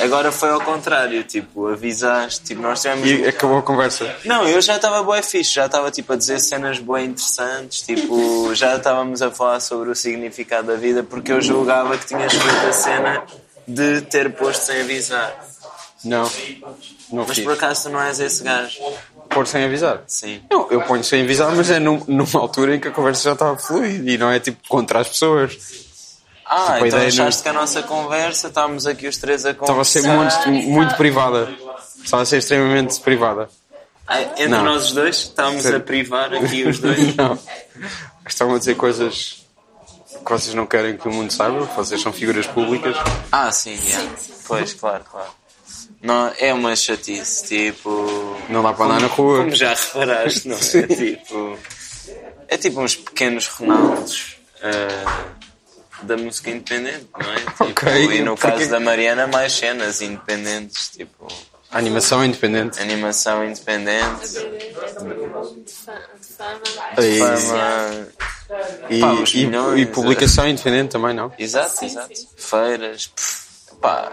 Agora foi ao contrário, tipo, avisaste, tipo, nós tivemos. E acabou a conversa. Não, eu já estava bué fixe, já estava tipo a dizer cenas bué interessantes, tipo, já estávamos a falar sobre o significado da vida, porque eu julgava que tinha escrito a cena de ter posto sem avisar. Não, não Mas fiz. por acaso tu não és esse gajo? Pôr sem avisar. Sim. Não, eu ponho sem avisar, mas é num- numa altura em que a conversa já estava fluida e não é tipo contra as pessoas. Ah, Tipo, a então ideia achaste não- que a nossa conversa, estávamos aqui os três a Estava conversar. a ser muito, muito privada. Estava a ser extremamente privada. Ah, entre Não. nós os dois, estávamos Sim. a privar aqui os dois. Não. Estavam a dizer coisas que vocês não querem que o mundo saiba, que vocês são figuras públicas. Ah, sim, yeah. pois, claro, claro. Não, é uma chatice, tipo. Não dá para andar na rua. Como já reparaste, não é? tipo. É tipo uns pequenos Ronaldos ah, da música independente, não é? Tipo, Ok, E no porque- caso da Mariana, mais cenas independentes, tipo. A animação é independente. Animação independente, E, fama. e, Pá, os e- milhões, e publicação é independente também, não? Exato, exato. Feiras, pff, pá,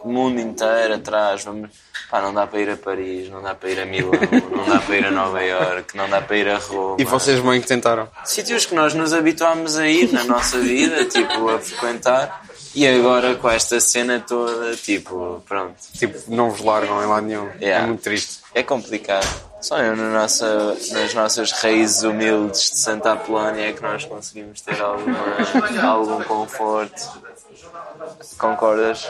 o mundo inteiro atrás. Vamos, pá, não dá para ir a Paris, não dá para ir a Milão, não dá para ir a Nova Iorque, não dá para ir a Roma. E vocês bem que tentaram. Sítios que nós nos habituámos a ir na nossa vida, tipo, a frequentar. E agora com esta cena toda, tipo, pronto. Tipo, não vos largam em lado nenhum. Yeah. É muito triste. É complicado. Só eu na nossa, nas nossas raízes humildes de Santa Apolónia é que nós conseguimos ter alguma, algum conforto. Concordas?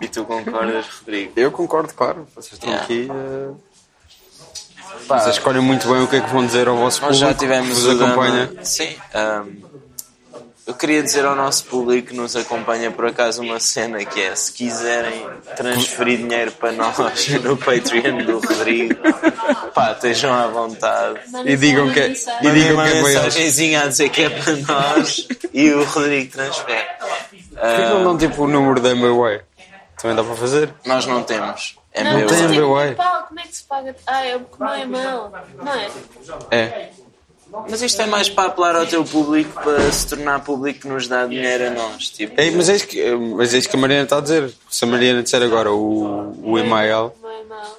E tu concordas, Rodrigo? Eu concordo, claro. Vocês estão Yeah. aqui. eh, Pá, Vocês escolhem muito bem o que é que vão dizer ao vosso nós público. já que tivemos vos o drama- acompanha. Sim. ahm, eu queria dizer ao nosso público que nos acompanha por acaso uma cena que é se quiserem transferir dinheiro para nós no Patreon do Rodrigo, pá, estejam à vontade. E digam que, e Mandei digam uma que é para eles. mensagenzinha a dizer que é para nós e o Rodrigo transfere. Por que Ah, não dão tipo o número da MBWay? Também dá para fazer. nós não temos. É Não meu. tem, Tem. tem. meu ué. Como é que se paga? Ah, é porque não é mão. Não é? É. Mas isto é mais para apelar ao teu público para se tornar público que nos dá dinheiro a nós. Tipo, É, mas, é isso que, eh, mas é isso que a Mariana está a dizer. Se a Mariana disser agora o, o e-mail, Não é mão.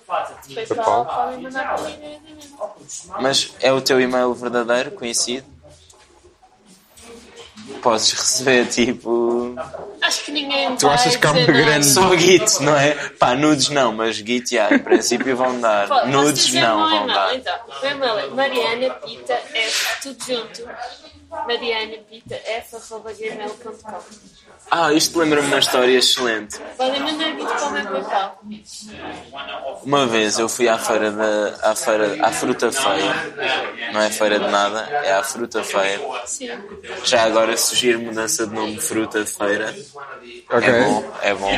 Depois falam, podem mandar para mim né, diretamente. mas é o teu e-mail verdadeiro, conhecido? Podes receber tipo. Acho que ninguém Tu vai achas que há uma dizer nada. grande- Só Git, não é? Pá, nudes não, mas Git, já, em princípio vão Pô, dar. posso Nudes dizer o não meu vão e-mail, dar. Então, o meu e-mail é Mariana Pita F, tudo junto. Mariana Pita F, arroba gmail.com. Ah, isto lembra-me uma história excelente. Podem mandar vídeo para o meu PayPal. Uma vez eu fui à feira da à feira à fruta feia. Não é feira de nada, é à fruta feia. Sim. Já agora sugiro mudança de nome fruta feira. ok. É bom, é bom.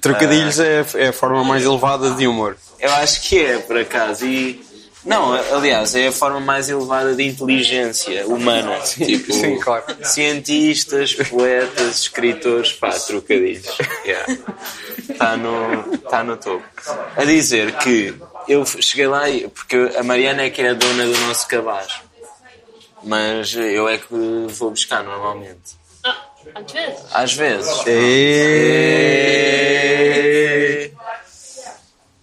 Trocadilhos é, a- é a forma mais elevada de humor. Eu acho que é por acaso e não, aliás, é a forma mais elevada de inteligência humana. tipo, sim, claro. Cientistas, poetas, escritores, pá, trocadilhos. É. Yeah. Está no, tá no topo. A dizer que eu cheguei lá, e- porque a Mariana é que é a dona do nosso cabaz, mas eu é que vou buscar normalmente. Ah, às vezes. Às vezes. É. E...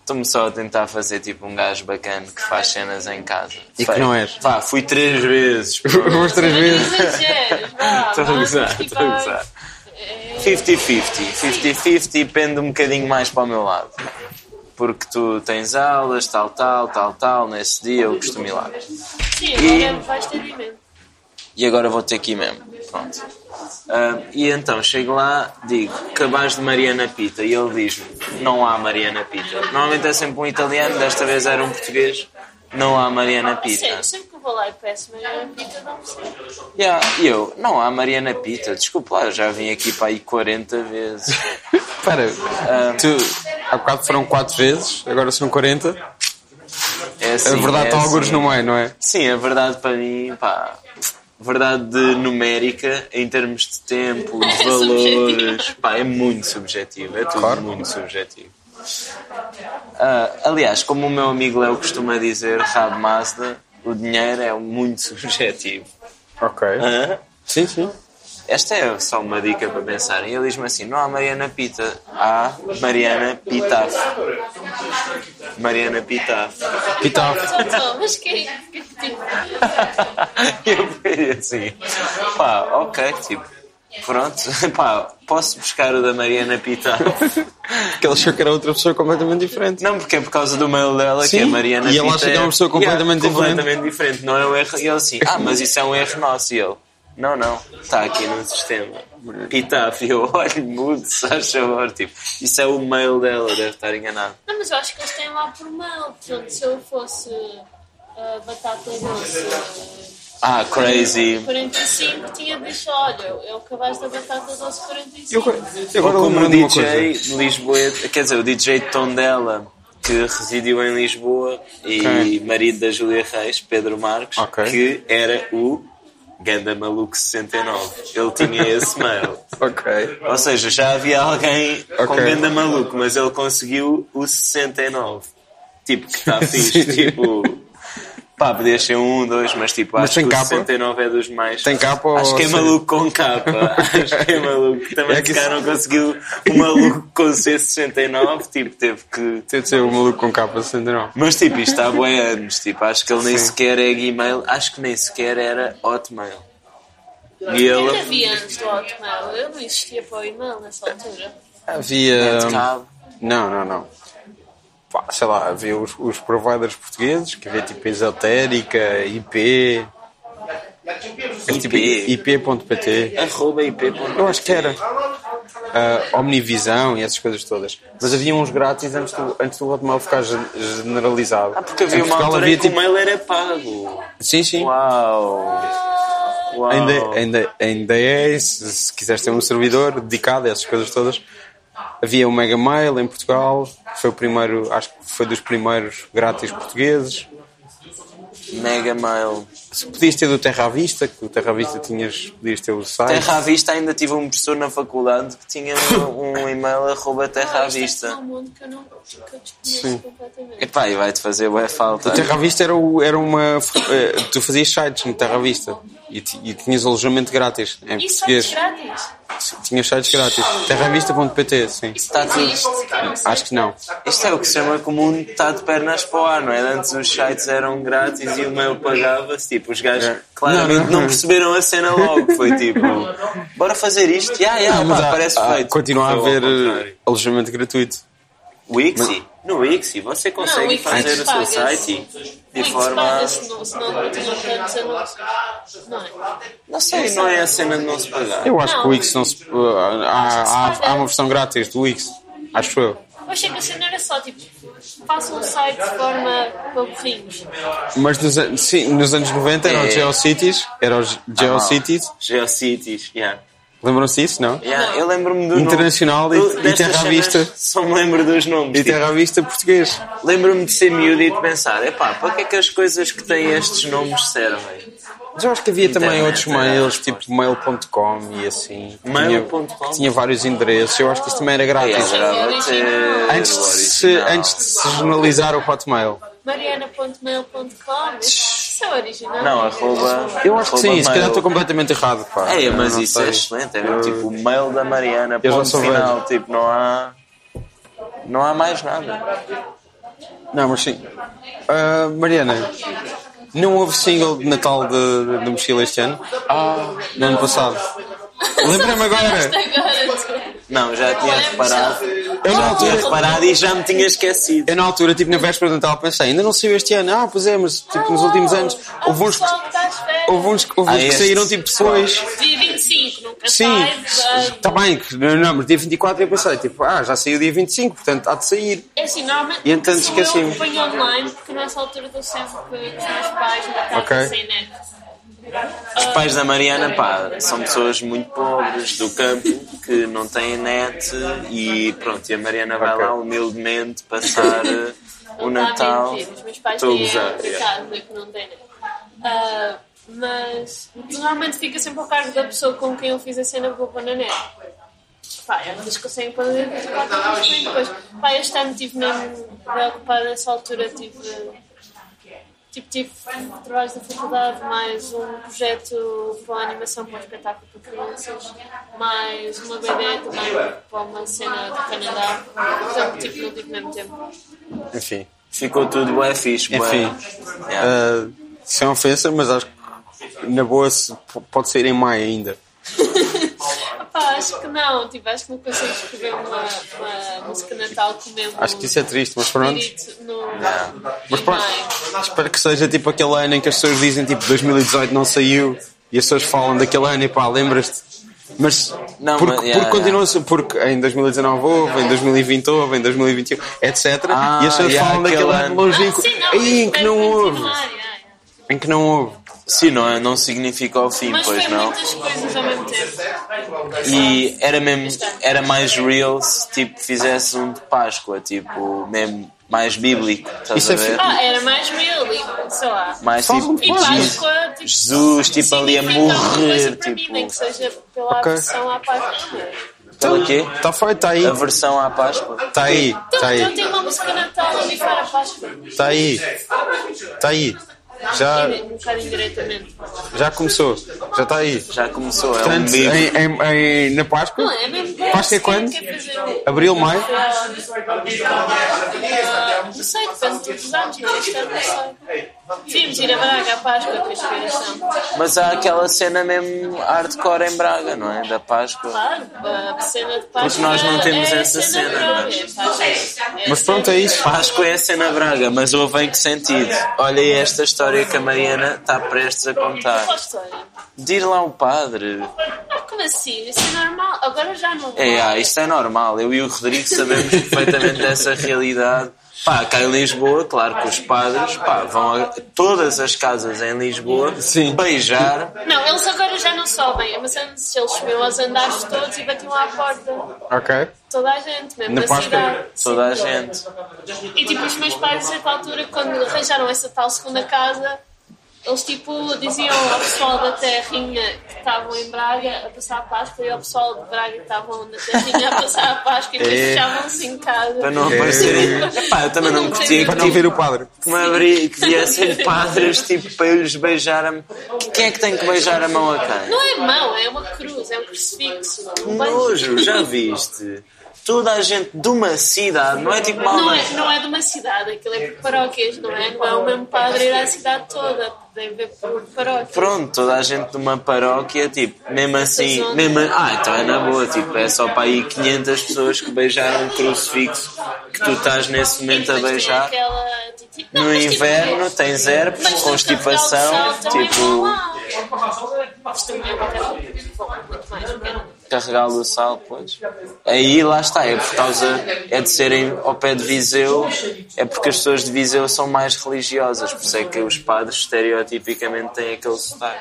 Estou-me só a tentar fazer tipo um gajo bacana que faz cenas em casa. E que não é. és. Pá, fui três vezes. Umas três vezes. Exageros, é, vá. tipo, Estou a vamos É. gozar, que estou a vai. gozar. 50-50. 50-50 pende um bocadinho mais para o meu lado. Porque tu tens aulas, tal, tal, tal, tal, nesse dia eu costumo ir lá. Sim, agora vais ter de mesmo. E agora vou ter que ir mesmo. Pronto. Ah, e então chego lá, digo, cabaz de Mariana Pita. E ele diz não há Mariana Pita. Normalmente é sempre um italiano, desta vez era um português. Não há Mariana Mas Pita. Sempre, sempre que eu vou lá é e peço Mariana Pita, não me sei. Yeah, e eu, não há Mariana Pita, desculpa lá, eu já vim aqui para aí 40 vezes. Espera, tu, há bocado foram quatro vezes, agora são 40. A É assim, verdade é está alguns assim. no meio, não é? Sim, a verdade para mim, pá, verdade de numérica em termos de tempo, de valores, pá, é muito subjetivo, é tudo muito subjetivo. Ah, aliás, como o meu amigo Léo costuma dizer, Rab Mazda, o dinheiro é muito subjetivo. Ok. Hã? Ah, Sim, sim. Esta é só uma dica para pensarem. Ele diz-me assim: não há Mariana Pita, há Mariana Pitaf. Mariana Pitaf. Pitaf. Então, mas que que tipo, E eu fui assim, pá, ok, tipo, pronto, pá, posso buscar o da Mariana Pitaf? Porque ele achou que era outra pessoa completamente diferente. Não, porque é por causa do mail dela que Sim, é Mariana e ela Pita acha que é uma pessoa completamente diferente. completamente diferente, não é um erro. E ele assim, ah, mas isso é um erro nosso. E ele, não, não, está aqui no sistema. Pitaf, e eu olho, mudo, se faz favor, tipo, isso é o mail dela, deve estar enganado. Não, mas eu acho que eles têm lá por mal. Portanto, se eu fosse ah, batata doce Ah, ah, crazy. 45, tinha bicho, olha, eu acabaste da batata doce 45. Eu, agora- eu agora Ou como o lembrei-me de uma DJ coisa. de Lisboa, quer dizer, o DJ de Tondela, que residiu em Lisboa, e Ok. marido da Júlia Reis, Pedro Marcos, Ok. que era o Ganda Maluco 69. Ele tinha esse mail. Ok. Ou seja, já havia alguém com Ok. Ganda Maluco, mas ele conseguiu o 69. Tipo, que está fixe. Sim. tipo, pá, podia ser um, dois, mas tipo, Mas acho tem que capa? o 69 é dos mais. Tem capa Acho ou que é sem? maluco com capa. Acho que é maluco. Também É se que cá isso- não conseguiu o maluco com o C69, tipo, teve que. Tem de ser o maluco com capa 69. Mas tipo, isto há boi anos, tipo, acho que ele nem Sim. sequer é Gmail, acho que nem sequer era Hotmail. E Eu ainda ele. vi antes do Hotmail, eu não existia para o e-mail nessa altura. hum, Havia. hum, Cabo. Não, não, não. Pá, sei lá, havia os, os providers portugueses, que havia tipo Esotérica, IP. É tipo IP. IP.pt. Arroba IP. Eu acho que era. Ah, Omnivisão e essas coisas todas. Mas havia uns grátis antes do, antes do Hotmail ficar gen- generalizado. Ah, porque havia Em uma Portugal altura havia, em que o tipo- mail era pago. Sim, sim. Uau! Uau! Ainda, ainda, ainda é, se, se quiseres ter um servidor dedicado a essas coisas todas. Havia o Mega Mail em Portugal, foi o primeiro, acho que foi dos primeiros grátis portugueses. Mega Mail. Se podias ter do Terra à Vista, que o Terra à Vista tinhas, podias ter o site. Terra à Vista ainda tive um professor na faculdade que tinha um, um e-mail arroba Terra à Ah, isto é só Vista. um mundo que eu não que eu desconheço Sim. É completamente. Epá, e vai-te fazer boa falta. O Terra à Vista era, o- era uma. eh, Tu fazias sites no Terra à Vista e, ti- e tinhas alojamento grátis em E sites português. é grátis? Tinhas sites grátis. Terravista.pt, sim. Isso é Tá Ah, não tudo. existe, cara. Acho que não. Isto é o que se chama como um está de pernas para o ar, não é? Antes os sites eram grátis e o mail pagava-se. Tipo, os gajos É. claramente não, Não, não, não. perceberam a cena logo. Foi tipo, bora fazer isto. Ya, É, ya, Mas pá, há- parece há- feito. Continua a Foi ao haver contrário. eh, alojamento gratuito. Wixi? No Wixi, você consegue Não, Wix fazer o seu paga-se. site de Wix forma. paga-se, não- se não continua tanto, se eu não- não é? Não sei, não é a cena de não se pagar. Eu acho que o Não. Wix não se. uh, há, Acho que se há, há paga. uma versão grátis do Wix. Acho eu. Eu achei que a cena era só tipo, faça um site de forma para burrinhos. Mas nos, an- sim, nos anos 90 era É. Ah, o GeoCities. Era o Ge- GeoCities. GeoCities, yeah. Lembram-se disso, não? Yeah, eu lembro-me do Internacional nome. e- Do- e destas Terra à cenas Vista. Só me lembro dos nomes. E tipo, Terra à Vista português. Lembro-me de ser miúdo e de pensar, epá, para que é que as coisas que têm estes nomes servem? Mas eu acho que havia também Internet, outros era a mails, resposta. tipo mail.com e assim. que Mail.com? tinha- que Tinha vários endereços. Eu acho que isso também era Eu grátis. adorava ter Antes o de, se, É, original. antes de se generalizar o Hotmail. Mariana.mail.com Isso é original. Não, arroba... Eu acho que arroba sim, se calhar mail. estou completamente errado. Pá. É, mas Não isso é sei. excelente, era tipo o mail da Mariana, Eu já ponto sou final, tipo, não há... Não há mais nada. Não, mas sim. Ah, Mariana, não houve single de Natal de, de Mochila este ano? Ah, no ano passado. é Lembrei-me agora. Agora tipo. tu. Não, já tinha Lembro-me reparado. Eu Já na, tinha altura, reparado e já me tinha esquecido. eu na altura, tipo na véspera de Natal, pensei, ainda não saiu este ano. Ah, pois é, mas tipo nos últimos anos houve uns, que- Ah, pessoal que está às férias. houve uns, que- houve Ah, uns que este. saíram tipo depois. Dia 25, nunca Sim, sai. está Tá bem, que- não, não, mas dia 24 eu pensei, tipo, ah, já saiu dia 25, portanto há de sair. É assim, normalmente E então sou eu esqueci-me. que ponho online porque nessa altura estou sempre com os meus pais na casa Ok. sem net. Os pais da Mariana, pá, são pessoas muito pobres do campo que não têm net e pronto, e a Mariana vai Ok. lá humildemente passar eh, o Não está a Natal. mentir, Os meus pais Estou a têm gozar, outra yeah. casa que não tem net. Ah, mas normalmente fica sempre ao cargo da pessoa com quem eu fiz a cena boba na net. Pá, é elas conseguem fazer 24 horas depois. Pá, este ano estive mesmo preocupada nessa altura, tive Tipo, tive trabalhos da faculdade, mais um projeto para a animação para um espetáculo para crianças, mais uma BD também para uma cena do Canadá. Portanto, tipo, não tive mesmo tempo. Enfim. Ficou tudo bem fixe, bué. Enfim. Yeah. Ah, sem ofensa, mas acho que na boa se- p- pode sair em maio ainda. Opa, acho que não, tipo, acho que não consigo escrever uma, uma música de natal com o mesmo Acho que isso é triste, mas pronto. espírito no. Mas pronto, espero que seja tipo aquele ano em que as pessoas dizem tipo 2018 não saiu e as pessoas falam daquele ano e pá, lembras-te? Mas Não, porque, mas- porque yeah, continua porque em 2019 houve, em 2020 houve, em 2021, etc. Ah, um, e as pessoas yeah, falam daquele aquele ano. ano Ah, longínquo em que não houve, em que não houve. Sim, não, é- não significa o fim, Mas pois foi não. muitas coisas ao mesmo tempo. E era mesmo, era mais real se tipo fizesse um de Páscoa, tipo, mesmo mais bíblico, estás Isso a é fi- ver? Ah, era mais real, e, sei lá. Mais Faz um tipo, E Páscoa, tipo, Jesus, tipo, ali a significa alguma coisa morrer, para mim, nem tipo, que seja pela Ok. aversão à Páscoa. pelo quê? Está Tá feito, está aí, A versão à Páscoa? está aí, Então, está aí. então tem uma música de natal a bifar a Páscoa. Está aí. Está aí. Já, Um bocado indiretamente. já começou. Já está aí. Já começou, é um Portanto, livro. em- em- em- na Não Páscoa, é mesmo? Páscoa é quando? Quer fazer um- abril, maio, Ah, Não sei, depende de todos os anos, mas este ano não sei. Devíamos ir a Braga à Páscoa com a inspiração. Mas há aquela cena mesmo hardcore em Braga, não é? Da Páscoa. Claro, a cena de Páscoa. Porque nós não temos é a essa cena, de Braga, mas- é Páscoa. É a mas pronto, é cena- isso. Páscoa é a cena Braga, mas houve em que sentido? Olha aí esta história que a Mariana está prestes a contar. Qual história? De ir lá o padre. Ah, como assim? Isso é normal. Agora já não. É, ah, isto é normal. Eu e o Rodrigo sabemos perfeitamente dessa realidade. Pá, cá em Lisboa, claro que os padres pá, vão a todas as casas em Lisboa Sim. beijar. Não, eles agora já não sobem, mas antes eles subiam aos andares todos e batiam à porta. ok? Toda a gente, mesmo Na na Páscoa? cidade. Toda a Sim. gente. E tipo, os meus pais, a certa altura, quando arranjaram essa tal segunda casa, eles tipo diziam ao pessoal da terrinha que estavam em Braga a passar a Páscoa e ao pessoal de Braga que estavam na terrinha a passar a Páscoa e depois É. fechavam-se em casa. Para não aparecerem. Epá, eu também não curti Para que, não tipo, ver o padre. que me abri, que viessem padres tipo, para eu lhes beijar a mão. Quem é que tem que beijar a mão a quem? Não é mão, é uma cruz, é um crucifixo. Um beijo. Nojo, já viste? Toda a gente de uma cidade, não é tipo mal. Não é, não é de uma cidade, aquilo é por paróquias, não é? Não é o mesmo padre ir à cidade toda, deve ver por paróquias. Pronto, toda a gente de uma paróquia, tipo, mesmo assim, zona. mesmo, ah, então é na boa, tipo, é só para aí 500 pessoas que beijaram o crucifixo que tu estás nesse momento a Mas tem beijar. aquela titi- então, Não, No mas tipo, inverno tens herpes, mas no constipação, Carnaval do Sal também vão tipo, lá. Isto também é muito bom, muito mais, porque era um- carregá-lo o sal, pois. Aí lá está, é por causa, é de serem ao pé de Viseu, é porque as pessoas de Viseu são mais religiosas, por isso é que os padres estereotipicamente têm aquele sotaque.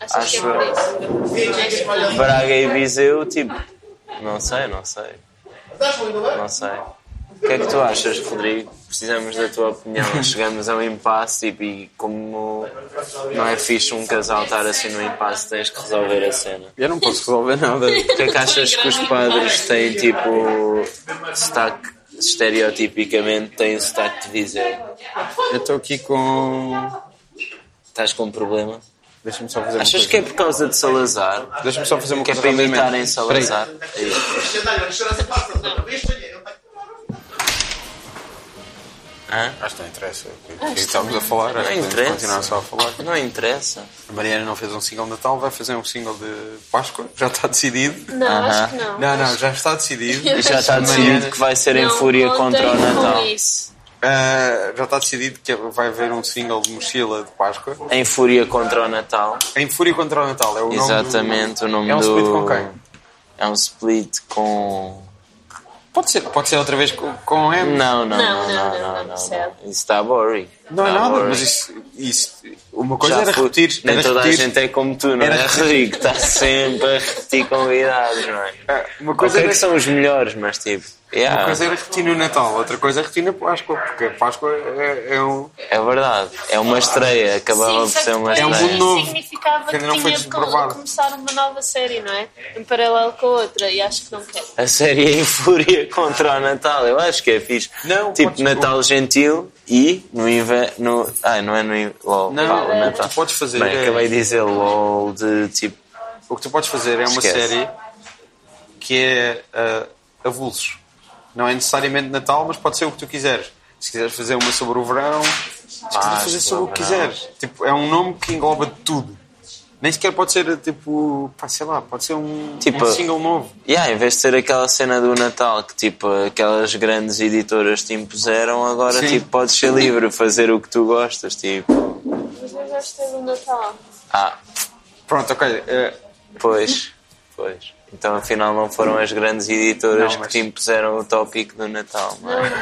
Achas que é Acho por eu. isso? Mas- Braga e Viseu, tipo, não sei, não sei. Não sei. O que é que tu achas, Rodrigo? Precisamos da tua opinião. Chegamos a um impasse tipo, e como não é fixe um casal estar assim no impasse, tens que resolver a cena. Eu não posso resolver nada. O que é que achas que os padres têm, tipo, sotaque, estereotipicamente têm sotaque de Viseu? Eu estou aqui com. Estás com um problema? Deixa-me só fazer uma Achas coisa. que é por causa de Salazar? Deixa-me só fazer uma Que é coisa. para rapidamente. imitarem Espera aí. Salazar? Aí. Hã? Acho que não interessa. o que Estávamos a falar, acho que podemos interessa. continuar só a falar. Não interessa. A Mariana não fez um single de Natal, vai fazer um single de Páscoa, já está decidido. Não, acho que Aham. não. Não, não, já está decidido. E já está decidido que vai ser em Não fúria contem contra o com Natal. isso. Ah, já está decidido que vai haver um single de mochila de Páscoa. Em fúria contra o Natal. Em Fúria contra o Natal, é o nome Exatamente, do... o nome É um do. split com quem? É um split com. Pode ser, pode ser outra vez com, com M. Não, não, Não, não, não, não, não. não, não, não, Isso certo. está boring. Não é Está nada, boring. mas isso, isso- Uma coisa Já era fui- repetir. Nem era toda repetir. a gente é como tu, não Era é? Rodrigo, está sempre a repetir convidados, não é? Ah, Uma coisa Ok, era que são os melhores, mas tipo. Yeah. Uma coisa é repetir no Natal, outra coisa é repetir na Páscoa, porque a Páscoa é, é um. É verdade. É uma estreia. Acabava por só que ser uma depois É um estreia. mundo novo. significava Que que ainda não foi tinha de com- desprovado. começar uma nova série, não é? Em paralelo com a outra, e acho que não quero. A série é em fúria contra o Natal. Eu acho que é fixe. Não, tipo, podes- Natal gentil e no inverno. No... Ai, não é no inverno. LOL. Não, Vá, o o que Natal. tu podes fazer Bem, é- acabei de dizer LOL de tipo. O que tu podes fazer é uma Esquece. série que é ah, avulsos. Não é necessariamente Natal, mas pode ser o que tu quiseres. Se quiseres fazer uma sobre o verão, se quiseres fazer sobre o que verão. quiseres. Tipo, é um nome que engloba tudo. Nem sequer pode ser tipo, pá, sei lá, pode ser um, Tipo- um single novo. Yeah, em vez de ser aquela cena do Natal que tipo aquelas grandes editoras te impuseram, agora Sim. tipo podes ser livre, fazer o que tu gostas, tipo. Mas eu gostei do Natal. Ah, Pronto, ok. eh, pois, pois. Então afinal não foram as grandes editoras Não, mas- que te impuseram o tópico do Natal, não Não, é? não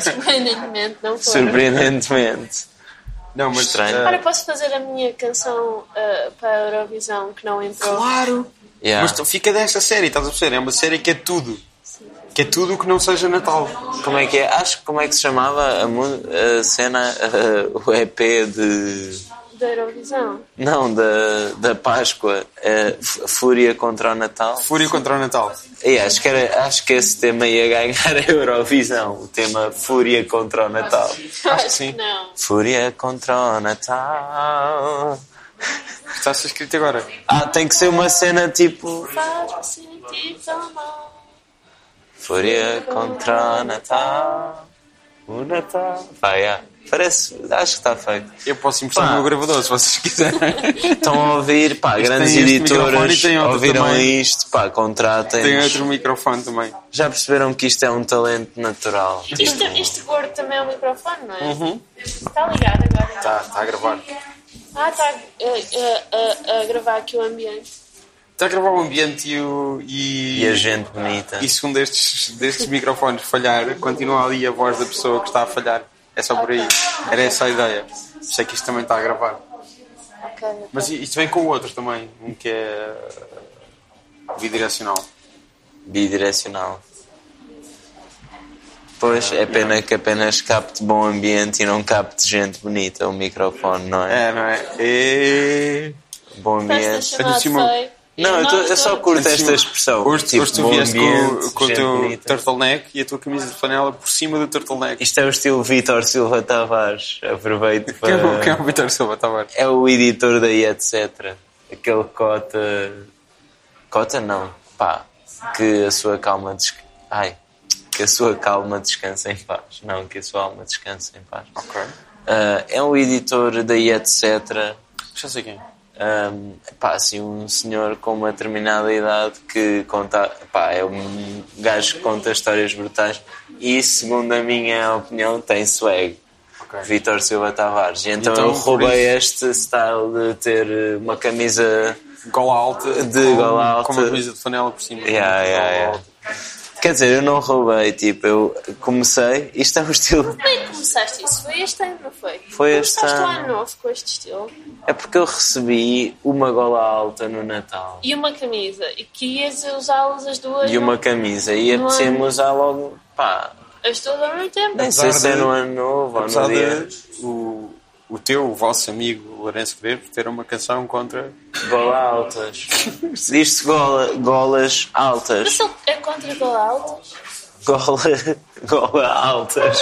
surpreendentemente, não foram. Surpreendentemente. não, mas. Estranho. eh, Agora posso fazer a minha canção ah, para a Eurovisão que não entrou. claro! Yeah. Mas tu- fica desta série, estás a perceber? É uma série que é tudo. Que é tudo o que não seja Natal. Como é que é? Acho que como é que se chamava a, mu- a cena, a- o EP de. Da Eurovisão. Não, da, da Páscoa, a F- Fúria contra o Natal. Fúria contra o Natal. E acho, que era, acho que esse tema ia ganhar a Eurovisão, o tema Fúria contra o Natal. Acho sim. Não. Fúria contra o Natal. Está a ser escrito agora. Ah, tem que ser uma cena tipo. Faz-me sentir tão mal. Fúria contra o Natal. O Natal. Vai, ah, Parece, acho que está feito. Eu posso emprestar Pá. o meu gravador, se vocês quiserem. Estão a ouvir, pá, grandes tem este microfone e editoras tem outro ouviram também. isto, pá, Tem contratem. outro microfone também. Já perceberam que isto é um talento natural. tipo, Isto, este gordo também é um microfone, não é? Uhum. Está ligado agora? então. Está tá a gravar. Ah, está a, eh, a- a- a gravar aqui o ambiente. Está a gravar o ambiente e o. E, E a gente bonita. e se um destes, destes microfones falhar, continua ali a voz da pessoa que está a falhar. É só por aí. Era essa a ideia. Por isso é que isto também está a gravar. Ok. Mas i- isto vem com o outro também, um que é. bidirecional. Bidirecional. Pois, é pena que apenas capte bom ambiente e não capte gente bonita o microfone, não é? É, não é? E... Bom ambiente. Festa chamada Simão. Sei. é Não, eu, tô- eu só curto esta expressão. Hoje, tipo, hoje tu bom vieste ambiente, com, com o gente teu bonita. turtleneck e a tua camisa de panela por cima do turtleneck. Isto é o estilo Vitor Silva Tavares. Aproveito Quem é, o- para. quem é o Vitor Silva Tavares? É o editor daí, etc. Aquele cota. Cota não, pá. Que a sua calma. Des... Ai. Que a sua calma descansa em paz. Não, que a sua alma descansa em paz. Ok. Ah, é um editor daí, etc. Já sei quem. Um, pá, assim, um senhor com uma determinada idade que conta, pá, é um gajo que conta histórias brutais e, segundo a minha opinião, tem swag. Ok. Vitor Silva Tavares. E então, Então, eu por roubei este style de ter eh, uma camisa. Gola alta. De com- gola alta. Com uma camisa Oh. de panela por cima. Yeah, yeah, Gola yeah. alta. Quer dizer, eu não roubei, tipo, eu comecei, isto é o estilo. Como é que começaste isso? Foi este ano, não foi? Foi este começaste ano. o ano novo com este estilo É porque eu recebi uma gola alta no Natal. e uma camisa e querias usá-las as duas E uma não- camisa, e Não. apetecia-me usar logo, pá, as duas ao mesmo tempo. nem sei Apesar se é de- no ano novo ou no Apesar dia. de o, o teu, o vosso amigo o Lourenço Guerreiro ter uma canção contra. Gola altas. Diz-se gola, golas altas. Mas ele é contra gola altas? Gola, gola altas.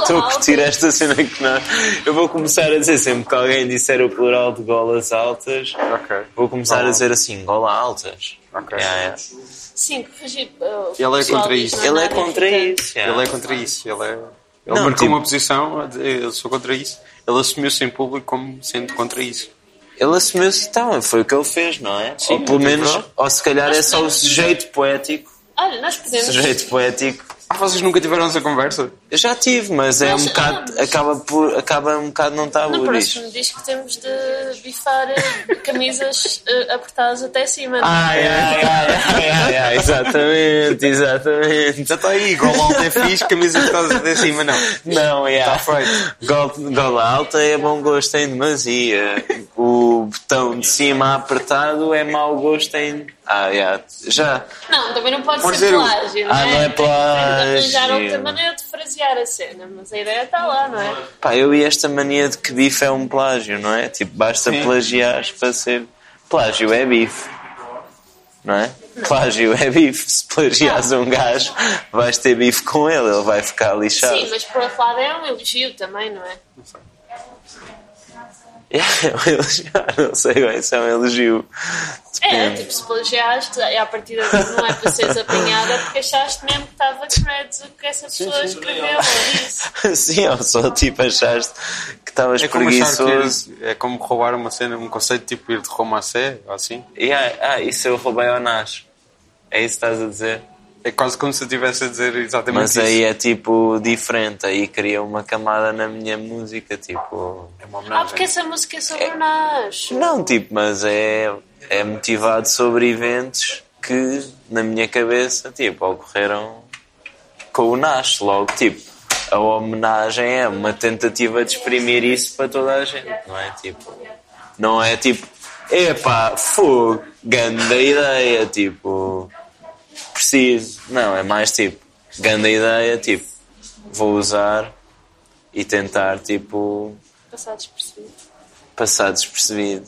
Estou a curtir esta cena que nós. Eu vou começar a dizer sempre que alguém disser o plural de golas altas. Ok. Vou começar a dizer assim, gola altas. Ok. Yeah, yeah. Sim, corrigir. uh, o Ele é pessoal contra diz, isso. não Ele é nada contra irritante. isso. yeah. Ele é contra isso. Ele, é, ele Não, marcou tipo- uma posição, a dizer, eu sou contra isso. Ele assumiu-se em público como sendo contra isso. Ele assumiu-se, então, foi o que ele fez, não é? ou pelo menos, ou se calhar é só o sujeito poético. Olha, nós podemos. Sujeito poético. Ah, vocês nunca tiveram essa conversa? Eu já tive, mas é Mas, um ah, bocado. mas- acaba, por, acaba um bocado não está No isso. próximo disco temos de bifar eh, camisas eh, apertadas até cima. Ai, ai, ai, ai, ai, ai, exatamente, exatamente. Já está aí, gol alto é fixe, camisa que estás até cima, não. Não, é. Está feito. Gola, gola alta é bom gosto em demasia. O botão de cima apertado é mau gosto em. Ah, yeah. já. Não, também não pode Pode ser ser o- plágio. Ah, não é Tem que arranjar outra plágio. maneira de frasear a cena, mas a ideia está lá, não é? Pá, eu e esta mania de que bife é um plágio, não é? Tipo, basta plagiar para ser. Plágio é bife. Não é? Plágio é bife. Se plagias um gajo, vais ter bife com ele, ele vai ficar lixado. Sim, mas por outro lado é um elogio também, não é? É um elogio, não sei bem se é um elogio. É, Depende. tipo, se plagiaste, é a partir de não é para seres apanhada porque achaste mesmo que estava credos o que essa pessoa escreveu é ou disse. Sim, ou só tipo achaste que estavas É como, achar preguiçoso. que, é como roubar uma cena, um conceito tipo ir de Roma a Sé, ou assim. E, ah, ah, isso eu roubei ao Nash. É isso que estás a dizer? É quase como se eu estivesse a dizer exatamente Mas isso. aí é tipo diferente, aí cria uma camada na minha música, tipo. É uma Ah, homenagem. porque essa música é sobre nós. Não, tipo, mas é, é motivado sobre eventos que na minha cabeça, tipo, ocorreram com o Nash logo, tipo. A homenagem é uma tentativa de exprimir isso para toda a gente, não é? Tipo, não é tipo, epá, fogo, grande ideia, tipo, preciso. Não, é mais tipo, grande ideia, tipo, vou usar e tentar, tipo, Passar despercebido. passar despercebido.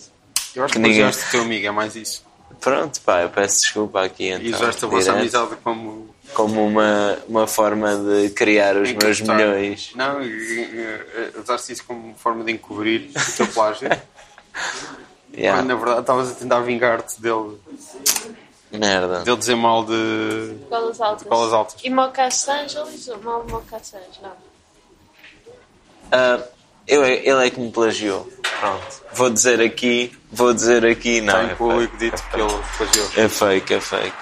Eu acho que ninguém- ninguém... o teu amigo, é mais isso. Pronto, pá, eu peço desculpa aqui então. E usaste a vossa direto, amizade como. Como uma, uma forma de criar os meus encriptar. milhões. Não, eh, eh, usaste isso como forma de encobrir o teu plágio, Yeah. quando na verdade estavas a tentar vingar-te dele, Merda. dele dizer mal de. Golas altas. Golas altas. E Moca's Angeles, ou mal Moca's não. Ah, eu, é- ele é que me plagiou. Pronto. Vou dizer aqui, vou dizer aqui, não. Está é em público fake. dito que ele plagiou. É fake, é fake.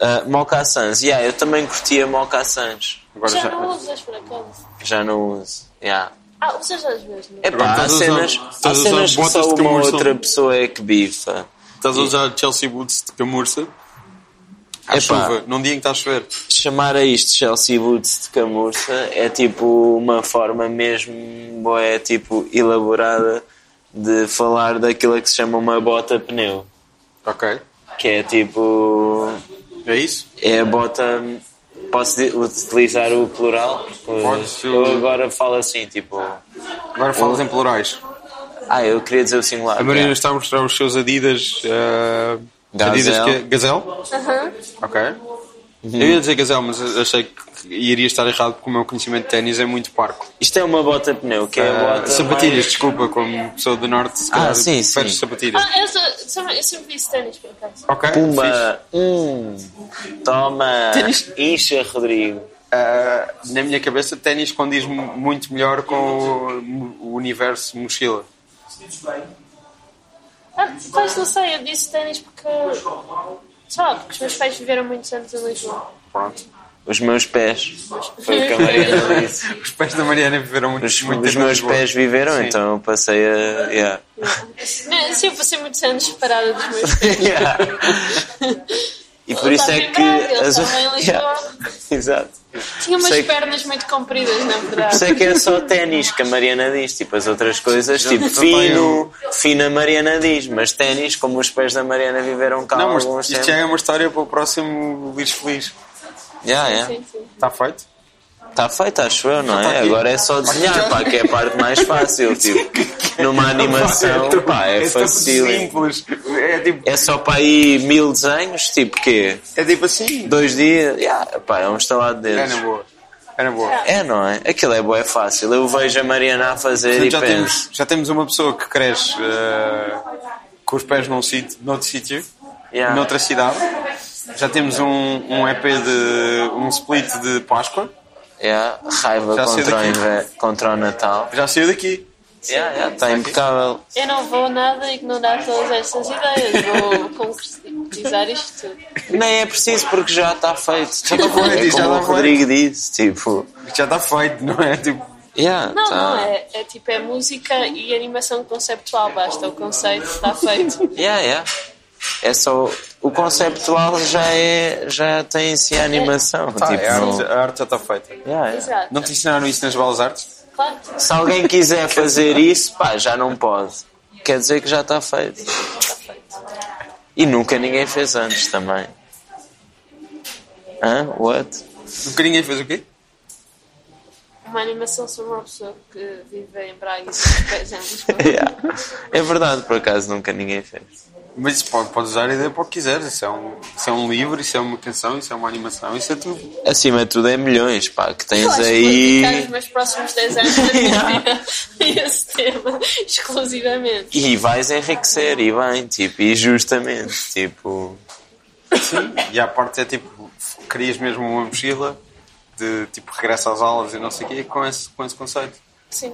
Ah, mocassins, yeah, eu também curtia mocassins. Agora Já já- não usas por acaso. Já não uso. Yeah. Ah, usas às vezes, não é? É pá, há estás a usar- cenas, estás a há usar cenas que botas só de uma camurça. outra pessoa é que bifa. Estás a E- usar Chelsea Woods de camurça à Epá. chuva, num dia em que está a chover. chamar a isto Chelsea Boots de camurça é tipo uma forma mesmo é tipo elaborada de falar daquilo a que se chama uma bota pneu Ok, que é tipo é isso? é a bota posso di- utilizar o plural Podes, eu agora falo assim tipo Agora falas em plurais. ah eu queria dizer o singular A Marina está a mostrar os seus Adidas. eh, Gazelle. Uhum. Adidas que, Gazelle? Ok. Eu ia dizer Gazelle, mas achei que iria estar errado porque o meu conhecimento de ténis é muito parco. isto é uma bota pneu que é a Eh, bota sapatilhas, mais- desculpa, como pessoa do Norte, se calhar Ah, sim, preferes sim. sapatilhas. Ah, eu, sou, sou- eu sempre disse ténis por acaso. Ok, fixe. Pumba! Hum. Toma! Incha, Rodrigo! Eh, na minha cabeça, ténis condiz mu- muito melhor com o, o universo mochila. Ah, pois não sei, eu disse ténis porque. Só, porque os meus pais viveram muitos anos em Lisboa. Pronto. Os meus pés. Foi o que a Mariana disse. Os pés da Mariana viveram muito, Os, muito os tempo em meus Lisboa. pés viveram, Sim. então eu passei a. Yeah. Não, sim, eu passei muitos anos separada dos meus pais. Yeah. E por isso é que. as- Eles estavam em Yeah. Lisboa. Exato. Tinha umas Sei que- pernas muito compridas, na Por isso verdade. é que é só ténis que a Mariana diz, tipo as outras coisas, tipo não tenho- fino, fino a Mariana diz, mas ténis, como os pés da Mariana viveram cá há Não, mas alguns isto tempos. já é uma história para o próximo Luís Feliz. é- Yeah, yeah. Sim, sim. Está feito? Está feito, acho eu, não é? aqui. Agora é tá. só desenhar, pá, que é a parte mais fácil. Tipo, numa animação, pá, é tão fácil. simples. É tipo, É só para aí mil desenhos, tipo quê? é tipo assim. Dois dias? Yeah, pá, é um instalado É deles. na boa. É na boa. É, não é? Aquilo é boa, é fácil. Eu vejo a Mariana a fazer e já, penso. temos, já temos uma pessoa que cresce eh, com os pés num sítio, noutro sítio, Yeah. noutra cidade. Já temos um, um EP de. um split de Páscoa. Yeah, raiva Já sei contra o, daqui. inve- contra o Natal. Já saiu daqui. Yeah, yeah, está impecável. Eu não vou nada ignorar todas estas ideias, vou concretizar isto tudo. Nem é preciso porque já está feito. Tipo, feito, é já como está o Rodrigo disse, tipo. Já está feito, não é? Tipo, Yeah, Não, tá. não, é, é tipo, é música e animação conceptual, basta, o conceito está feito. Yeah, yeah. É só. O conceptual já é. Já tem em si a animação. tá, tipo, é, a, arte, não- a arte já está feita. yeah, yeah. Exato. Não te ensinaram isso nas balas de artes? Claro que Se alguém quiser fazer isso, pá, já não pode. Quer dizer que já está feito. E nunca ninguém fez antes também. Hã? What? Nunca ninguém Um fez o quê? uma animação sobre uma pessoa que vive em Braga e se pés em Yeah. É verdade, por acaso nunca ninguém fez. Mas isso pode, pode usar a ideia para o que quiseres. Isso é, um, isso é um livro, isso é uma canção, isso é uma animação, isso é tudo. Acima de tudo é milhões, pá, que tens Ficar aí. os meus próximos 10 anos da minha vida e esse tema, exclusivamente. E vais enriquecer, e bem, tipo, e justamente, tipo. E à parte é tipo, crias mesmo uma mochila de tipo regresso às aulas e não sei o quê com esse, com esse conceito. Sim.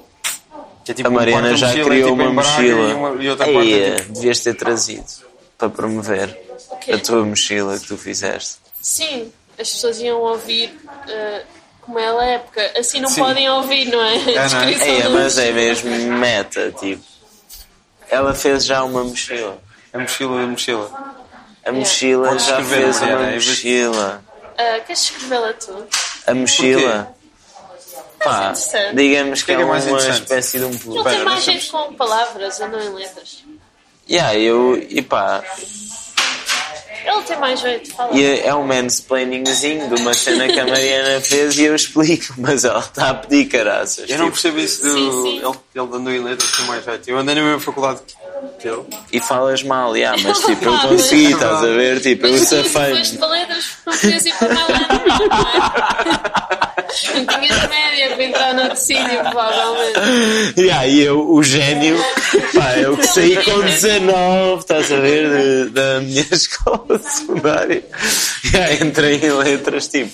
Que é, tipo, A Mariana um quarto já mochila, criou tipo, em uma Braga mochila. E, uma, e outra parte Aí, é, eh, tipo, devias ter trazido para promover Ok. a tua mochila que tu fizeste. Sim, as pessoas iam ouvir eh, como ela é, porque assim não Sim. podem ouvir, não é? não. A descrição É, da mas é música. mesmo meta, tipo. Ela fez já uma mochila. tipo, a mochila da mochila. A mochila Podes já escrever, fez Mariana, é uma em vez de- mochila. Ah, queres escrevê-la tu? é A mochila. Pá, interessante. digamos que O que é que é é mais uma interessante? espécie de um plus. Ele Espera, tem mais nós jeito com palavras ou não em letras. Yeah, eu, e pá, Ele tem mais jeito de falar. e é é um mansplainingzinho de uma cena que a Mariana fez e eu explico, mas ela está a pedir caraças. Eu não tipo, percebo isso do. Sim, sim. Ele, ele andou em letras com mais jeito. Eu andei na mesma faculdade que ele. e falas mal, yeah, mas tipo, eu Não, mas- consegui, estás a ver? Tipo, eu Mas tu foste safei. para letras porque não querias ir para mais nada, não é? Não tinhas média para entrar noutro sítio, provavelmente. Yeah, e eu, o gênio, pá, eu que saí com 19, estás a ver? de- da minha escola secundária. Yeah, entrei em letras, tipo,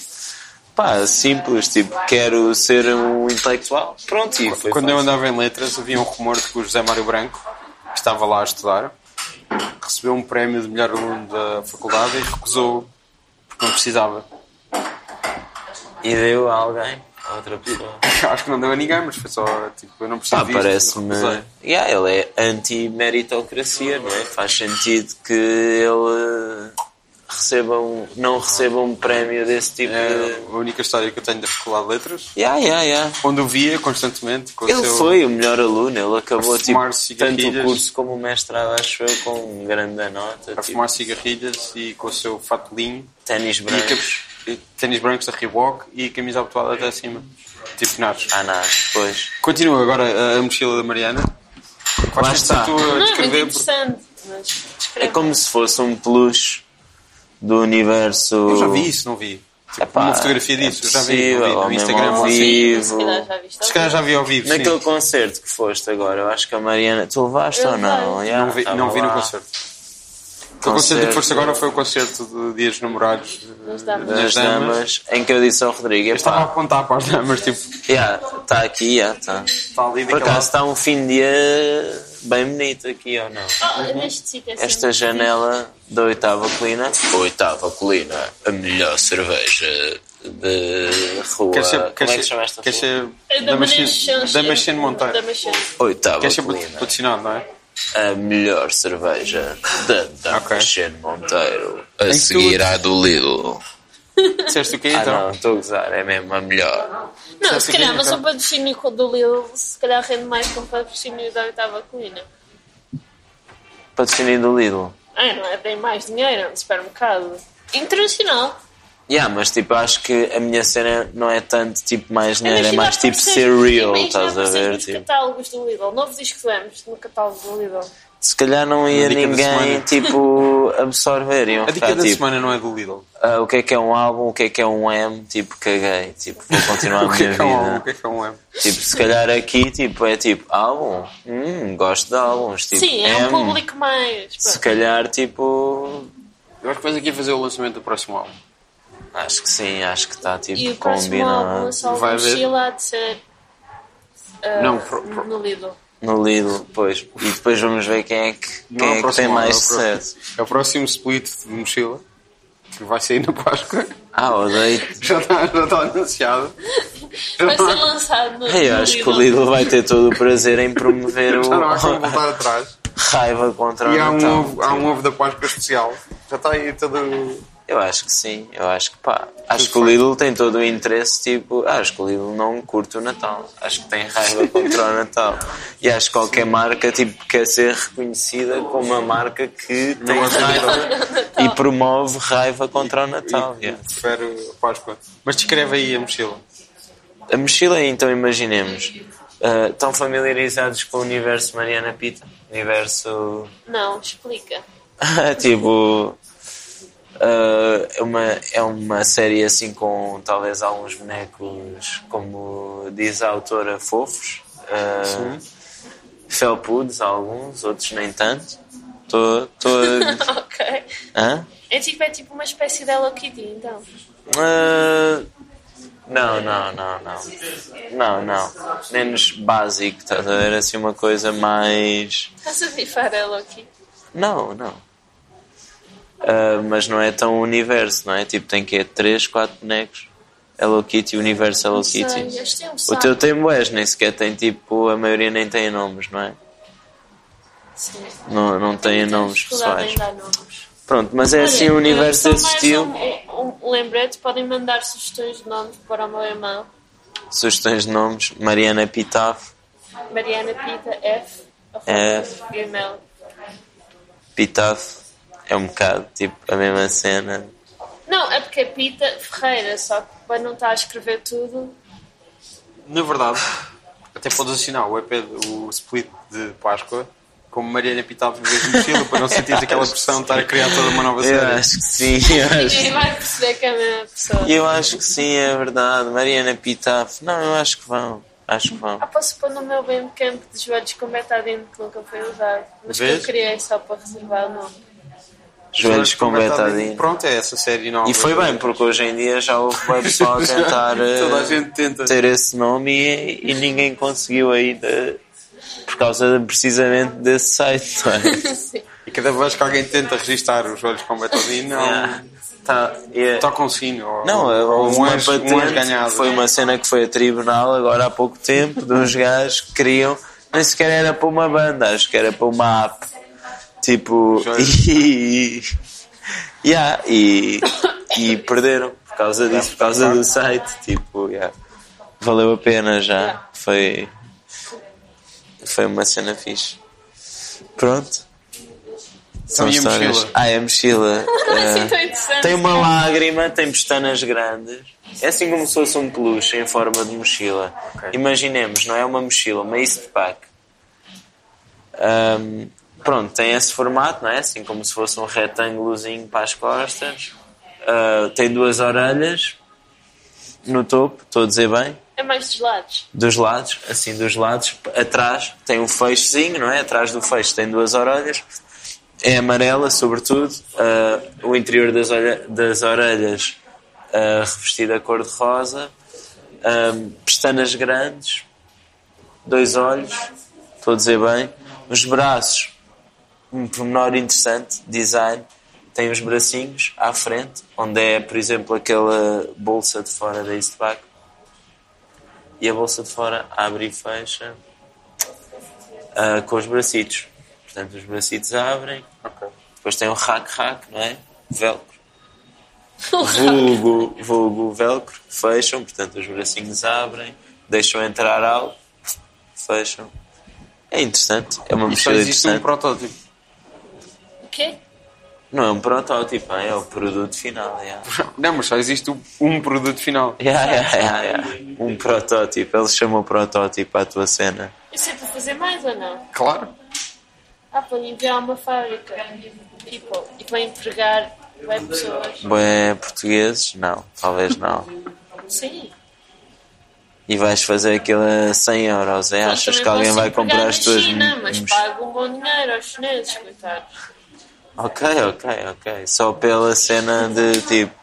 pá, simples, tipo, quero ser um intelectual. Pronto, e foi Quando eu fácil. andava em letras, havia um rumor de que o José Mário Branco, que estava lá a estudar, recebeu um prémio de melhor aluno da faculdade e recusou porque não precisava. E deu a alguém, a outra pessoa. Acho que não deu a ninguém, mas foi só tipo, eu não preciso. Pá, disto, Ah, parece-me. recusei. Yeah, ele é anti-meritocracia, não é? Faz sentido que ele receba um, não receba um prémio desse tipo É de. a única história que eu tenho da faculdade de letras, Yeah, yeah, yeah. onde o via constantemente com o Ele seu. foi o melhor aluno, ele acabou tipo, fumar tanto cigarrilhas. o curso como o mestrado, acho eu, com um grande nota. A Tipo, fumar cigarrilhas e com o seu fato linho ténis e branco. capos- e ténis brancos da Reebok e camisa abotoada até acima. Tipo Nares. Ah, não, pois. Continua agora a, a mochila da Mariana. Quase Lá que está. estou a Não é muito descrever porque- interessante, mas descreve. É como se fosse um peluche do universo. Eu já vi isso, não vi. Tipo, Epá, uma fotografia é disso, eu já vi, eu vi possível, no Instagram. mesmo ao ou assim. vivo. Se calhar já viste. Se calhar já vi ao vivo, sim. Naquele concerto que foste agora, eu acho que a Mariana. Tu levaste Eu ou não? levei. Yeah, Não vi, tava não vi no lá. concerto. O concerto que foste agora foi o concerto de Dias de Namorados de- Nas Damas. das damas, em que eu disse ao Rodrigo: Eu estava a está apontar para as damas, tipo, yeah, tá aqui, yeah, tá. está ali por daquela. acaso está um fim de dia bem bonito aqui ou não? Oh, neste sítio é sempre Esta janela da oitava colina, oitava colina, a melhor cerveja de rua. Quer ser, quer Como é que ser- chama esta quer rua? ser É Damasceno- Damasceno Montanha. Damasceno. Oitava Quer ser colina, patrocinado, não é? a melhor cerveja da Damasceno Monteiro, a seguir à do Lidl. Disseste o quê Ah, então? não, estou a gozar, é mesmo a melhor. Não, se que calhar, é, mas então? o patrocínio com o do Lil se calhar rende mais que o patrocínio da oitava colina. Patrocínio do Lidl. Ah, não é? Tem mais dinheiro, no supermercado. Internacional. Yeah, mas tipo, acho que a minha cena não é tanto tipo mais dinheiro, é Imagina mais tipo aparecer- ser real, imagina estás a aparecer ver? Nos Tipo, catálogos do Lidl, novo disco de Vamos, no catálogo do Lidl. se calhar não ia dica da ninguém semana. tipo absorver, iam A dica ficar da tipo, semana não é do Lidl. ah, o que é que é um álbum, o que é que é um M, tipo, caguei, tipo, vou continuar a O que minha é que é um álbum? O que vida. é que é um álbum? Tipo, se calhar aqui tipo, é tipo álbum, hum, gosto de álbuns, tipo, Sim, é um M. público mais. Se pronto. calhar tipo, Eu acho que vais aqui fazer o lançamento do próximo álbum. acho que sim, acho que está tipo E o próximo álbum combinado. é só Vai uma haver? mochila de ser. ah, Não, pro- pro- No Lidl. No Lidl, pois. E depois vamos ver quem é que, Não quem é é o que tem próximo, mais não é o próximo. sucesso. É o próximo split de mochila que vai sair na Páscoa. Ah, odeio. Já está, já está anunciado. tá- Vai ser lançado no, Ei, Eu no acho que o Lidl. Lidl vai ter todo o prazer em promover o Já não há como voltar atrás. raiva contra E há o um, Tá, Natal. ovo, há um ovo da Páscoa especial. Já está aí todo. Eu acho que sim, eu acho que pá. Acho que o Lidl tem todo o interesse, tipo, ah, acho que o Lidl não curte o Natal. Acho que tem raiva contra o Natal. E acho que qualquer marca, tipo, quer ser reconhecida como uma marca que tem gosta de raiva e promove raiva contra o Tá, Natal. Eu yeah. Prefiro a Páscoa. Mas descreve aí a mochila. A mochila, então, imaginemos. ah, estão familiarizados com o universo Mariana Pita? Universo. Não, explica. tipo. ah, é, uma, é uma série assim com talvez alguns bonecos, como diz a autora, fofos. ah, felpudos, alguns, outros nem tanto. Tô, tô... ok. Hã? É tipo, é tipo uma espécie de Hello Kitty, então. Ah, não, não, não, não. Não, não. Menos básico, estás a ver? Assim uma coisa mais. Estás a bifar a Hello Kitty. Não, não. Ah, mas não é tão universo, não é? Tipo, tem que é 3, 4 bonecos. Hello Kitty, universo Hello Sei, Kitty. eles têm um O saco. teu tem boés, nem sequer tem tipo. A maioria nem tem nomes, não é? Sim. Não, não tem Temos nomes cuidado pessoais. em dar nomes. Pronto, mas é assim Olha, um universo só desse mais estilo. Um, um- um lembrete, podem mandar sugestões de nomes para o meu irmão. Sugestões de nomes: Mariana Pitaf, Mariana Pita F. F. Gmail. Pitaf é um bocado tipo a mesma cena. Não, é porque é Pita Ferreira, só que quando não está a escrever tudo, Na verdade, até podes assinar o EP, o split de Páscoa, como Mariana Pitado em vez de mochila, para não sentir aquela pressão de estar a criar toda uma nova Eu série. acho que sim, eu acho. ninguém vai perceber que é a mesma pessoa. Eu acho que sim, é verdade. Mariana Pitaf. Não, eu acho que vão. Acho que vão. Ah, posso pôr no meu Bandcamp de joelhos com betadine que nunca foi usado, mas que eu Vês? criei só para reservar o nome. Joelhos com betadine. Pronto, é essa série nova. E foi bem, porque hoje em dia já houve bem pessoal a tentar eh, Toda a gente tenta. ter esse nome e, e ninguém conseguiu ainda por causa de- precisamente desse site. não é? Sim. E cada vez que alguém tenta registar os olhos com Betadine, não. Yeah. Tá, yeah. Toca um sino. Ou, Não, é ou houve um uma anjo, patente, um anjo ganhado. foi uma cena que foi a tribunal agora há pouco tempo, de uns gajos que queriam, nem sequer era para uma banda, acho que era para uma app. Tipo, e, e, yeah, e, e perderam por causa disso, por causa do site. Tipo, yeah. valeu a pena já. Foi, foi uma cena fixe. Pronto. São e a histórias. mochila? Ah, é a mochila. Assim Ah. tão interessante. Tem uma lágrima, tem pestanas grandes. É assim como se fosse um peluche em forma de mochila. Imaginemos, não é uma mochila, uma East Pack. Ahm, pronto, tem esse formato, não é? Assim como se fosse um retângulozinho para as costas. Ah, tem duas orelhas no topo, estou a dizer bem É mais dos lados. dos lados, assim dos lados, atrás tem um feixezinho, não é? Atrás do feixe tem duas orelhas, é amarela, sobretudo, ah, o interior das, olha- das orelhas ah, revestido a cor de rosa, ahm, pestanas grandes, dois olhos, estou a dizer bem, os braços, um pormenor interessante, design, tem os bracinhos à frente, onde é, por exemplo, aquela bolsa de fora da Eastpak e a bolsa de fora abre e fecha ah, com os bracitos. Portanto, os bracitos abrem, Ok. depois tem o rack-rack, não é? Velcro. Vulgo, vulgo velcro, fecham, portanto, os bracinhos abrem, deixam entrar algo, fecham. É interessante, é uma E só mochila existe um interessante. protótipo. O quê? Não é um protótipo, é o produto final. yeah. Não, mas só existe um produto final. Yeah, yeah, yeah, yeah. Um protótipo, eles chamam protótipo à tua cena. Eu sei para fazer mais ou não? Claro. Ah, para enviar uma fábrica. Tipo, e para empregar web pessoas. Bem, portugueses? Não, talvez não. Sim. E vais fazer aquilo a 100 euros, é? Achas Também que alguém posso vai empregar comprar na as tuas China, mo- mas mo- pago um bom dinheiro aos chineses, coitados. Ok, ok, ok. Só pela cena de tipo.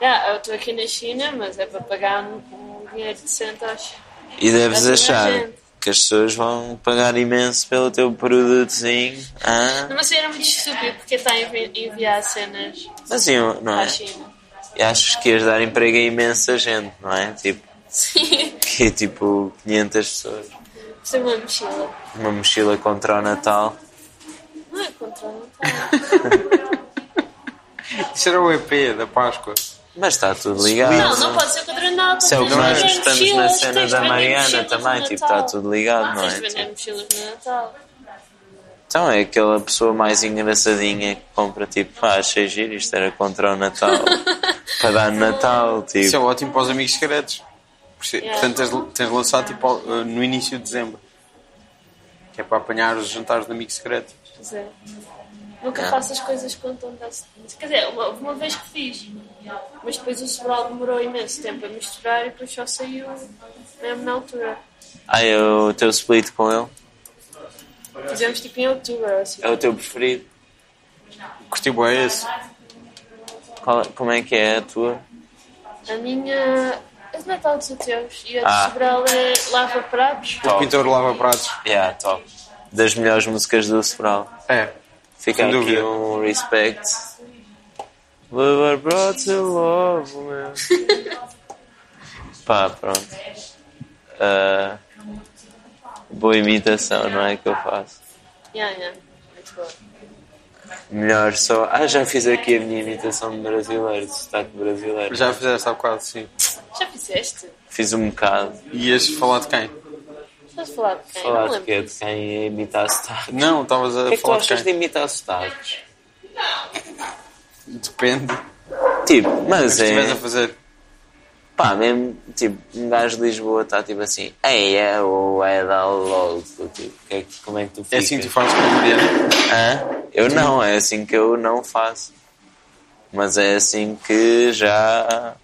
Já, eu estou aqui na China, mas é para pagar um, um dinheiro decente aos E deves Vai toda a achar Assim, gente. que as pessoas vão pagar imenso pelo teu produtozinho. Ah, Mas assim, era muito estúpido porque está a envi- enviar cenas mas eu, não à é? China. E achas que ias dar emprego a imensa gente, não é? Tipo, Sim, que é tipo 500 pessoas. sem uma mochila. Uma mochila contra o Natal. Não é contra o Natal. Isso era o EP da Páscoa. Mas está tudo ligado. Não, não pode ser contra o Natal. Isso é o que tens de nós estamos vender na mochilas, cena tens de da vender Mariana mochilas no também, tipo, Natal. Ah, está tudo ligado, não Tens de é? vender Tipo, mochilas no Natal. Então é aquela pessoa mais engraçadinha que compra tipo, ah, achei giro, isto era contra o Natal. para dar no Natal, Isso é tipo. ótimo para os amigos secretos. Por ser- Yeah. Portanto, tens, tens de lançar tipo, ao- eh, no início de dezembro. Que é para apanhar os jantares do amigo secreto. Pois é. Nunca Não. faço as coisas com tanta. Quer dizer, uma, uma vez que fiz, mas depois o Sobral demorou imenso tempo a misturar e depois só saiu mesmo na altura. um- Ah, é o teu split com ele? Fizemos tipo em outubro, assim. É o teu preferido? Curti bem esse. Qual é- como é que é a tua? A minha. É de Natal dos Ateus e a de Ah. Sobral é Lava Pratos. O pintor lava pratos. Yeah, top. Das melhores músicas do Sobral. É. Fica Sem aqui dúvida. um respect. We were brought to love, meu. Pá, pronto. Ah, boa imitação, não é que eu faço. Yeah, yeah. Muito boa. Melhor só. Ah, já fiz aqui a minha imitação de brasileiro, de sotaque brasileiro. Já fizeste há bocado, sim. Já fizeste? Fiz um bocado. Ias falar de quem? Estás a falar de quem? Falar não de lembro. quê? De quem é imitar sotaques. Não, estavas a O que é que tu falar de achas de quem? imitar sotaques? Depende. O Tipo, mas que estivesse é. a fazer? Pá, mesmo, tipo, um gajo de Lisboa está tipo assim, ei, é o é da logo, tipo, que é que- como é que tu É ficas? assim que tu fazes com a Mariana. Hã? Eu não, é assim que eu não faço. Mas é assim que já.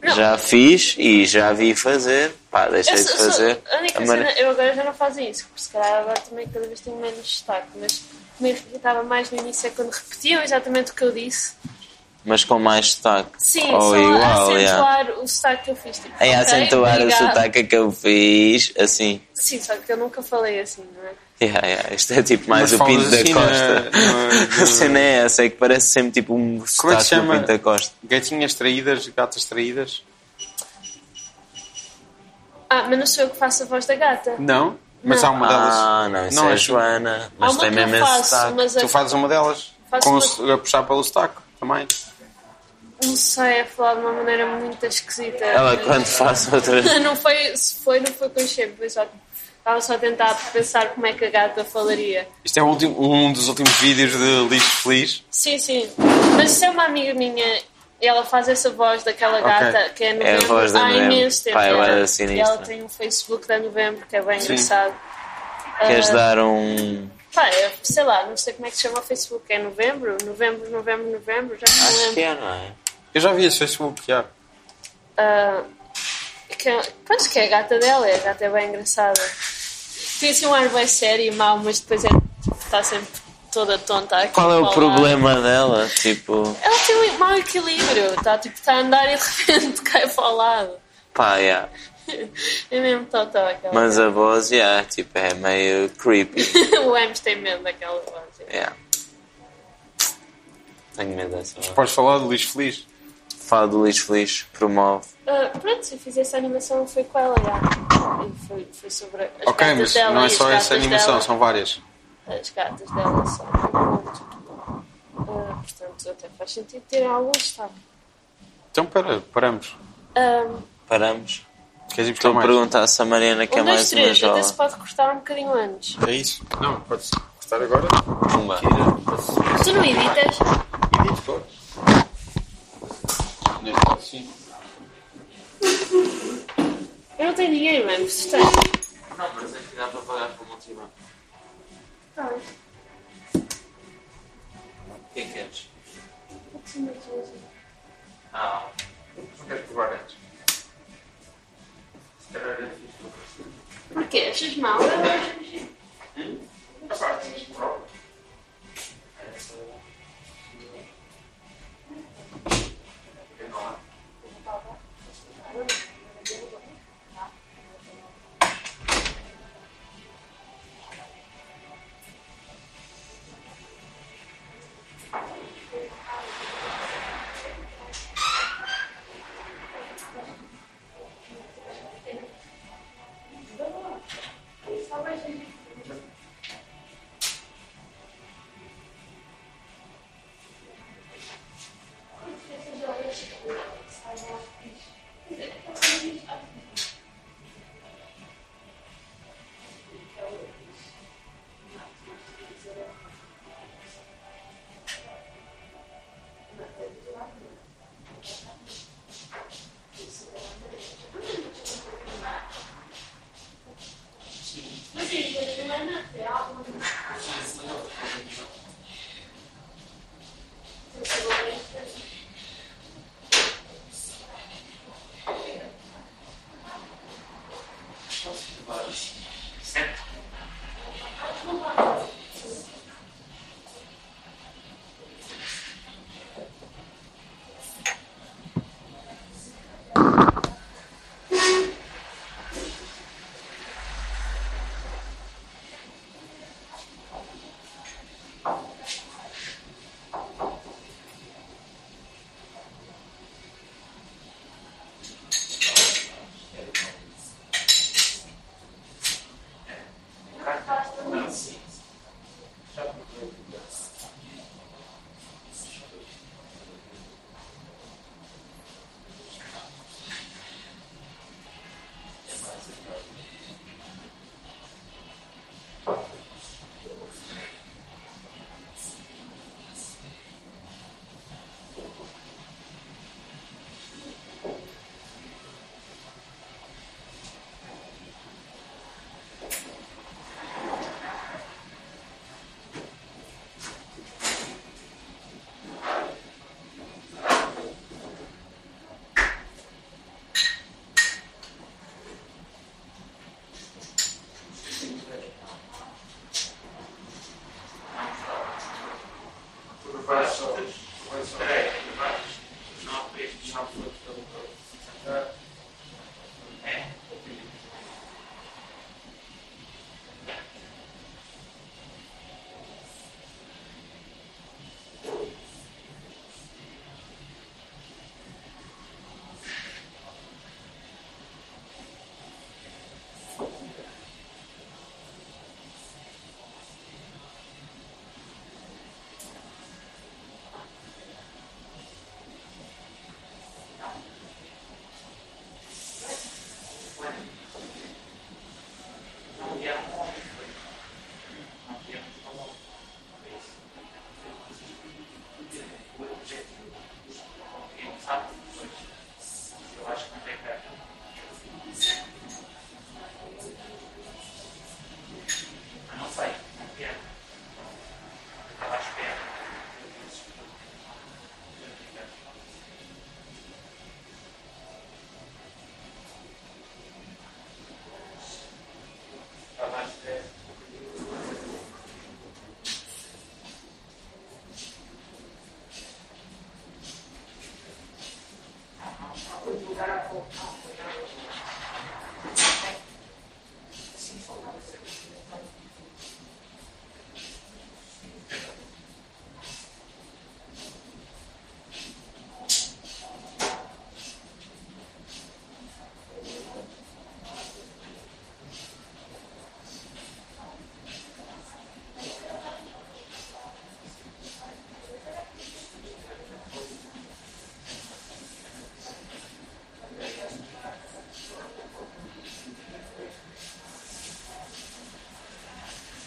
Não. Já fiz e já vi fazer. Pá, deixei Eu, de sou- sou- fazer. a única A Mari- cena, eu agora já não faço isso, porque se calhar agora também cada vez tenho menos destaque, mas o que me irritava mais no início é quando repetiam exatamente o que eu disse. Mas com mais sotaque. Sim, Ou só a igual, é. acentuar o sotaque que eu fiz. Tipo, Em ok, É acentuar o obrigado. sotaque que eu fiz, assim. Sim, só que eu nunca falei assim, não é? Yeah, yeah. Isto é tipo mais Mas o Pinto falas da assim, Costa. né? No- A cena é essa, é que parece sempre tipo um Como é que sotaque se do chama? Pinto da Costa. Gatinhas traídas, gatas traídas. Ah, mas não sou eu que faço a voz da gata. Não, mas Não. há uma delas. Ah, não, isso é a tu. Joana. Há Mas uma tem que eu mesmo esse faço, sotaque. mas a, Tu fazes uma delas. Faço Com uma- o so- A puxar pelo sotaque também. não sei, é falar de uma maneira muito esquisita. Ela quando faz outras Não foi, se foi, não foi com enxergo, foi só... Estava só a tentar pensar como é que a gata falaria. Isto é o último- um dos últimos vídeos de Lixo Feliz. Sim, sim. Mas isso é uma amiga minha. E ela faz essa voz daquela gata que é novembro voz da há Novembro. imenso tempo. Pá, ela era E sinistra. ela tem um Facebook da novembro que é bem engraçado. Queres Ah, dar um. Pá, é, sei lá, não sei como é que se chama o Facebook. É novembro? Novembro, novembro, novembro? Já não Acho lembro. que é, não é? Eu já vi esse Facebook, já. Ah, que, pronto, que é a gata dela. E a gata é bem engraçada. Tem assim um ar bem sério e mau, mas depois é, está sempre toda tonta. aqui Qual é para o lá. problema dela? Tipo, Ela tem um mau equilíbrio. Está tipo, tá a andar e de repente cai para o lado. pá, yeah. É mesmo totó aquela. mas a voz, yeah, tipo, é meio creepy. o Ems tem medo daquela voz. é. Yeah. Tenho medo dessa voz. Podes falar de Lixo Feliz. Fala do lixo feliz, promove. Ah, pronto, se eu fiz essa animação foi com ela já. E foi, foi sobre as ok, gatas mas dela não e é as só gatas essa animação, dela. são várias. As gatas dela são um conjunto. Ah, portanto, até faz sentido terem algum destaque. Então, pera, paramos. Ah, Paramos. Queres ir buscar Estou a mais? perguntar se a Mariana quer um, dois, mais uma três, até se jola. pode cortar um bocadinho antes. É isso? Não, podes cortar agora. Pumba. Tu não editas? Neste caso, sim. Eu não tenho dinheiro, Ems. Tu tens? Não, mas é que dá para pagar por multibanco. O que é que queres? Ah, Queres provar antes? é Porquê? Achas mal? tá?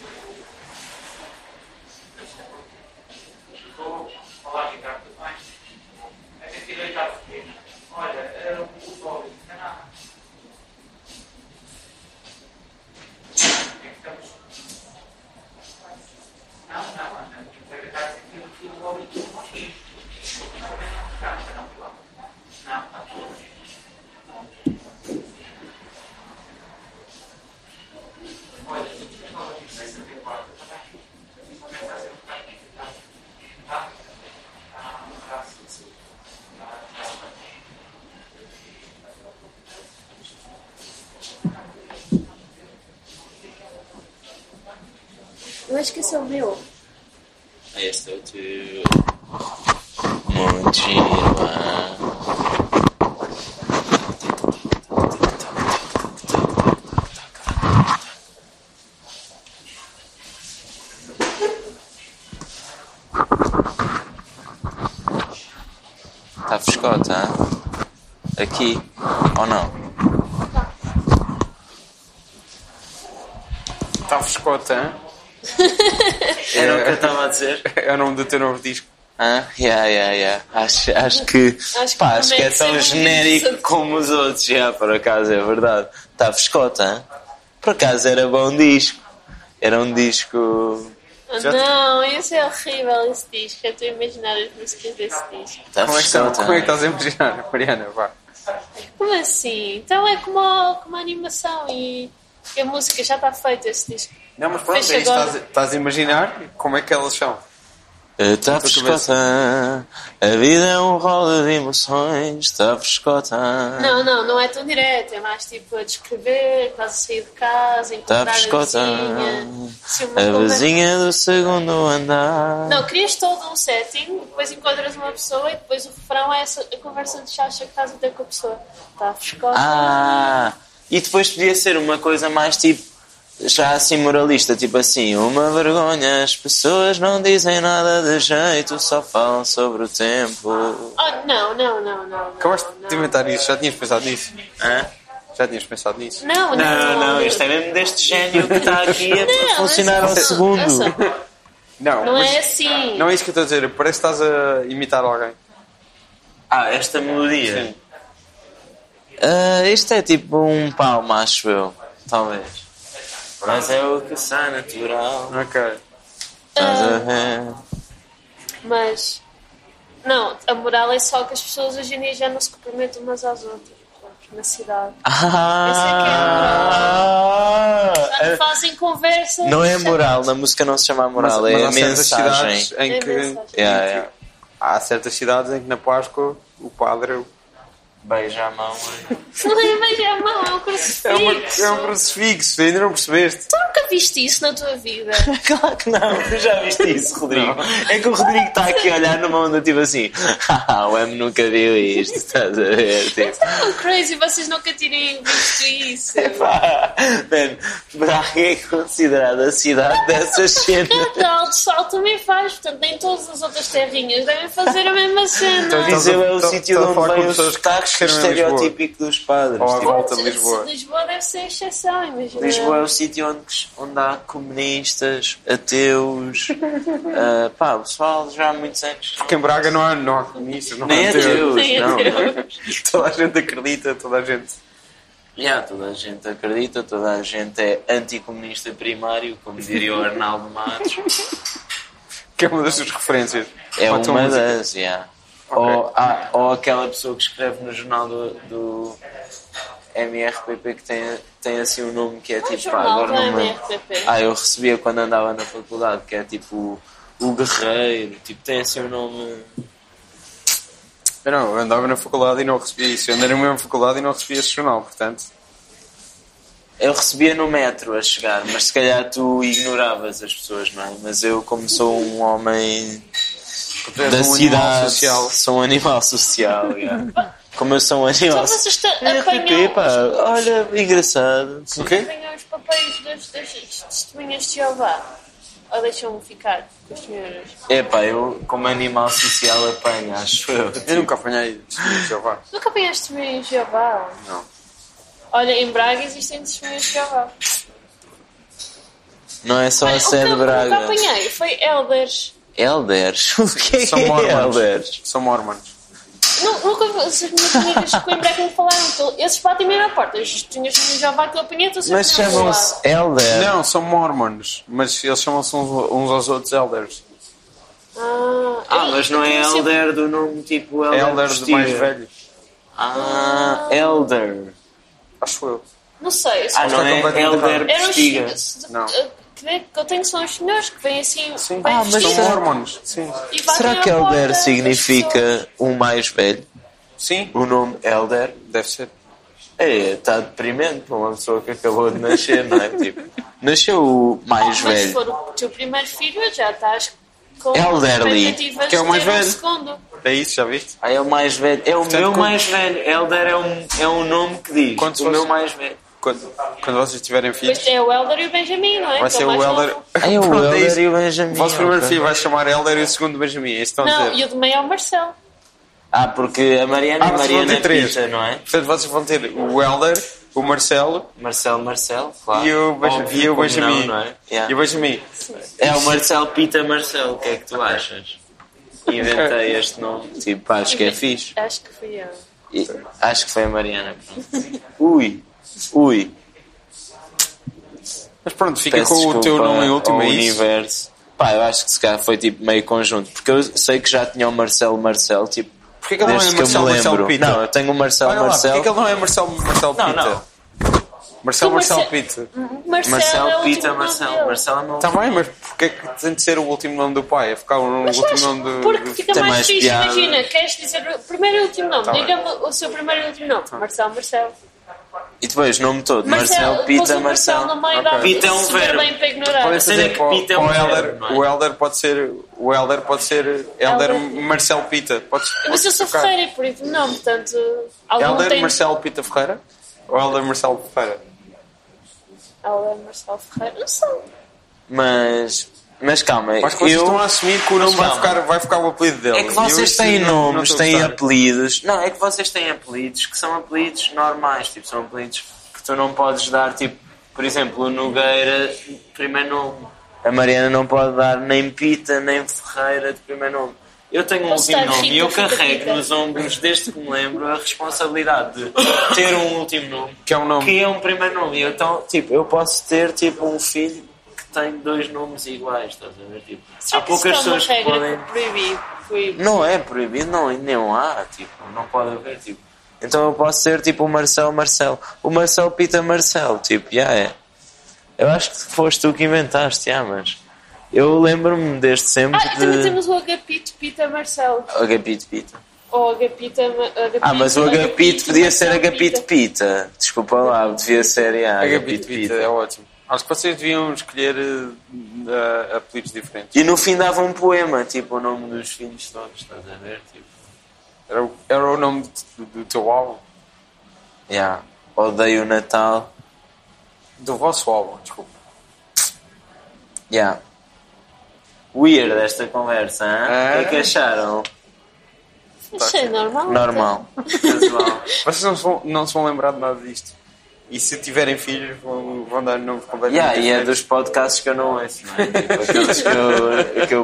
eh, é é um Eu acho que esse é o meu. Ah, esse é o teu. Muito Está Tá frescota, hã? Aqui, ou não? Está frescota, hein? Era o que eu estava a dizer. É o nome do teu novo disco. Ah, yeah, yeah, yeah. Acho, acho que, Acho que pá, acho que também é tão seria genérico interessante. como os outros. Yeah, por acaso, é verdade. Está frescota, hein? Por acaso era bom disco. Era um disco. Ah, Já- Não, isso é horrível, esse disco. Eu estou a imaginar as músicas desse disco. Está Como é que, estão- tá frescota. como é que hein? estás a imaginar, Mariana? Vá. Como assim? Então é como, a- como a animação e e a música já está feita, esse disco. Não, mas pronto, Fecha é isto, agora. estás, a- estás a imaginar como é que elas são. Está Eh, tá frescota. A vida é um rolo de emoções. Está frescota. Não, não, não é tão direto, é mais tipo a descrever, quase a sair de casa, Está encontrar a frescota. vizinha. se uma Tá A conversa- vizinha do segundo andar. Não, crias todo um setting, depois encontras uma pessoa e depois o refrão é essa, a conversa de chacha que estás a ter com a pessoa. Tá Está frescota. Ah, e depois podia ser uma coisa mais tipo, já assim moralista, tipo assim, uma vergonha, as pessoas não dizem nada de jeito, só falam sobre o tempo. Oh, não, não, não, não. não, Acabaste não. de inventar isso, já tinhas pensado nisso? Hã? Já tinhas pensado nisso? Não, não, Não, não, isto é mesmo deste gênio que está aqui a Não, mas funcionar ao não, segundo. ouça, Não, Não mas- é assim. não é isso que eu estou a dizer, parece que estás a imitar alguém. Ah, esta melodia. Sim. Ah, isto é tipo um palma, acho eu, talvez. Mas é o que sai natural. Ok. Estás a Ah, ver? mas, não, a moral é só que as pessoas hoje em dia já não se cumprimentam umas às outras na cidade. é Ah, Já não fazem conversa. Não é já- moral, na música não se chama moral, Mas- é mas há certas mensagem. cidades em É que, mensagem. em que- Yeah, yeah. Há certas cidades em que na Páscoa o padre Beija a mão. Não é, mas é mau, é um crucifixo. é, uma, é um crucifixo, ainda não percebeste? Tu nunca viste isso na tua vida. é? claro que não, tu já viste isso, Rodrigo. É que o Rodrigo está aqui a olhar numa onda tipo assim: "Haha, o M nunca viu isto, estás a ver? Tipo, Tão Tá um crazy, vocês nunca tirem visto isso. É pá, man, Braga é considerada a cidade dessas cenas. Natal, o pessoal também faz, portanto, nem todas as outras terrinhas devem fazer a mesma cena. Então, Viseu é o Estás a- sítio estás a de falar onde com vem os pessoas que sotaques cresceram em Lisboa. estereotípicos dos padres. Ou à tipo. volta de Lisboa. Lisboa deve ser a exceção, imagina. Lisboa é o sítio onde, onde há comunistas, ateus, ah, pá, o pessoal já há muitos anos. Porque em Braga não há, não há comunistas, não Nem há é ateu. Deus, Nem é não. Deus. Toda a gente acredita, toda a gente. Já, toda a gente acredita, toda a gente é anticomunista primário, como diria o Arnaldo Matos. Que é uma das suas referências. É Ou a tua uma música. das, já. Ok. Ou, há- ou aquela pessoa que escreve no jornal do, do MRPP que tem, tem assim um nome que é É um tipo, pá, jornal agora do não me lembro. MRTP. Ah, eu recebia quando andava na faculdade, que é tipo o Guerreiro, tipo, tem assim um nome. Eu não, eu andava na faculdade e não recebia isso. Eu andei na mesma faculdade e não recebia esse jornal, portanto. Eu recebia no metro a chegar, mas se calhar tu ignoravas as pessoas, não é? Mas eu, como sou um homem Tu és da um animal cidade, social. sou um animal social, yeah. como eu sou um Só animal Então vocês te- RTP, pá, apanham os- olha, engraçado. O quê? apanham os papéis das das testemunhas de Jeová. Ou deixam-me ficar com as senhoras. É pá, eu como animal social apanho, acho eu. Eu nunca apanhei testemunhas de Jeová. Nunca apanhaste testemunhas de Jeová? Não. Olha, em Braga existem testemunhas de Jeová. Não é só Olha, a o que sede eu de nunca Braga. apanhei foi elders. Elders. O que é que São é mormons. Elders? São mormons. Nu- Nunca as minhas amigas de Coimbra que me falaram que eu- esses batem mesmo à porta. As testemunhas de Jeová que eu apanhei estão sempre Mas na rua. chamam-se Elders. Não, são mormons, mas eles chamam-se uns, uns aos outros elders. Ah, Ah, eu- mas não é eu sempre- Elder do nome tipo Elder. Elders de Castilho. mais velho. Ah, Elder. Acho eu. Não sei. eu só- Ah, não é completamente Elder errado. Eram os Bestiga. filhos- Não. Que que eu tenho são os senhores que vêm assim. Sim. Ah, mas são será- mormons. Sim. E batem Será à que porta Elder das significa pessoas. o mais velho? Sim. O nome Elder? Deve ser. Está deprimente para uma pessoa que acabou de nascer, não é? Tipo, nasceu o mais Ah, Mas se velho. for o teu primeiro filho, já estás com Elderly, expectativas que é o de mais ter um velho. segundo. É isso, já viste? Ah, é o mais velho. É o meu quando- mais velho. Elder é um, é um nome que diz. Quando o fosse- meu mais velho. Quando, quando vocês tiverem filhos, Pois é o Elder e o Benjamin, não vai é? Que é ser o mais elder. novo. É o Pronto, Elder isso. e o Benjamin, O vosso primeiro ok. filho vai chamar elder e o segundo Benjamin. É isso que estão a Não, dizer. e o de meio é o Marcelo. Ah, porque a Mariana Ah, e a vocês vão Mariana ter três. Pita, não é? Portanto, vocês vão ter o elder, o Marcelo Marcelo Marcelo, claro. e o, Benja- Óbvio, e o como Benjamin. Não, não é? E Yeah. o Benjamin. É o Marcelo Pita Marcelo, o que é que tu achas? inventei este nome. Tipo, acho que é fixe. Acho que fui eu. E acho que foi a Mariana. pronto. Ui, ui. Mas pronto, fica Peço com o teu desculpa nome em último, ao é isso? universo. Pá, eu acho que se calhar foi tipo meio conjunto. Porque eu sei que já tinha o Marcelo Marcel, tipo. Porquê que ele não desde é Marcelo que eu me Marcelo lembro. Pita? Não, eu tenho o Marcelo Olha lá, Marcel. porquê que ele não é Marcelo Marcelo Pita? Não, não. Marcelo Tu, Marcelo- Marcelo Pita. Marcelo, Marcelo, é o último Pita, nome Marcelo. dele. Marcelo é o meu. Está bem, mas porquê que tem de ser o último nome do pai? É ficar o nome- Mas o sabes, último nome do... porque fica Tem mais, mais fixe, piada. Tá imagina, queres dizer o primeiro e último nome, bem. diga-me o seu primeiro e último nome, Marcelo, Marcelo. E depois, nome todo. Marcelo, Marcelo, pôs Pita, o Marcelo Marcelo. no meio, dá Ok. Pita é um super verbo. bem para ignorar. Pode Quer ser dizer, que para o- Pita é para o um Helder- verbo, não é? O Helder pode ser... O Helder pode ser... Helder Helder. Marcelo Pita. Podes, Mas eu um sou trocar. ferreira e por isso não, portanto, algum Helder tem... Marcelo Pita Ferreira? Ou Helder Marcelo Ferreira? Helder Marcelo Ferreira, não sei. Mas, mas calma, Mas vocês eu. estão a assumir que o nome vai Calma. ficar, vai ficar o apelido dele. É que E eu vocês isso têm não- não nomes, estou a têm gostar. apelidos. Não, é que vocês têm apelidos que são apelidos normais, tipo, são apelidos que tu não podes dar, tipo, por exemplo, o Nogueira de primeiro nome. A Mariana não pode dar nem Pita, nem Ferreira de primeiro nome. Eu tenho um Posso último dar nome Rita, e eu Rita, carrego Rita. nos ombros, desde que me lembro, a responsabilidade de ter um último nome. Que é um nome. Que é um primeiro nome. E eu, Então, tipo, eu posso ter, tipo, um filho que tem dois nomes iguais, estás a ver? Tipo, Será há que isso poucas é uma pessoas que regra podem... que proibi? Proibi. Não é proibido, não, e nem há, tipo, não pode haver, tipo. Então eu posso ser tipo o Marcel Marcel. O Marcel Pita Marcel, tipo, já é. Eu acho que foste tu que inventaste, já, mas. Eu lembro-me desde sempre Ah, e também de. temos o Agapito Pita Marcelo. Agapito Pita. Ou Agapita... Agapito, Ah, mas o Agapito podia ser Marcelo Agapito Pita. Desculpa lá, devia ser, já, Agapito Agapito Pita, é Pita. ótimo. Acho que vocês deviam escolher eh, eh, apelidos diferentes. E no fim dava um poema, tipo, o nome dos filhos todos, estás a ver? Tipo. Era, o- era o nome do, do teu álbum? Já. Odeio o Natal. Do vosso álbum, desculpa. Yeah. Weird esta conversa, hã? Ah. O que é que acharam? Achei normal. Normal. Casual. Vocês não se vão, não se vão lembrar de nada disto. E se tiverem filhos, vão, vão dar nomes completamente yeah, e é diferentes. dos podcasts que eu não ouço, não é? Tipo, aqueles que eu, que eu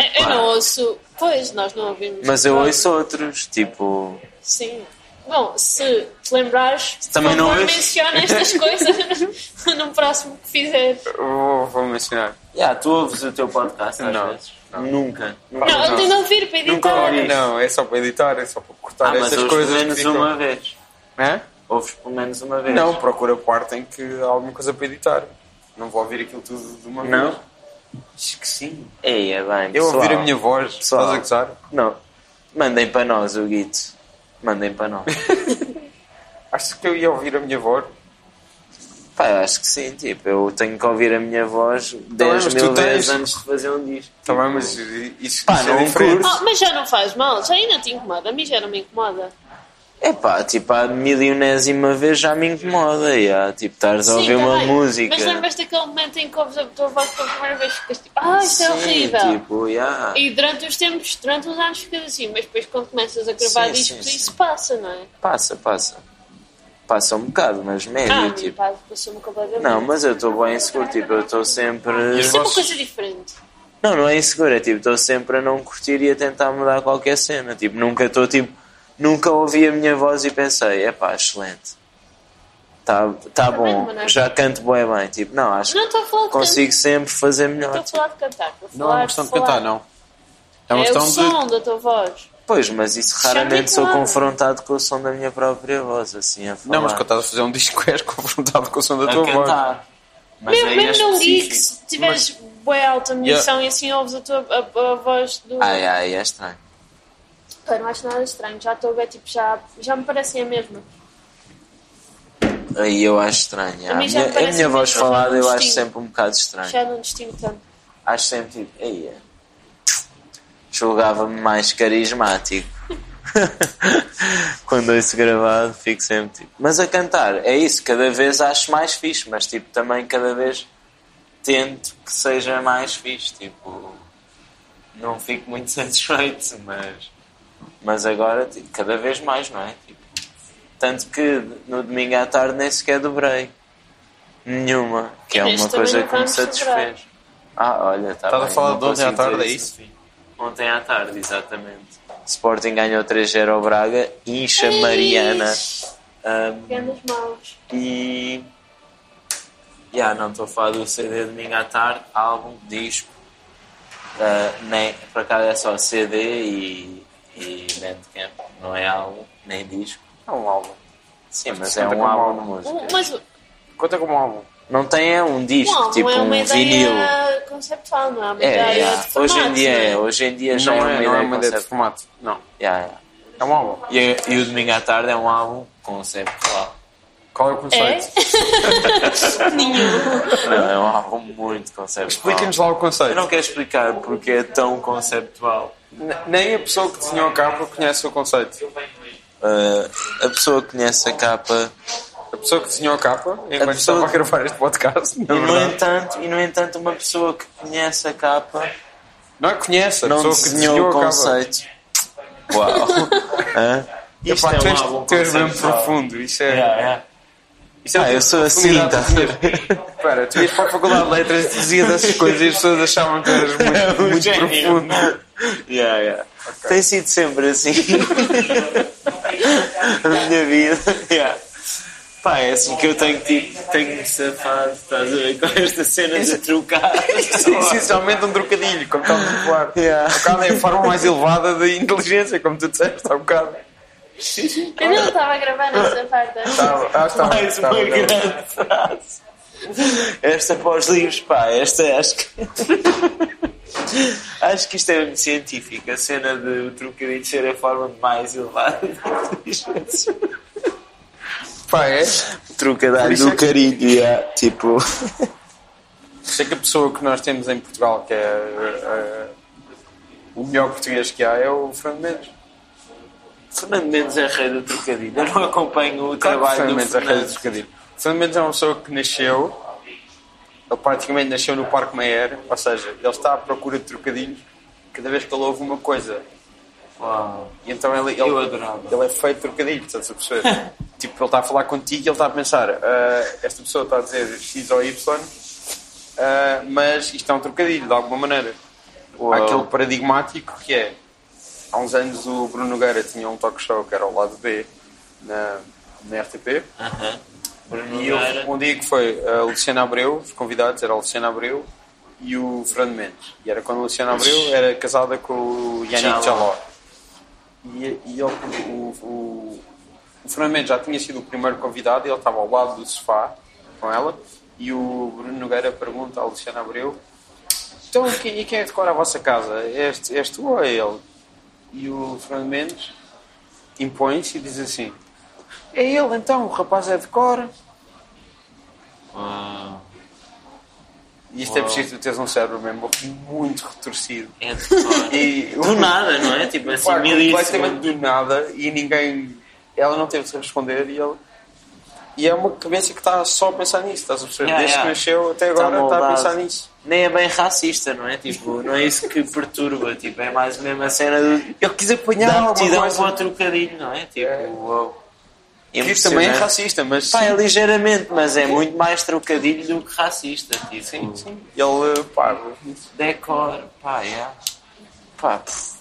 Eu, eu pá. não ouço... Pois, nós não ouvimos. Mas eu Pronto. ouço outros, tipo. Sim. Bom, se te lembrares, Também por não favor, ouves? menciona estas coisas no próximo que fizeres. Vou, vou mencionar. Yeah, tu ouves o teu podcast às Não, vezes? Nunca. Não, eu tenho de ouvir para editar. Nunca ouvi. Não, é só para editar, é só para cortar Ah, mas essas ouves pelo coisas. que menos ficam. uma vez. Hã? Ouves pelo menos uma vez. Não, procura a parte em que há alguma coisa para editar. Não vou ouvir aquilo tudo de uma vez. Não? Acho que sim. Ei, é bem. Eu pessoal. ouvir a minha voz, Pessoal. estás a gozar? Não. Mandem para nós o Guito. Mandem para nós. Acho que eu ia ouvir a minha voz. Pá, eu acho que sim, tipo, eu tenho que ouvir a minha voz 10 Tá mas tu mil vezes tens. antes de fazer um disco. Tá bem, mas isso, Pá, isso não é diferente. curto. Ah, mas já não faz mal, já ainda te incomoda. A mim já não me incomoda. É pá, tipo, a milionésima vez já me incomoda, já. Tipo, estares a ouvir tá uma bem. música. Mas lembras daquele momento em que ouves a tua voz pela primeira vez e ficas tipo, ah, isto é Sim, horrível. Tipo, já. E durante os tempos, durante os anos ficas assim, mas depois quando começas a gravar Sim, discos, sim, sim. isso passa, não é? Passa, passa. Passa um bocado, mas médio, Ah, tipo. tipo... passou-me completamente. Não, mas eu estou bem inseguro, tipo, eu estou sempre. Isso é uma vossos- coisa diferente. Não, não é inseguro, é tipo, estou sempre a não curtir e a tentar mudar qualquer cena. Tipo, nunca estou, tipo, nunca ouvi a minha voz e pensei, é pá, excelente. Tá, tá bom, Manuel. já canto bem bem. Tipo, não, acho Não Então, que estou a falar de consigo sempre fazer cantar. Estou melhor. a falar de cantar. estou a Não é uma falar questão de falar. cantar, não. É É, uma o questão de. som da tua voz. Pois, mas isso Já me raramente sou habituaram. confrontado com o som da minha própria voz, assim, a falar. Não, mas quando estás a fazer um disco, és confrontado com o som da a tua voz. cantar. Mas Mesmo, aí é mesmo num gig, específico. se tiveres boa alta munição e assim ouves a tua a, a voz do. Ai, ai, é estranho. Pá, não acho nada estranho, já estou a ver, tipo, já, já me parecem a mesma. Aí eu acho estranho. A A mim já me minha, a parece minha voz mesmo, já não é falada eu acho distingo. sempre um bocado estranho. Já não distingo tanto. Acho sempre tipo, aí é. Julgava-me mais carismático. Quando ouço gravado, fico sempre tipo. Mas a cantar, é isso, cada vez acho mais fixe, mas tipo, também cada vez tento que seja mais fixe. Tipo, não fico muito satisfeito, mas. Mas agora, tipo, cada vez mais, não é? Tipo, tanto que no domingo à tarde nem sequer dobrei. Nenhuma. Que é Mas uma também coisa não que me vamos dobrar. satisfez. Ah, olha, tá Estás a bem, falar não de ontem à consigo tarde, dizer é isso. isso? Ontem à tarde, exatamente. Sporting ganhou 3-0 ao Braga, incha Mariana. Ah, Ahm, Grandes maus. e. Yeah, não estou a falar do CD domingo à tarde, álbum, disco. Ah, nem, por acaso é só CD e, e Bandcamp, não é álbum, nem disco. É um álbum. Sim, mas Conta é um como álbum de álbum. música. Um- Mas o- Conta como um álbum. Não tem é um disco, não, tipo é uma um ideia vinil. conceptual, não é uma É, ideia yeah. de formato, hoje em dia é, não hoje em dia já Não é uma é, ideia, não é uma ideia de concept- formato. Não. Yeah, yeah. É um álbum. E, e o Domingo à Tarde é um álbum conceptual. Qual é o conceito? é? Nenhum. Não, é um álbum muito conceptual. Explica-nos lá o Eu não conceito. quero explicar porque é tão conceptual. N- Nem a pessoa que desenhou a capa conhece o conceito. Uh, a pessoa que conhece a capa A pessoa que desenhou a capa, enquanto pessoa- estava a gravar este podcast, na e no, É verdade, entanto, e no entanto uma pessoa que conhece a capa não é que conhece, a não pessoa que desenhou desenhou a o capa. conceito. Uau! Hã? Isto Epá, tu é um és, álbum tu és mesmo conceptual. profundo. Isso é. Yeah, yeah. Isso é Ah, eu sou assim, tá? Espera, tu ias para a Faculdade de Letras e dizias essas coisas e as pessoas achavam que eras muito, Um muito gênio. profundo. Yeah, yeah. Tem sido sempre assim. A minha vida. Yeah. Pá, é assim que eu tenho tipo, tenho me safado, estás a ver com esta cena de trocar. Essencialmente um trocadilho, como estávamos a falar. Yeah. Um bocado é a forma mais elevada da inteligência, como tu disseste há um bocado. Eu não estava a gravar nessa parte. Estava, ah, estava, Mais uma estava, estava. grande frase. um Esta pós-livros, pá, esta acho que. acho que isto é muito científico. A cena de o trocadilho ser a forma mais elevada da inteligência. Pá, é? Por Trocadilho isso é do que- carinho, yeah, tipo. Sei que a pessoa que nós temos em Portugal, que é eh, o melhor português que há, é o Fernando Mendes. Fernando Mendes é rei do trocadilho. Eu não acompanho Claro que o o trabalho Fernando do Mendes é rei do Fernando. trocadilho. O Fernando Mendes é uma pessoa que nasceu, ele praticamente nasceu no Parque Meyer, ou seja, ele está à procura de trocadilhos cada vez que ele ouve uma coisa. Uau. E então ele, ele, Eu adorava. ele é feito trocadilho, estás a perceber? tipo, ele está a falar contigo e ele está a pensar, "Ah, esta pessoa está a dizer X ou Y, ah, mas isto é um trocadilho, de alguma maneira. Uau. Há aquele paradigmático que é, há uns anos o Bruno Nogueira tinha um talk show que era ao lado B, na, na RTP, Aham. Bruno e houve Nogueira. um dia que foi a Luciana Abreu, os convidados era a Luciana Abreu e o Fernando Mendes. E era quando a Luciana Abreu era casada com o Yannick Jaló. Jaló. E, e ele- o, o, o Fernando Mendes já tinha sido o primeiro convidado, ele estava ao lado do sofá com ela. E o Bruno Nogueira pergunta à Luciana Abreu: Então, e quem- e quem é que decora a vossa casa? És, és tu ou é ele? E o Fernando Mendes impõe-se e diz assim: É ele então, o rapaz é de cor. Uau. E isto é preciso teres um cérebro mesmo muito retorcido. É de fora. E Do nada, não é? Tipo assim, Pá, mil completamente do nada e ninguém. Ela não teve de responder e ele. E é uma cabeça que está só a pensar nisso, estás a perceber? Yeah, Desde yeah. que nasceu até agora está, a moldado. pensar nisso. Nem é bem racista, não é? Tipo, não é isso que perturba. Tipo, é mais mesmo a cena do, Ele quis apanhar da alguma aptidão coisa. para o trocadilho, não é? Tipo, É. uau. Que isto também é Impressionante. racista, mas. Pá, é sim, ligeiramente, mas é muito mais trocadilho do que racista. Tipo, sim, sim. Ele, pá, decor, pá, é. Pá, pff.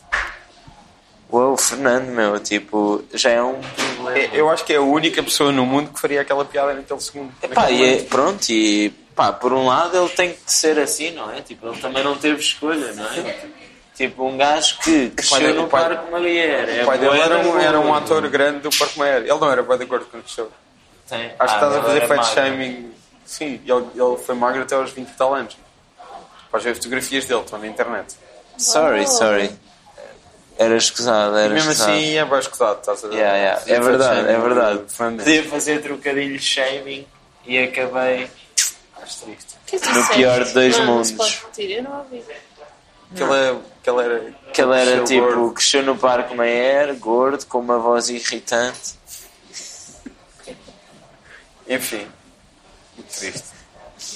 Uou, Fernando, meu, tipo, já é um problema. é- eu acho que é a única pessoa no mundo que faria aquela piada naquele segundo. Epá, naquele e é, momento. pronto, e pá, por um lado ele tem que ser assim, não é? Tipo, ele também não teve escolha, não é? Tipo, um gajo que dele- cresceu o no pai- Parque Malier. O pai dele era um, era é? um ator grande do Parque Maier. Ele não era bem de acordo com o show. Acho Acho que estás a é fazer fat shaming. Sim, ele, ele foi magro até aos 20 e tal anos. Podes ver fotografias dele, estão na internet. Sorry, sorry. Era escusado, E era mesmo escusado. assim é bem escusado, estás a ver? Yeah, yeah, Fazer É fat verdade, shaming é verdade. do Fernando Mendes. Podia fazer trocadilho shaming e acabei. Ah, Acho triste. O que é que tu No disseste? pior dos dois não, mundos. Não se pode repetir, eu não ouvi. Que ele, é- que ele era. Que ele era seu tipo, gordo. cresceu no Parque Maier, gordo, com uma voz irritante. Enfim. Muito triste.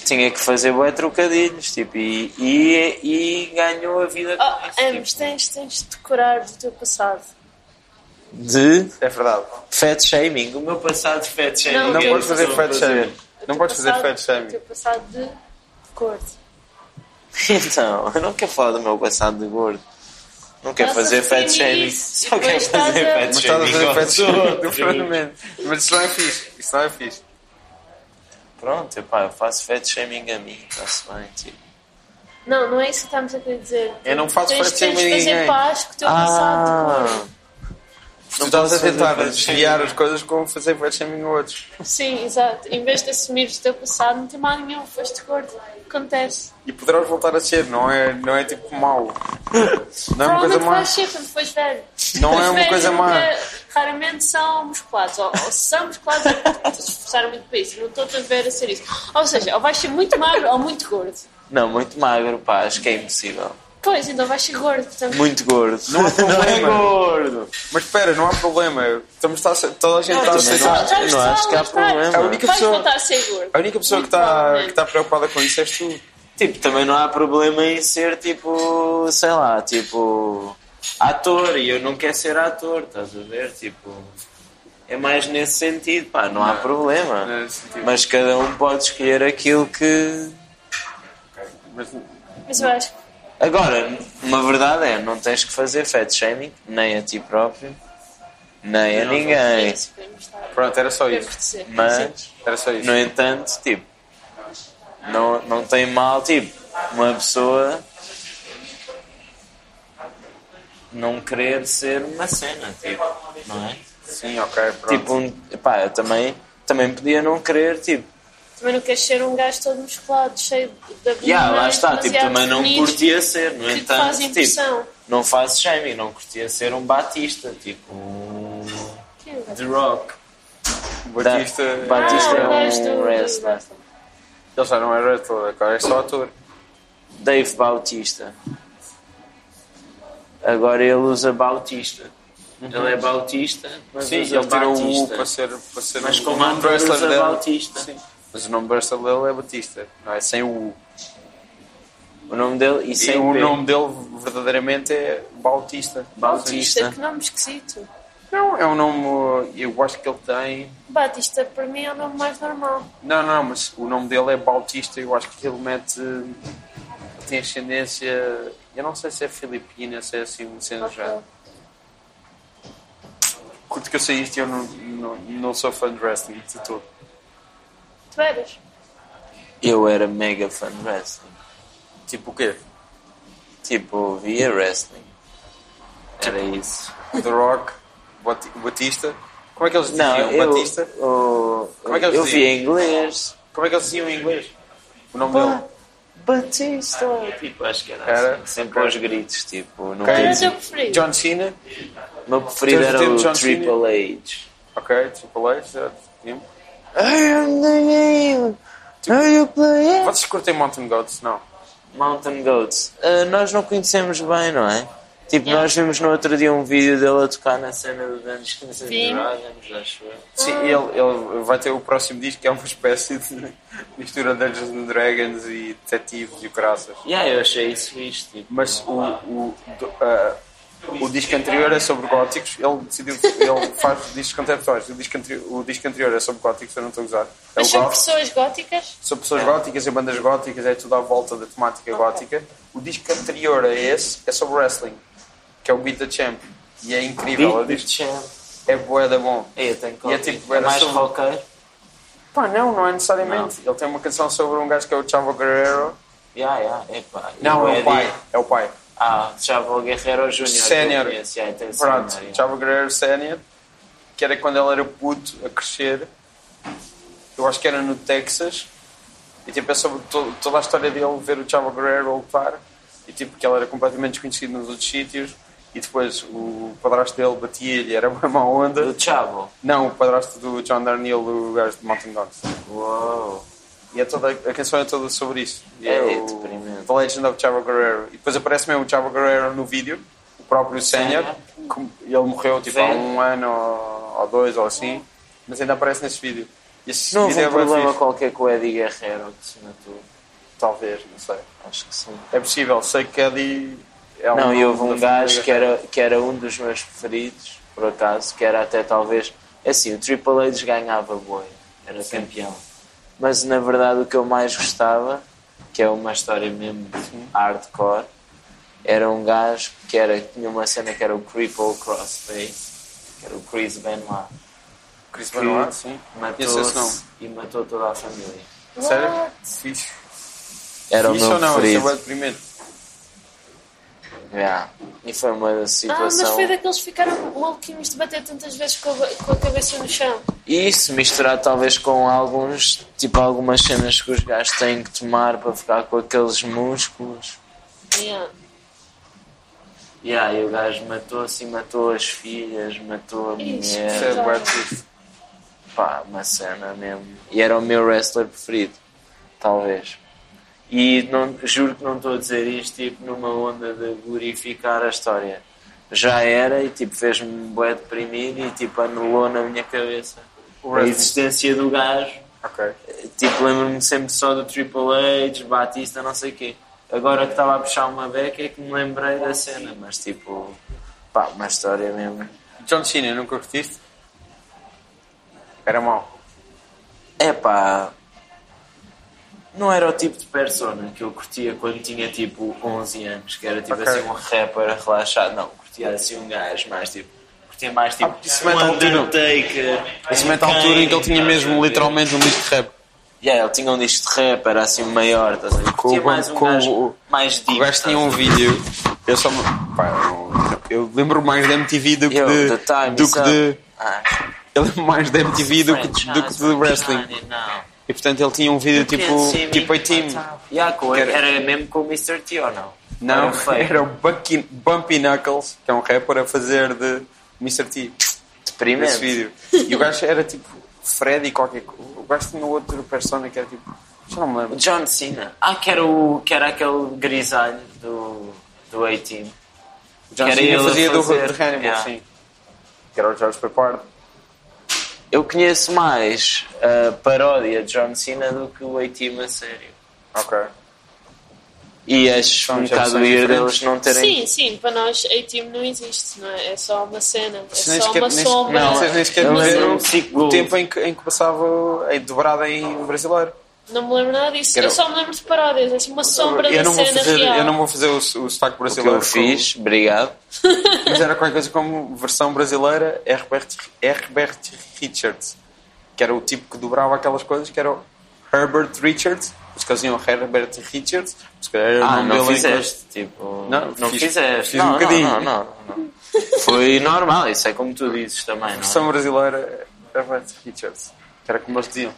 Tinha que fazer bué trocadilhos, tipo, e, e, e ganhou a vida com Oh, isso, tipo. Ambos, tens, tens de decorar do teu passado. de É verdade. fat shaming. O meu passado de fat shaming. Não, Não Eu podes fazer sou fat shaming. O Não teu podes fazer passado- fat O shaming. teu passado de gordo. Então, eu não quero falar do meu passado de gordo. Não quer Estás a fazer fat reprimir shaming. isso, Só quer depois estás fazer a- fat Mas estás a shaming. fazer aos fat shaming do outros. Fernando Mendes. Mas isso não é fixe. Isso não é fixe. Pronto, epá, eu faço fat shaming a mim. Está-se bem, tipo. Não, não é isso que estamos a querer dizer. Eu não faço tens, fat um shaming tens de a ninguém. fazer paz com o teu passado. Ah. Não estás a fazer tentar fat desviar shaming. as coisas como fazer fat shaming a outros. Sim, exato. Em vez de assumires o teu passado, não tem mal nenhum, foste gordo. Acontece. E poderás voltar a ser. Não é, não é tipo mau. Não é uma coisa Provavelmente má. vais ser quando fores velho. Não Os é uma velhos coisa má. nunca- Raramente são musculados. Ou, ou se são musculados, é porque se esforçaram muito para isso. Não estou a ver a ser isso. Ou seja, ou vais ser muito magro ou muito gordo. Não, muito magro, pá, acho que é impossível. Pois, então vais ser gordo. Portanto, Muito gordo. Não há é problema. gordo. Mas espera, não há problema. Estamos, tá, toda a gente está a também aceitar. não acho- eu não acho que há problema. A única vais pessoa- voltar a ser gordo. A única pessoa que Muito está provavelmente. que tá preocupada com isso és tu. Tipo, também não há problema em ser tipo, sei lá, tipo ator e eu não quero ser ator, estás a ver? Tipo, é mais nesse sentido, pá, não, há problema. não é nesse sentido. Mas cada um pode escolher aquilo que. Mas Mas eu acho que Agora, uma verdade é, não tens que fazer fat shaming, nem a ti próprio, nem a é ninguém. isso que podemos estar- pronto, era só podemos isso. dizer. Sim. Mas Era só isso. No entanto, tipo, não, não tem mal, tipo, uma pessoa não querer ser uma cena, tipo, não é? Sim, ok, pronto. Tipo, um, pá, eu também, também podia não querer, tipo, Também não queres ser um gajo todo musculado, cheio de abdominais. yeah, lá está, tipo, demasiado também não definidos, curtia ser, no que te entanto, faz tipo, impressão. não faço shaming, não curtia ser um Batista, tipo, um The Rock. Batista. Batista Ah, o gajo é um do- wrestler. Ele já não era ator, agora é só ator. Dave Bautista. Agora ele usa Bautista. Ele é Bautista, mas Uhum. Sim, usa ele tirou o U Bautista. para ser, para ser Mas o como nome Andrew wrestler usa dele. Bautista. Sim. Mas o nome wrestler dele é Batista, não é? Sem o U. O nome dele e E sem o P. nome dele verdadeiramente é Bautista. Bautista. Que nome esquisito. Não, é um nome. Eu acho que ele tem. Batista, para mim, é o nome mais normal. Não, não, mas o nome dele é Bautista. Eu acho que ele mete. Tem ascendência. Eu não sei se é filipina, se é assim, um sendo Ok. já. Curto que eu sei isto e eu não, não, não sou fã de wrestling de todo. Tu eras? Eu era mega fã de wrestling. Tipo o quê? Tipo, via wrestling. Era isso. O The Rock, Bat- Batista. Como é que eles Não, diziam? eu, Batista? o- Como é que eles eu via em inglês. Como é que eles diziam em inglês? O nome Pá, dele? Batista. Ah, Tipo, acho que era, Era? assim. Sempre aos gritos, tipo. Não Ok. Era tem- o teu preferido? John Cena. Meu preferido Tens o era tempo o de John Cena? Triple H. Ok, Triple H, já tempo. I am the game. Are you playing? Vocês curtem Mountain Goats? Não. Mountain Goats. Ah, nós não conhecemos bem, não é? Tipo, nós vimos no outro dia um vídeo dele a tocar na cena dos anos 15 Sim. Dragons, acho eu. Sim, ele, ele vai ter o próximo disco que é uma espécie de mistura de Dungeons and Dragons e detetives e graças. Yeah, eu achei isso fixe, tipo. Mas o, o, do- ah, o disco anterior é sobre góticos, ele decidiu, ele faz discos contemporâneos. O disco, anteri- o disco anterior é sobre góticos, eu não estou a usar. É Mas o são goth. pessoas góticas? São pessoas góticas e bandas góticas, é tudo à volta da temática gótica. O disco anterior a esse é sobre wrestling, que é o Beat the Champ. E é incrível, Beat o the disco Champ. é bué da bom. Ei, eu tenho que E é ouvir. tipo, era mais sobre- roqueiro? Pá, não, não é necessariamente. Ele tem uma canção sobre um gajo que é o Chavo Guerrero. Yeah, yeah, epá. Não, Eu é o de- pai. É o pai. Ah, Chavo Guerreiro Júnior. que eu Sénior. conheço. Yeah, tem Pronto, sénior, yeah. Chavo Guerrero Sénior, que era quando ele era puto a crescer. Eu acho que era no Texas. E tipo, é sobre to- toda a história dele ver o Chavo Guerrero a lutar. E tipo, que ele era completamente desconhecido nos outros sítios. E depois o padrasto dele batia-lhe, era uma má onda. Do Chavo. Não, o padrasto do John Darnielle, o gajo de Mountain Dogs. Uou. E é toda, a canção é toda sobre isso. E É, é o deprimente. The Legend of Chavo Guerrero. E depois aparece mesmo o Chavo Guerrero no vídeo, o próprio Senhor. Ele morreu tipo, há Velho. um ano ou, ou dois ou assim, mas ainda aparece nesse vídeo. E esse Não houve vídeo é um bem problema fixe. qualquer com o Eddie Guerreiro que se matou. Talvez, não sei. Acho que sim. É possível, sei que Eddie é um Não, nome e houve da um família gajo que Guerrero. era, que era um dos meus preferidos, por acaso, que era até talvez. Assim, o Triple H ganhava boi, era campeão. Mas na verdade o que eu mais gostava, que é uma história mesmo hardcore, era um gajo que era, tinha uma cena que era o Cripple Crossface, que era o Chris Benoit. Chris que Benoit, sim. Esse é esse Matou nome. e matou toda a família. Sério? Ah, What? Fixe. Era Fixe o meu ou não? Esse é preferido. o meu primeiro. Yeah. E foi uma Ah, mas situação. foi daqueles que ficaram maluquinhos de bater tantas vezes com a, ba- com a cabeça no chão. E isso misturado talvez com alguns, tipo algumas cenas que os gajos têm que tomar para ficar com aqueles músculos. Yeah. Yeah, e o gajo matou-se e matou as filhas, matou a Isso. mulher. Esse é o Brad Pitt. Pá, uma cena mesmo. E era o meu wrestler preferido, talvez. E não, juro que não estou a dizer isto tipo, numa onda de glorificar a história. Já era e tipo fez-me um bué deprimido e tipo anulou na minha cabeça O a wrestling. existência do gajo. Ok. Tipo, lembro-me sempre só do Triple H, Batista, não sei o quê. Agora que estava a puxar uma beca é que me lembrei da cena, mas tipo, pá, uma história mesmo. John Cena, nunca curtiste? Era mau. É pá, não era o tipo de persona que eu curtia quando tinha tipo 11 anos, que era tipo Ok. assim um rapper relaxado. Não, curtia assim um gajo mais tipo, curtia mais tipo isso um mete a altura. Undertaker. Esse momento à altura em que ele tinha mesmo literalmente um disco de rap. Yeah, ele tinha um disco de rap, era assim maior, estás a ver? Curtia o- mais um com gajo o- mais deep. O gajo estás tinha a ver? um vídeo. Eu só me. Pá, eu, eu lembro mais da MTV do que Yo, de. the time do is que up. de. Ah, Eu lembro mais da MTV do que, de- do que franchise de wrestling. money now. E portanto ele tinha um vídeo Can't see tipo. me Tipo on 18. top. Ah, tá. Yeah, com- Era- era, mesmo com o Mr. T ou não? Não, feio. era o Bucky, Bumpy Knuckles, que é um rapper, a fazer de Mr. T. deprimente. Nesse vídeo. E o gajo era tipo Freddy qualquer coisa. O gajo tinha outro persona que era tipo. Já não me O lembro. John Cena. Ah, que era, o, que era aquele grisalho do, do A-Team. John Que era Cena ele a fazia do fazer, de Hannibal, yeah. sim. Que era o George Peppard. Eu conheço mais a paródia de John Cena do que o A-Team a sério. Ok. E acho São um bocado gerações weird diferentes. eles não terem... Sim, sim, para nós A-Team não existe, não é? É só uma cena, é nem só sequer- uma nem- sombra. não, é- vocês nem sequer Eu viveram lembro-me de Sick o Gold. tempo em que, em que passava em dobrada em brasileiro. Não me lembro nada disso. Era- Eu só me lembro de paródias. É assim, uma sombra eu, da não vou cena fazer, real. eu não vou fazer o, o sotaque O que brasileiro. eu fiz, obrigado. como- Mas era qualquer coisa como versão brasileira Herbert, Herbert Richards. Que era o tipo que dobrava aquelas coisas, que era o Herbert Richards. Os que eles iam Herbert Richards. Os que era o Ah, nome não dele em fizeste, tipo... Não, não fiz- fizeste. fiz um não, não, bocadinho. Não, não, não. Foi normal, isso é como tu dizes também, não é? Versão brasileira é Herbert Richards. Que era como eles diziam.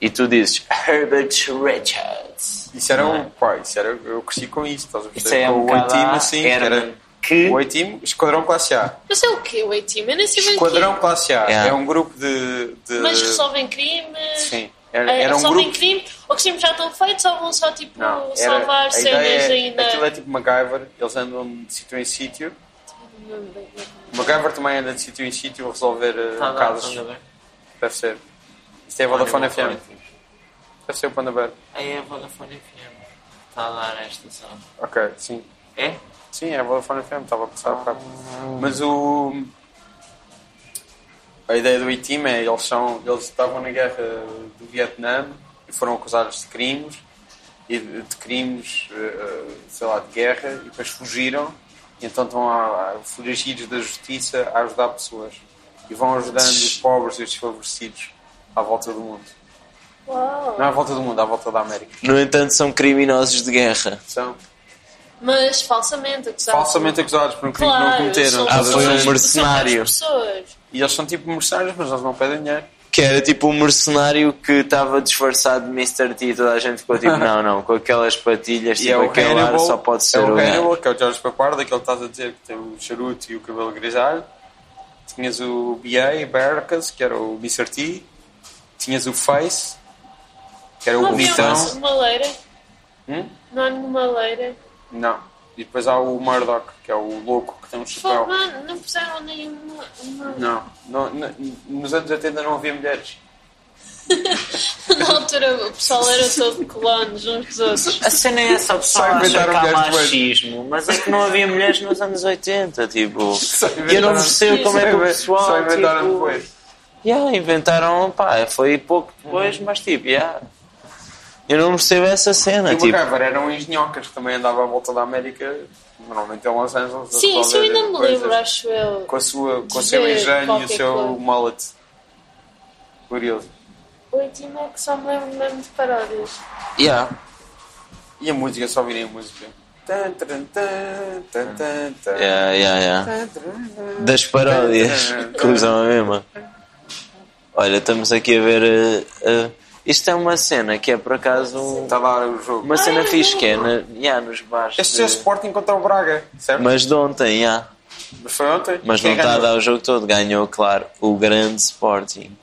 E tu dizes Herbert Richards. Isso era Não é? o. Pá, isso era. Eu cresci com isto. Estás a Isso perceber? é com um o A-Team bocado assim. à que Herman, era que o A-Team, Esquadrão Classe A. Mas é o quê, o A-Team? Eu nem sei bem o quê. Esquadrão Classe A Yeah. é um grupo de. de- Mas resolvem crimes. Sim, era, eh, era um resolvem grupo. crime, ou que os crimes já estão feitos, ou vão só tipo Não, era, salvar a cenas ideia é, ainda. Aquilo é tipo MacGyver, eles andam de sítio em sítio. Não me lembro. O MacGyver também anda de sítio em sítio a resolver eh, Tá, tá, casos. tá, tá, tá. Deve ser. Isto é Vodafone FM. Vodafone. Deve ser o Pandabel. Aí é Vodafone FM. Está a dar esta sala. Ok, sim. É? Sim, é Vodafone FM, estava a passar há bocado. Mas o. A ideia do ITIM é eles são. Eles estavam na guerra do Vietnã e foram acusados de crimes e de, de crimes, eh, eh, sei lá, de guerra e depois fugiram e então estão a, a foragidos da justiça a ajudar pessoas e vão ajudando os pobres e os desfavorecidos à volta do mundo. Uau. Não à volta do mundo, à volta da América. No entanto, são criminosos de guerra. São Mas falsamente acusados. falsamente acusados por um crime que não Claro, cometeram. são Ah, foi um pessoas- mercenário. são más pessoas. E eles são tipo mercenários, mas eles não pedem dinheiro. Que era tipo um mercenário que estava disfarçado de Mr. T e toda a gente ficou tipo, não, não, com aquelas patilhas, tipo aquele ar só pode ser é o o gajo. Hannibal, que é o George Papardo, aquele que estás a dizer que tem o charuto e o cabelo grisalho. Tinhas o B.A. Barracas, que era o Mr. T. Tinhas o Face, que era Não o havia bonitão. uma- uma leira? então. Hum? Não há nenhuma leira. Não. E depois há o Murdoch, que é o louco que tem um Pô, chapéu. mano, não puseram nenhuma. Uma... Não. Não, não. Nos anos 80 não havia mulheres. Na altura o pessoal era todo colonos uns dos outros. A cena é essa, o pessoal Só acha que inventaram há mulheres de machismo, mas é que não havia mulheres nos anos 80, tipo... E eu não inventaram- percebo como é que o Só pessoal, inventaram tipo... depois. Yeah, inventaram, pá, foi pouco depois, mas tipo, yeah. Eu não percebo essa cena, E o tipo, É MacGyver era um engenhocas que também andava à volta da América Normalmente é Los Angeles. a Sim, isso eu resolver ainda me coisas lembro, acho eu. Com, a sua, com o seu Dizer engenho e o qualquer seu coisa. mullet. Curioso. Oito e meio é que só me lembro mesmo de paródias. Yeah. E a música, só virem a música. Tan, taran, tan, tan, tan, tan. Yeah, yeah, yeah. Tan, taran, tan. Das paródias que usam a mesma. Olha, estamos aqui a ver. eh, eh, isto é uma cena que é por acaso um- Está a dar o jogo. uma cena fixe que é na, yeah, nos bares. Este é o de- Sporting contra o Braga, certo? mas de ontem, yeah. Mas foi ontem. mas Quem é não está a ganhou? dar o jogo todo. Ganhou, claro, o grande Sporting.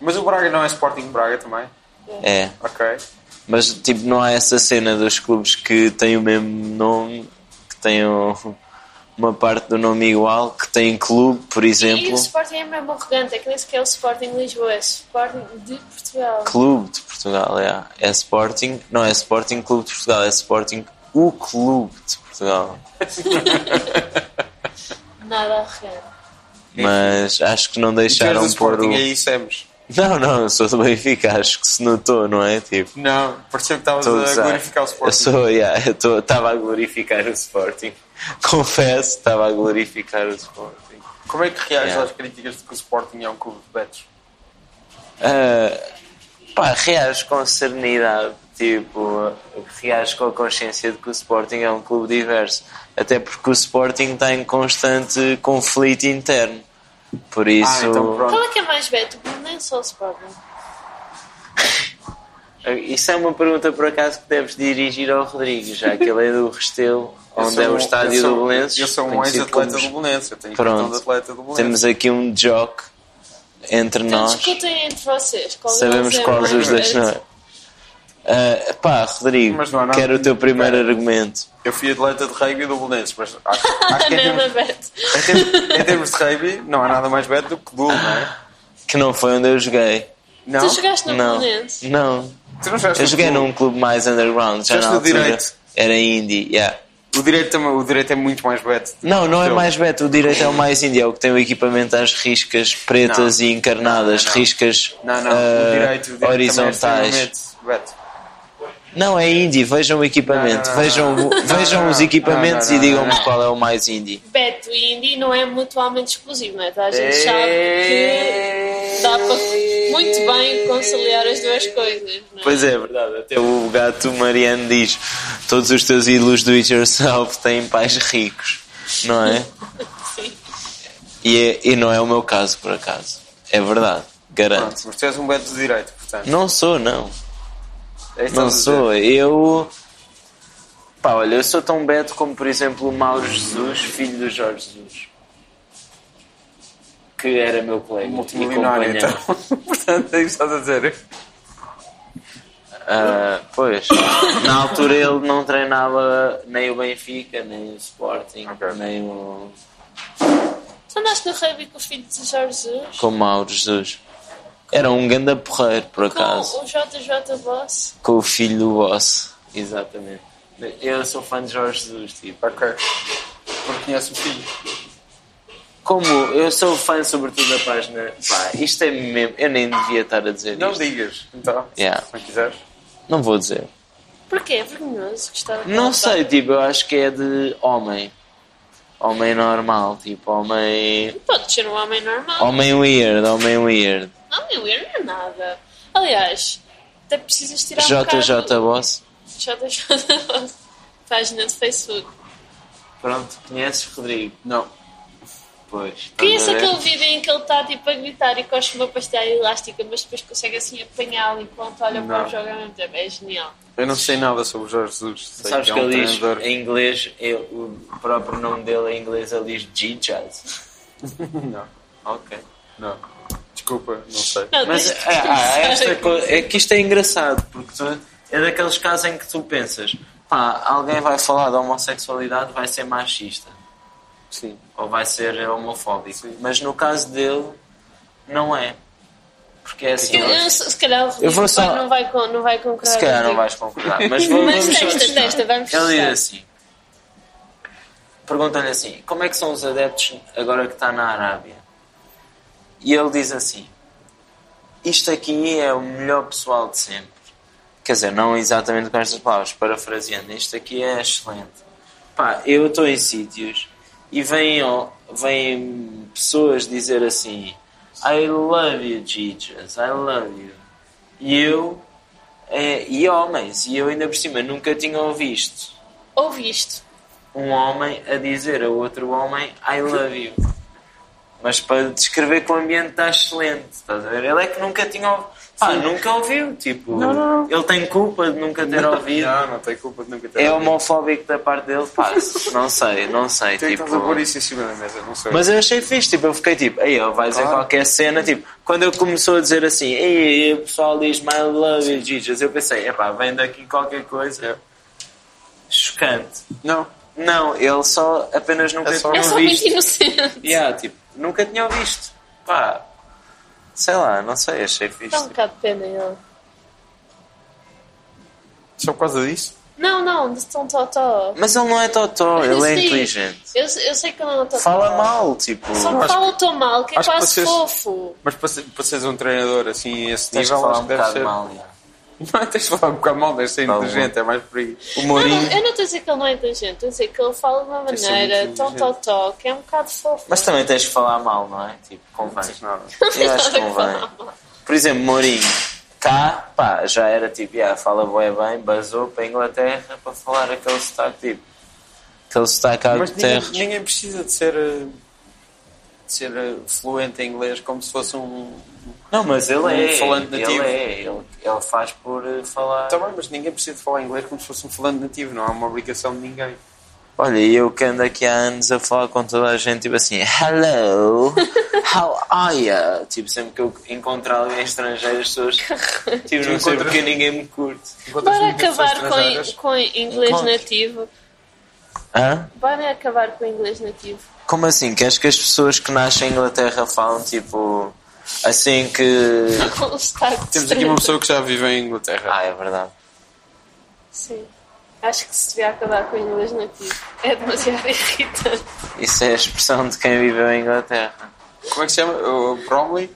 Mas o Braga não é Sporting Braga também. É. Ok. Mas tipo, não há essa cena dos clubes que têm o mesmo nome, que têm o- uma parte do nome igual, que têm clube, por E o exemplo. Sporting é mesmo arrogante, é que nem sequer é o Sporting Lisboa, é o Sporting de Portugal. Clube de Portugal, é. É Sporting. Não é Sporting Clube de Portugal, é Sporting o Clube de Portugal. Nada arrogante. Mas acho que não E tu és do deixaram pôr É. Sporting o. aí, Semes? Não, não, eu sou do Benfica, acho que se notou, não é? Tipo, Não, pareceu que estavas todos, a ah, glorificar o Eu Sporting. sou, yeah, eu tô- estava a glorificar o Sporting. Confesso, estava a glorificar o Sporting. Como é que reages Yeah. às críticas de que o Sporting é um clube de betos? Ah, pá, reage com serenidade, tipo, reage com a consciência de que o Sporting é um clube diverso. Até porque o Sporting está em constante conflito interno. Por Ah, isso. então pronto. Qual é que é mais beto, o Belenense ou o Sporting? Isso é uma pergunta por acaso que deves dirigir ao Rodrigo, já que ele é do Restelo, Eu onde sou é o um- eu estádio sou- do Belenenses. Eu sou um conhecido ex-atleta como- do Belenenses. Eu tenho cartão de atleta do Pronto, Belenenses. temos aqui um joke entre Então nós. discutem entre vocês. Qual Sabemos é quais mais os dois não beto. é. Ah, pá, Rodrigo, Mas não há nada quero o teu primeiro argumento. Eu fui atleta de rugby do Belenenses, mas acho, acho que é em Nada termos, beto. É em, termos, em termos de rugby não há nada mais beto do que Dulo, não é? Que não foi onde eu joguei. Não? Tu jogaste no Não. Belenense? Não. Tu não jogaste Eu no joguei Dulo? num clube mais underground. Já Jogaste na no altura direito. Era indie, yeah. O direito, também, o direito é muito mais beto. Não, não é Então, mais beto, o direito é o mais indie, é o que tem o equipamento às riscas pretas Não. e encarnadas, Não, não. riscas Não, não, ah, o direito, o direito também é horizontais. extremamente beto. Não, é indie, vejam o equipamento, Não, não, não, vejam, não, não, vejam não, os não, equipamentos não, não, e digam-me não, não. qual é o mais indie. Beto e Indy não é mutuamente exclusivo, não é? Tá? A gente sabe que dá para muito bem conciliar as duas coisas, não é? Pois é, verdade. Até o gato Mariano diz: Todos os teus ídolos do It Yourself têm pais ricos, não é? Sim. E, é- e não é o meu caso, por acaso. É verdade, garanto. Pronto, mas tu és um beto de direito, portanto. Não sou, não. É isso que estás a Não dizer. sou. Eu. Pá, olha, eu sou tão beto como, por exemplo, o Mauro Jesus, filho do Jorge Jesus. Que era meu colega. e Multimilionário, companheiro. então. Portanto, é isso que estás a dizer. Ah, pois, na altura ele não treinava nem o Benfica, nem o Sporting, Ok. nem o. Tu andaste no rugby com o filho de Jorge Jesus? Com o Mauro Jesus. Era um ganda porreiro, por acaso. Com o JJ Boss? Com o filho do boss. Exatamente. Eu sou fã de Jorge Jesus, tipo. Ok. Porque conhece o filho. Como eu sou fã, sobretudo, da página. Pá, isto é mesmo. Eu nem devia estar a dizer Não isto. digas, então. Yeah. Se não quiseres. Não vou dizer. Porquê? É vergonhoso gostava de Não falar. sei, tipo, eu acho que é de homem. Homem normal, tipo, homem. Pode ser um homem normal. Homem weird, homem weird. Não, eu ia, não é nada. Aliás, até precisas Então, tirar um JJ bocado... Boss. JJ Boss. Página de Facebook. Pronto, conheces Rodrigo? Não. Pois. é. Conheço é aquele vídeo em que ele está tipo a gritar e coche uma pastilha elástica, mas depois consegue assim apanhá-lo enquanto olha para Não. o jogo ao mesmo tempo. É genial. Eu não sei nada sobre o Jorge Jesus. Sei Sabes que é que um ele diz treinador. em inglês, ele- o próprio nome dele em inglês ele diz G-Jazz. Não. Ok. Não. Desculpa, não sei. Não, Mas tens de é, há esta pensar. co- é que isto é engraçado, porque tu- é daqueles casos em que tu pensas, pá, alguém vai falar de homossexualidade, vai ser machista Sim. ou vai ser homofóbico. Sim. Mas no caso dele, não é. Porque é assim. Eu- eu- se se calhar o Eu vou Rodrigo só- vai- não vai, con- não vai concordar. Se calhar não contigo. vais concordar, mas vou- Mas vamos só testa, testar. testa, vamos Ele diz testar. assim: perguntam-lhe assim, como é que são os adeptos agora que está na Arábia? E ele diz assim: isto aqui é o melhor pessoal de sempre. Quer dizer, não exatamente com estas palavras, parafraseando, isto aqui é excelente. Pá, Pá, eu estou em sítios e vêm, ó, vêm pessoas dizer assim: I love you, Jesus, I love you. E eu, eh, e homens, e eu ainda por cima nunca tinha ouvido Ouvi isto. um homem a dizer a outro homem I love you. Mas para descrever que o ambiente está excelente, estás a ver? Ele é que nunca tinha ouvido. Pá, nunca ouviu, tipo. Ele tem culpa de nunca ter ouvido. Não, não tem culpa de nunca ter É ouvido. homofóbico da parte dele? Pá, não sei, não sei. Tu é que Tipo... estás a pôr isso em cima da mesa, não sei. Mas eu achei fixe, tipo, eu fiquei tipo, aí ele vai dizer Claro. qualquer cena, tipo, quando ele começou a dizer assim, ei, o pessoal diz my love you, Jesus, eu pensei, epá, vem daqui qualquer coisa. É. Chocante. Não, Não, ele só apenas nunca É só- tinha É só muito visto. inocente. Yeah, tipo, nunca tinha visto. Pá, sei lá, não sei, achei fixe. Dá um bocado de pena ele. só por causa disso. Não, não, de tão totó. Mas ele não é totó, ele é Sim. inteligente. Eu, eu sei que ele não é totó. Fala mal, tipo. Só que Acho fala tão mal que é acho que quase vocês- fofo. Mas para, ser, para seres um treinador assim, a esse Tens de nível, falar acho um que deve bocado ser. mal. yeah. Não, tens de falar um bocado mal, deve ser Tá bom. inteligente, é mais por aí. O Não, Mourinho. não, eu não estou a dizer que ele não é inteligente, estou a dizer que ele fala de uma Isso é maneira muito tão inteligente. totó que é um bocado fofo. Mas também tens de falar mal, não é? Tipo, convém. Mas nada. Eu acho que convém. Por exemplo, Mourinho, cá, pá, já era tipo, yeah, fala bué bem, basou para a Inglaterra para falar aquele sotaque, tipo, aquele sotaque à Mas ninguém, terra. ninguém precisa de ser, eh, de ser eh, fluente em inglês como se fosse um. Não, mas ele é, Um falante ele nativo. é, ele, ele faz por eh, falar. Tá bem, mas ninguém precisa de falar inglês como se fosse um falante nativo, não há uma obrigação de ninguém. Olha, e eu que ando aqui há anos a falar com toda a gente, tipo assim, hello, how are you? Tipo, sempre que eu encontrar alguém estrangeiro, as pessoas, tipo, não sei Encontras- porque ninguém me curte. Bora acabar com, in- com inglês Encontro. nativo. Hã? Bora acabar com o inglês nativo. Como assim? Queres que as pessoas que nascem em Inglaterra falam tipo assim que. O sotaque de Temos aqui uma estrangeiro. pessoa que já vive em Inglaterra. Ah, é verdade. Sim. Acho que se devia acabar com o inglês nativo. É demasiado irritante. Isso é a expressão de quem viveu em Inglaterra. Como é que se chama? O Bromley?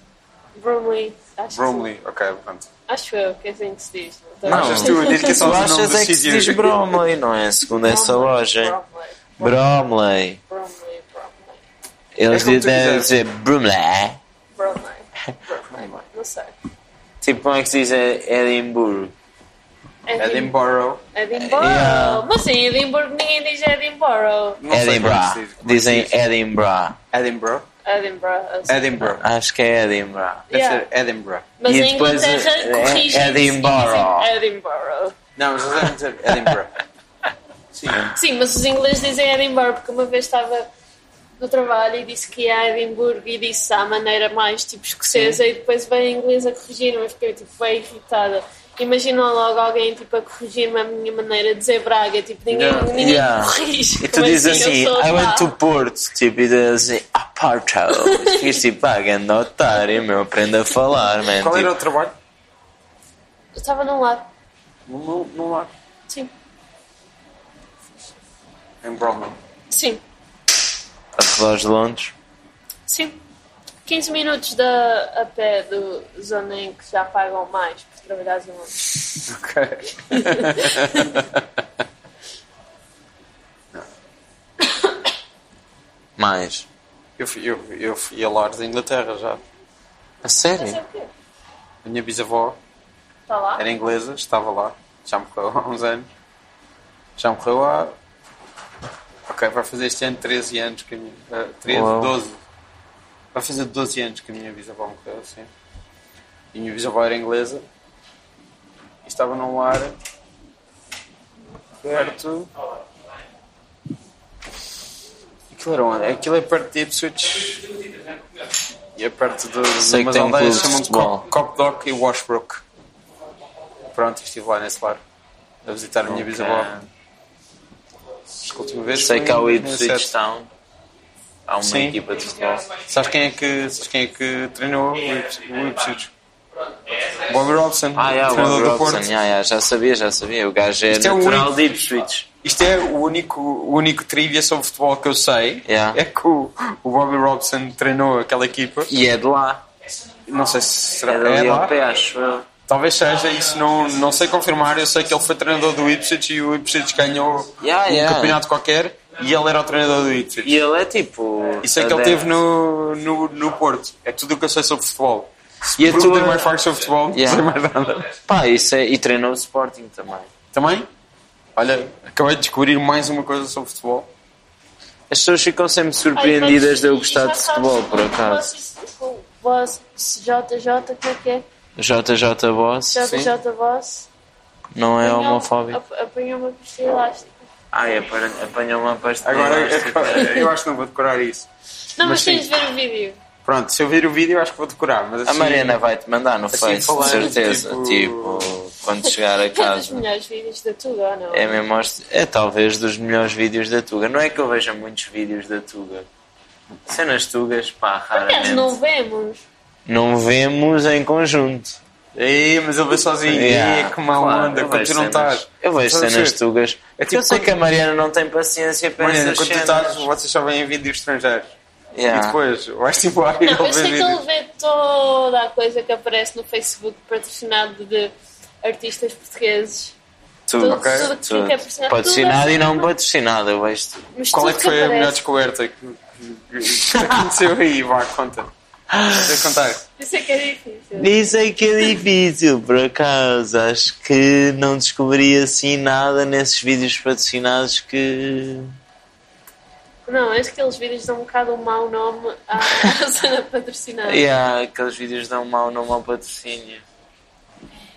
Bromley. Acho que- Bromley, ok, pronto. Acho eu, que é assim que se diz. Não. Achas tu, diz que é só Tu o nome achas do é que se sítio. diz Bromley, não é? Segundo essa loja. Bromley, Bromley. Bromley, Bromley. Eles É como tu devem quiseres. dizer Bromley. Bromley. Bromley. Não sei. Tipo, como é que se diz é Edimburgo? Edimburgo. Edinburgh. Edimburgo. Yeah. Mas em Edimburgo ninguém diz Edimburgo. Não sei como é que se Edinburgh. diz, como é Dizem que se diz. Edinburgh. Edinburgh. Edimburgo. assim. Edinburgh. Acho que é Edinburgh. Deve Yeah. ser Edinburgh. Mas E em depois, Inglaterra é, corrigem-se e dizem Edinburgo. Edinburgo. Não, mas eles devem dizer Edinburgh. Sim. Sim, mas os ingleses dizem Edinburgo porque uma vez estava no trabalho e disse que ia a Edimburgo e disse à maneira mais tipo escocesa e depois veio a inglesa corrigir-me. Eu fiquei tipo bem irritada. Imaginam logo alguém tipo a corrigir-me a minha maneira de dizer Braga. Tipo, ninguém, Yeah. ninguém Yeah. corrige. E é tu dizes assim, I went to Porto, tipo, e dizes assim, ah, Porto. E Ficas tipo, pá, grande otário, meu, aprende a falar, man. Qual era o Tipo, trabalho? Eu estava num lado. No, no lar. Sim. Em Bromley. Sim. a falar de Londres. Sim. 15 minutos da, a pé do zona em que já pagam mais por trabalhar em Londres. Ok. Mais. Eu, fui- eu, eu fui a Lars, Inglaterra A já. Não sei o sério? quê. A minha bisavó Está lá? era inglesa, estava lá. Já morreu há uns anos. Já morreu há. Ok, vai fazer este ano 13 anos que a minha. eh, 13, Uau. 12. Vai fazer 12 anos que a minha bisavó morreu, sim. E a minha bisavó era inglesa. E estava num lar. Perto. Aquilo era onde? Aquilo é perto de Ipswich. E é perto de, de Sei que umas tem um clube aldeias de chamam futebol. Cop, Copdock e Washbrook. Pronto, estive lá nesse lar. A visitar a minha bisavó. A última vez Sei foi que há o em 2007. Ipswich Town. Há uma Sim. equipa de futebol. Sabes quem é que, sabes quem é que treinou o Ips- o Ipswich? Bobby Robson, Ah, é, o treinador Bob do Robson. Porto. Yeah, yeah, já sabia, já sabia. O gajo é Isto é o natural único- de Ipswich. Isto é o único, o único trivia sobre futebol que eu sei. Yeah. É que o, o Bobby Robson treinou aquela equipa. E é de lá. Não sei se será É é dali lá. ao pé, acho eu. Talvez seja, isso não, não sei confirmar. Eu sei que ele foi treinador do Ipswich e o Ipswich ganhou Yeah, um yeah. campeonato qualquer e ele era o treinador do Ipswich. E ele é tipo. Isso é que ele adepto. teve no, no, no Porto. É tudo o que eu sei sobre futebol. E a Perguntei tua- mais factos sobre futebol, Yeah. não sei mais nada. Pá, isso é. E treinou o Sporting também. Também? Olha, acabei de descobrir mais uma coisa sobre futebol. As pessoas ficam sempre Ai, mas- é surpreendidas de eu e gostar já de futebol, sabes por como acaso. vocês- tipo, com o Boss, JJ, como é que é? JJ Boss JJ Boss. não é apanhou- homofóbico. ap- Apanhou uma costeira elástica. Ah, apanhou uma pasta. tipo, Agora, é. eu acho que não vou decorar isso. Não, mas Mas tens de ver o vídeo. Pronto, se eu vir o vídeo, eu acho que vou decorar. Mas assim, A Mariana vai-te mandar no Assim, Face, falando, de certeza. tipo- Tipo... quando chegar a É um dos casa. melhores vídeos da Tuga, ou não? É mesmo, aos- é talvez dos melhores vídeos da Tuga. Não é que eu veja muitos vídeos da Tuga. Cenas Tugas, pá, Aliás, raramente. não vemos. Não vemos em conjunto. Ei, mas ele veio sozinho. Yeah, Ei, que má claro, onda, eu quando vejo tu não cenas- estás. Eu vejo Sabe cenas ser? Tugas. É tipo eu sei quando- que a Mariana não tem paciência para Mariana, essas quando tu cenas. estás, vocês só veem vídeos estrangeiros. Yeah. E depois vais embora e Não, não eu sei vês que ele vídeos. vê toda a coisa que aparece no Facebook patrocinado de artistas portugueses. Tudo, Tudo, ok. tudo que tudo. fica patrocinado. Patrocinado tudo, e não patrocinado, eu vejo tudo. Mas Qual é tudo que foi a aparece. melhor descoberta que, que- que aconteceu aí? Vá, conta. Deixa eu contar. Isso é que é difícil. Isso é que é difícil, por acaso. Acho que não descobri assim nada nesses vídeos patrocinados que. Não, acho que aqueles vídeos dão um bocado um mau nome à à cena patrocinada. E há aqueles vídeos dão mau nome ao patrocínio.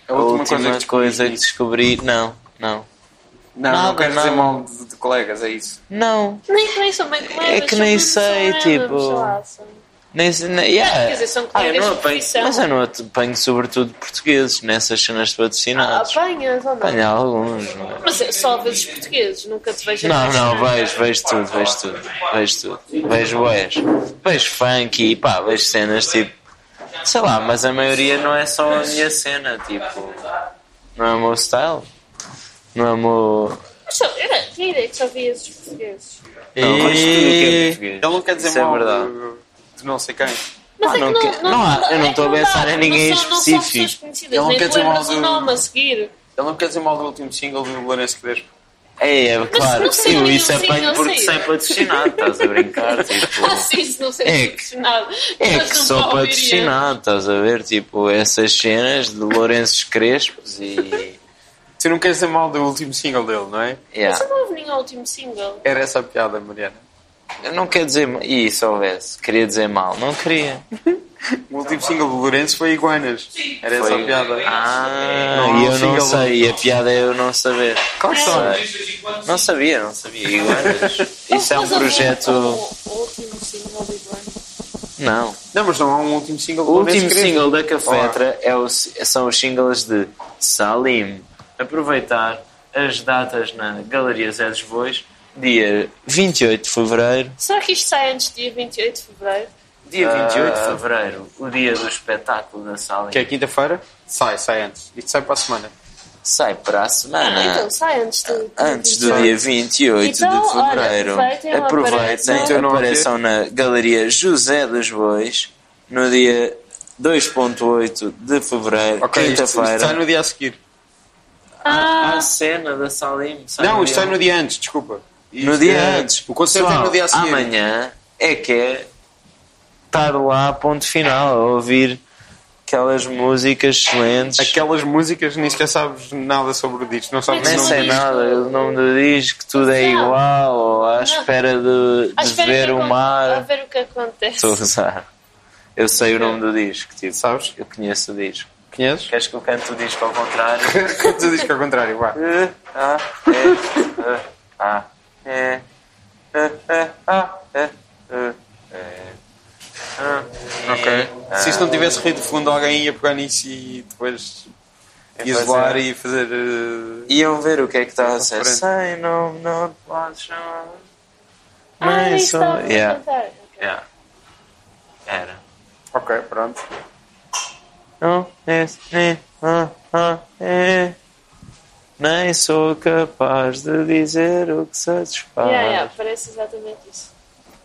A última, coisa que coisa que descobri. descobri. Não, não. Não, não Nada, quero dizer não. mal de, de colegas, é isso. Não, Nem que nem são bem colegas, É que são nem tudo sei, colegas, tipo- sei lá, são- nem, se- nem- yeah. Quer dizer, são Ah, eu colegas não de apanho- profissão. Mas é eu não apanho, sobretudo, portugueses nessas cenas de Ah, patrocinados. apanhas ou não? apanho alguns, mas. Mas é só vezes portugueses, nunca te vejo Não, não, apaixonar. vejo, vejo tudo, vejo tudo, vejo tudo. Vejo boés. Vejo funk e pá, vejo cenas tipo. Sei lá, mas a maioria não é só a minha cena, tipo. Não é o meu style. Não é o meu. Só- Era vida que só vias os portugueses. Não, vejo tudo o que é português. Ele não quer dizer Isso é mal verdade. de, de não sei quem. Mas Ah, é que não não, quer- não há- eu não é que estou a dá, pensar em não ninguém são- Não são pessoas específico. conhecidas, Ele não nem quer te dizer lembras o mal do- nome a seguir. Ele não quer dizer mal do último single do Lourenço Crespo. É, é claro, não eu saiu, isso sim, não apanho porque saiu. sei patrocinado, estás a brincar, Ah, tipo. sim, se não sei É que- patrocinado. É Mas que não só ouviria. patrocinado, estás a ver? Tipo, essas cenas de Lourenços Crespos e. Tu não queres dizer mal do último single dele, não é? Mas Yeah. eu não ouvi nenhum último single. Era essa a piada, Mariana. Eu não quero dizer. ma- Ih, se houvesse. Queria dizer mal. Não queria. O último single do Lourenço foi Iguanas. Era essa a piada. Ah, Não, e eu não siga-lo. sei. E a piada é eu não saber. Claro que sabe. Não sabia, não sabia. Iguanas. Isso é um Então, Mas eu- projeto. O, o último single do Iguana. Não. Não, mas não há um último single do O Lourenço último Crespo. single da Cafetra é o, são os singles de Salim. Aproveitar as datas na Galeria Zé dos Bois, dia 28 de fevereiro. Será que isto sai antes do dia 28 de fevereiro? Dia 28 de fevereiro, o dia do espetáculo da Salim. Ah. Que é quinta-feira? Sai, sai antes. Isto sai para a semana. Sai para a semana. Então sai antes do. Ah, Antes do 28. dia 28 Então, de fevereiro. olha, aproveitem, aproveitem, então apareçam. apareçam na Galeria José dos Bois no dia 2.8 de fevereiro, Ok, isto- isto sai quinta-feira. no dia a seguir. Ah, Há a cena da Salim. sai Não, no isto dia sai no dia antes, desculpa. No Isto dia é- antes. O concerto é Pessoal, no dia a seguir. Amanhã é que é estar lá, ponto final, a ouvir aquelas músicas excelentes. Aquelas músicas nem sequer sabes nada sobre o disco, não é sabes Nem o nome. sei disco. nada, o nome do disco, tudo é Não. igual, ou à espera de, à de Ah, espera Ah. ver que o acon- A mar. ver o que acontece. Estou a usar. Eu sei o nome do disco, tipo, Sabes? eu conheço o disco. Conheces? Queres que eu cante o disco ao contrário? tu dizes que é o contrário, vá. Eh, ah, eh, eh, ah, eh, eh, eh, ah, eh, eh, eh, ah, eh, Ok. Se isto não tivesse rido de fundo, alguém ia pegar nisso e depois É fazer- isolar e fazer. eh, Iam ver o que é que está a ser. Frente. Sem nome, não te podes chamar. Ah, Mas isso só- está a Yeah, cantar. yeah. É. Era. Ok, pronto. Não, é, esse, nem, ah, ah, é. Nem sou capaz de dizer o que satisfaz. Yeah, yeah, parece exatamente isso.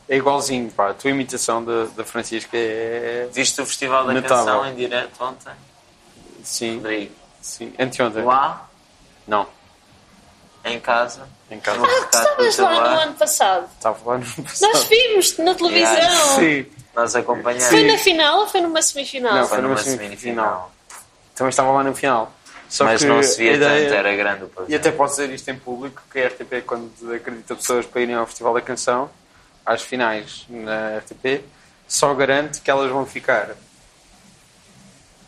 É igualzinho, pá. A tua imitação da, da Francisca é. Viste o Festival da Notável. Canção em direto ontem? Sim, Rodrigo. sim. Anteontem. Lá, Não, em casa. em casa. Tá Ah, tu estavas lá no ano passado. Estava lá no passado. Nós vimos na televisão. Yeah. Sim. Nós acompanhamos. Foi na final ou foi numa semifinal? Não, Foi numa Foi numa semifinal. Também estava lá no final. Só Mas que não se via a ideia- tanto, era grande o E pavilhão. até posso dizer isto em público, que a RTP, quando acredita pessoas para irem ao Festival da Canção, às finais na RTP, só garante que elas vão ficar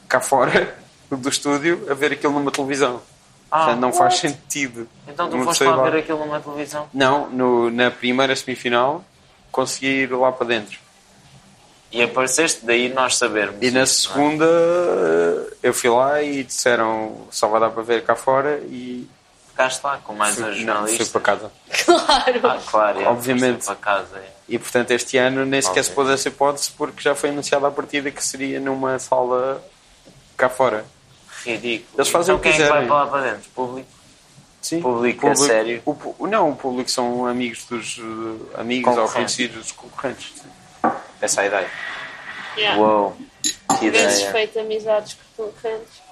cá fora do estúdio a ver aquilo numa televisão. Ah, Portanto, não faz sentido. Então tu Não foste sei lá lá. ver aquilo numa televisão? Não, no- na primeira semifinal consegui ir lá para dentro. E apareceste daí nós sabermos. E na isso, não é? segunda eh, eu fui lá e disseram só vai dar para ver cá fora e Ficaste lá com mais um não, fui jornalista. para casa. Claro. Ah, claro, é, Obviamente. foste Para casa, é. E portanto este ano nem sequer Ok. se pôs essa hipótese porque já foi anunciada a partida que seria numa sala cá fora. Ridículo. Eles fazem então o que quem é que vai quiserem. para lá para dentro? Público? Sim. Público, é sério? o pu- o- não, o público são amigos dos eh, amigos ou Concorrentes. conhecidos dos concorrentes. Essa é a ideia. Yeah. Uou, que Vezes ideia. feito amizades com concorrentes.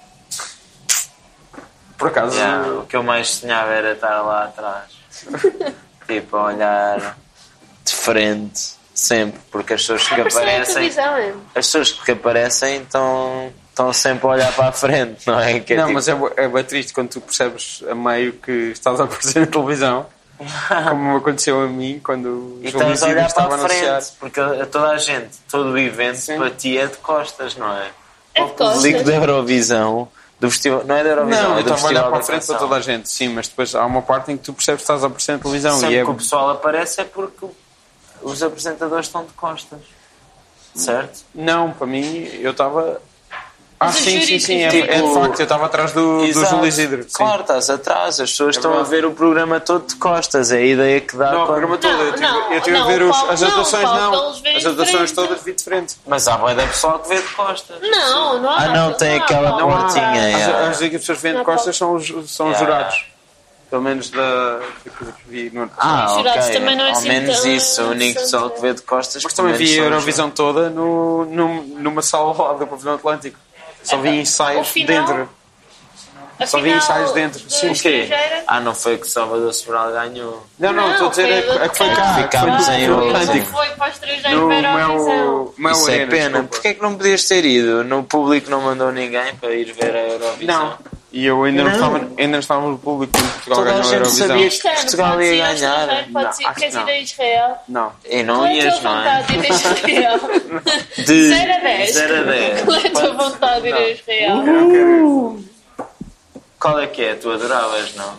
Por acaso, Yeah, o que eu mais sonhava era estar lá atrás. tipo, a olhar de frente, sempre, porque as pessoas que Apareceu na aparecem. televisão, é? As pessoas que aparecem estão estão sempre a olhar para a frente, não é? Que é não, tipo, mas é, bué- é bem triste quando tu percebes a meio que estás a aparecer na televisão, como aconteceu a mim quando E o estás a Luís Ives olhar para estava a a frente, anunciar. porque a- toda a gente, todo o evento Sim. para ti é de costas, não é? É de O público da costas. Eurovisão, do festival, não é da Eurovisão, Não, é eu do estava a olhar festival para da a frente para Canção. toda a gente, sim, mas depois há uma parte em que tu percebes que estás a aparecer na televisão Sempre e é que o pessoal aparece é porque os apresentadores estão de costas, certo? Não, para mim, eu estava. Ah, Mas o sim, sim, júri sim, é, tipo- é de facto, eu estava atrás do, do Exato. Júlio Isidro. sim. É Claro, estás atrás, as pessoas estão a verdade. ver o programa todo de costas, é a ideia que Não, dá Ah, o quando- programa todo, eu tive, não, eu tive não, a ver o os- palco- as não, o atuações, palco não. eles veem As de atuações frente. todas vi de frente. Mas há boia da pessoal que vê de costas. Não, não há Ah, não, nada, há tem aquela nada. portinha, é. As, Yeah. as que as pessoas vêm de Não, costas são os, são os Yeah. jurados. Pelo menos da, daquilo que vi no ano passado. Ah, Os jurados também não é Ao assim menos tão isso, o único interessante, pessoal que vê de costas. Mas também pelo menos vi a são os Eurovisão toda no, num- numa sala lá do Pavilhão Atlântico. Só vi O ensaios final- dentro. A Só vi final ensaios dentro. da Sim, o quê? estrangeira- Ah, não foi que Salvador Sobral ganhou. Não, não, Não, estou a dizer foi é, que- é que foi é do cá. que Carlos. foi no Ficámos em Pavilhão Eurovisão. Quando Atlântico. foi para os estrangeiros No para a Eurovisão. meu, meu Isso é arena, pena. desculpa. Porquê é que não podias ter ido? No público não mandou ninguém para ir ver a Eurovisão. Não. E eu ainda não, Não. estava, ainda não estava no público quando Portugal Toda a ganhou a gente Eurovisão. sabia que- Este ano, Portugal podes ia ir ao ganhar. estrangeiro, podes Não, ir, acho queres que ir a Israel? Não. E Qual não é a tua ias, não é? vontade de ir a Israel? De Zero a dez. 0 a 10. Qual é a tua vontade de ir a Israel? Uh, Qual é que é? Tu adoravas, não?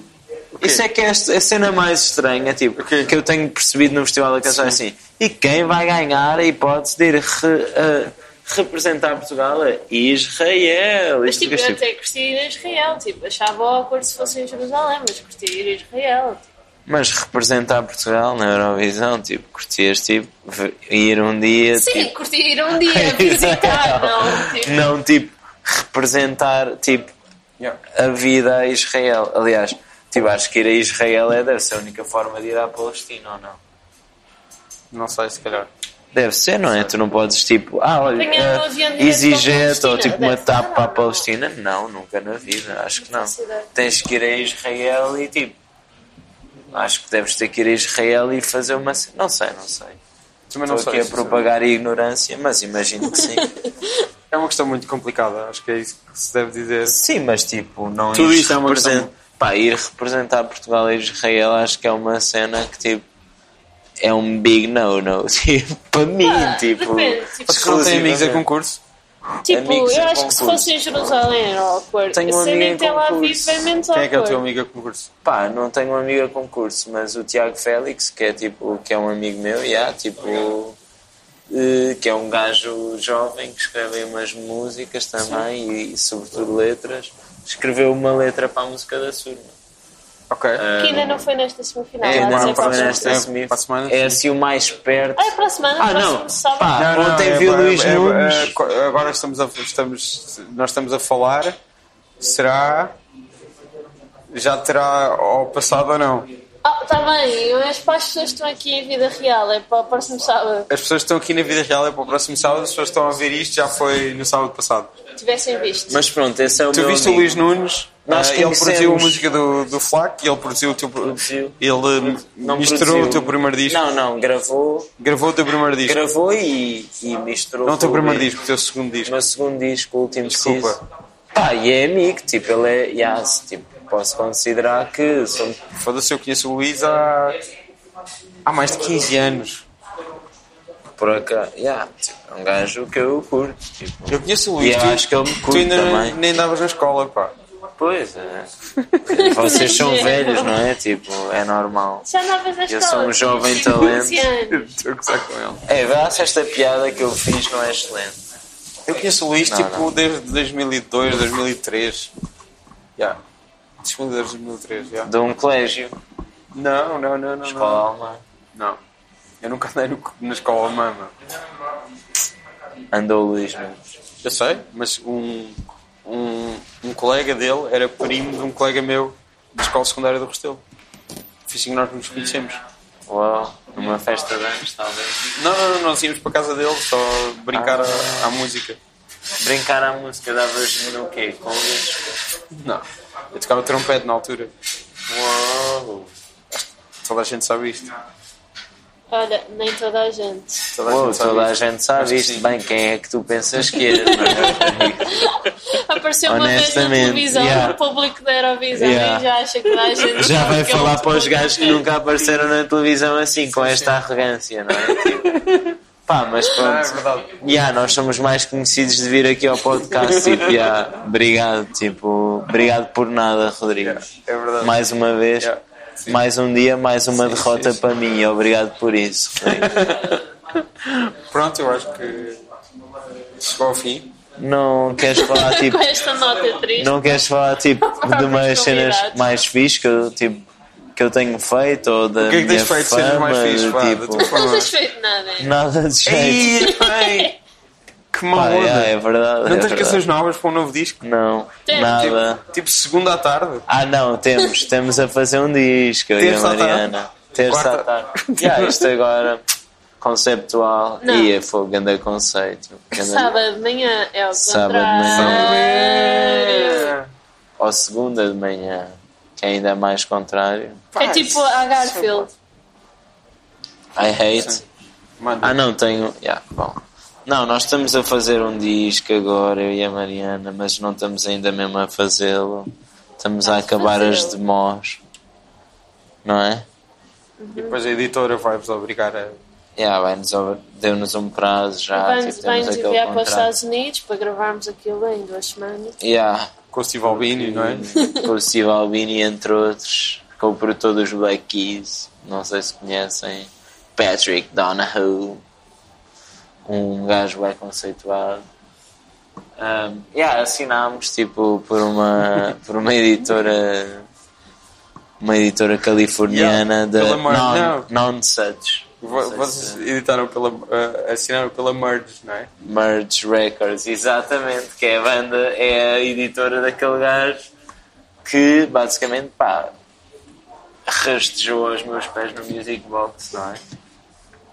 Isso é que é a a cena mais estranha, tipo, que eu tenho percebido no Festival da Canção é assim. E quem vai ganhar a hipótese de ir re- a representar Portugal é Israel. Mas E tipo, ficas, eu tipo, até curti ir a Israel, tipo, achava awkward se fosse em Jerusalém, mas curti ir a Israel. Mas representar Portugal na Eurovisão, tipo, curtias, tipo, ve- ir um dia, Sim, tipo, curti ir um dia visitar, não? Tipo, não, tipo, representar, tipo, Yeah. a vida a Israel. Aliás, tipo, acho que ir a Israel é, deve ser a única forma de ir à Palestina, ou não? Não sei, se calhar. Deve ser, não é? Tu não podes, tipo, ah, olha, Apanhar um eh, avião direto para a exigente, ou Palestina, tipo, uma deve ser, TAP para a não. Palestina. Não, nunca na vida, acho que não. faço ideia. Tens que ir a Israel e, tipo, acho que deves ter que ir a Israel e fazer uma... ce- Não sei, não sei. Também não Estou aqui sei. a propagar a ignorância, mas imagino que sim. É uma questão muito complicada, acho que é isso que se deve dizer. sim, mas tipo, não Tudo ir isto é uma represen- questão- Pá, ir representar Portugal e Israel acho que é uma cena que tipo. É um big no-no, tipo, para mim, Ah, tipo. depende, tipo, Mas que não tem amigos a concurso? tipo, amigos eu em acho que se concurso. fosse em Jerusalém era awkward. Tenho um Se amigo nem em tem lá concurso. vivo é menos Quem é que é o teu awkward. amigo a concurso? Pá, não tenho um amigo a concurso, mas o Tiago Félix, que é tipo, que é um amigo meu, e há tipo. eh, Que é um gajo jovem que escreve aí umas músicas também e, e, sobretudo, letras. Escreveu uma letra para a música da Surma. Ok. Ah, Que ainda não foi nesta semifinal. É, lá, não, mas é foi para a semana. nesta É, semi- para a semana, É sim. assim o mais perto. Ah, é para a semana, Ah, próximo não. sábado. Pá, ontem vi o é- Luís é- é- Nunes. é- co- agora estamos a, estamos, nós estamos a falar, será. Já terá ou passado ou não? Ah, está bem, mas para as pessoas que estão aqui em vida real, é para o próximo sábado, As pessoas que estão aqui na vida real é para o próximo sábado, as pessoas que estão a ver isto já foi no sábado passado. tivessem visto. Mas pronto, esse é o Tu meu viste o amigo. Luís Nunes? Nós Ah, ele conhecemos. produziu a música do, do Flaco e ele produziu o teu. Produziu. Ele hum, Não misturou produziu. o teu primeiro disco. Não, não, gravou, Gravou o teu primeiro disco. gravou e, e misturou. Não o teu com primeiro meu- disco, o teu segundo O disco. meu segundo disco, o último Desculpa. preciso. Pá, e é amigo, tipo, ele é. Yes, tipo, posso considerar que somos Foda-se, eu conheço o Luís há. há mais de 15 anos. por acá. Yeah, tipo, é um gajo que eu curto. Tipo, Eu conheço o e Luís. eu tu- acho que ele me Tu curte ainda também. nem andavas na escola, pá. Pois é. Vocês são velhos, não é? Tipo, é normal. Já andavas na Eu sou escola. um jovem tinha 15 anos. Estou a gozar com ele. É, vá se esta piada que eu fiz não é excelente. Eu conheço o Luís Não, tipo não. desde 2002, 2003. Já. 2002, 2003, já. De um colégio. Não, não, não, não. Escola alemã. Não. não. Eu nunca andei no- na escola mama. Andou o É, Luís Nunes. Eu sei, mas um, um, um colega dele era primo de um colega meu da escola secundária do Restelo. Foi assim que nós nos conhecemos. Uau, numa festa de anos, talvez. Não, não, não, nós íamos para a casa dele só brincar à, à música. Brincar à música davas no quê? Com um Luís? Não. Eu tocava trompete na altura. Uau. Toda a gente sabe isto. Olha, nem toda a gente. Toda a Uou, gente sabe toda a isto. gente Acho sabe que isto sim. bem. Quem é que tu pensas que és? é? Apareceu uma vez na Honestamente, televisão, yeah. o público da Eurovisão, Yeah. e já acha que toda a gente. Já vai sabe que é um falar para os puto. gajos que nunca apareceram na televisão assim, com esta arrogância, não é? Tipo, Pá, mas Ah, é pronto. verdade. Yeah, nós somos mais conhecidos de vir aqui ao podcast. Tipo, yeah, obrigado, tipo, obrigado por nada, Rodrigo. Yeah, é verdade. Mais uma vez, Yeah, sim. mais um dia, mais uma Sim, derrota sim, sim. para mim. Obrigado por isso, Rodrigo. Pronto, eu acho que chegou ao fim. Não queres falar, tipo, Com esta nota triste. não queres falar, tipo, de umas cenas Convidados. mais fixe que eu, tipo, que eu tenho feito ou da O que é que minha tens feito de fama, cenas mais fixe? Pá, da tua tipo, Não forma? tens feito nada. é? hein? nada de jeito. Ei, bem! Que mal Pá, yeah, é verdade. Não é tens verdade. canções novas para um novo disco? Não, Temos. nada. Tipo, tipo segunda à tarde. Ah, não, temos. Estamos a fazer um disco, eu e a Terça à tarde. Mariana. Terça à Quarta. tarde. Yeah, isto agora, conceptual. Não. E é fogo, grande conceito. Ganda- Sábado de manhã é o Sábado de manhã. contrário. Ou segunda de manhã, que é ainda mais contrário. É tipo a Garfield. I hate. Mano, Ah, não, tenho. Yeah, bom. Não, nós estamos a fazer um disco agora, eu e a Mariana, mas não estamos ainda mesmo a fazê-lo. Estamos a acabar as fazê-lo. demós. Não é? e depois a editora vai-vos obrigar a. Yeah, vai-nos ob- deu-nos um prazo já. Vai-nos tipo, temos vai-nos aquele enviar para os contrato. Estados Unidos para gravarmos aquilo em duas semanas. Yeah, com o Steve Albini, não é? com o Steve Albini, entre outros, com o produtor dos Black Keys, não sei se conhecem, Patrick Donahue, um gajo bem conceituado. é. Um, yeah, assinámos tipo por uma, por uma editora uma editora californiana Yeah, da pela Mar- non, non Such Vo- Vocês editaram pela. ah, assinaram pela Merge, não é? Merge Records, exatamente, que é a banda, é a editora daquele gajo que basicamente pá rastejou aos meus pés no Music Box, não é?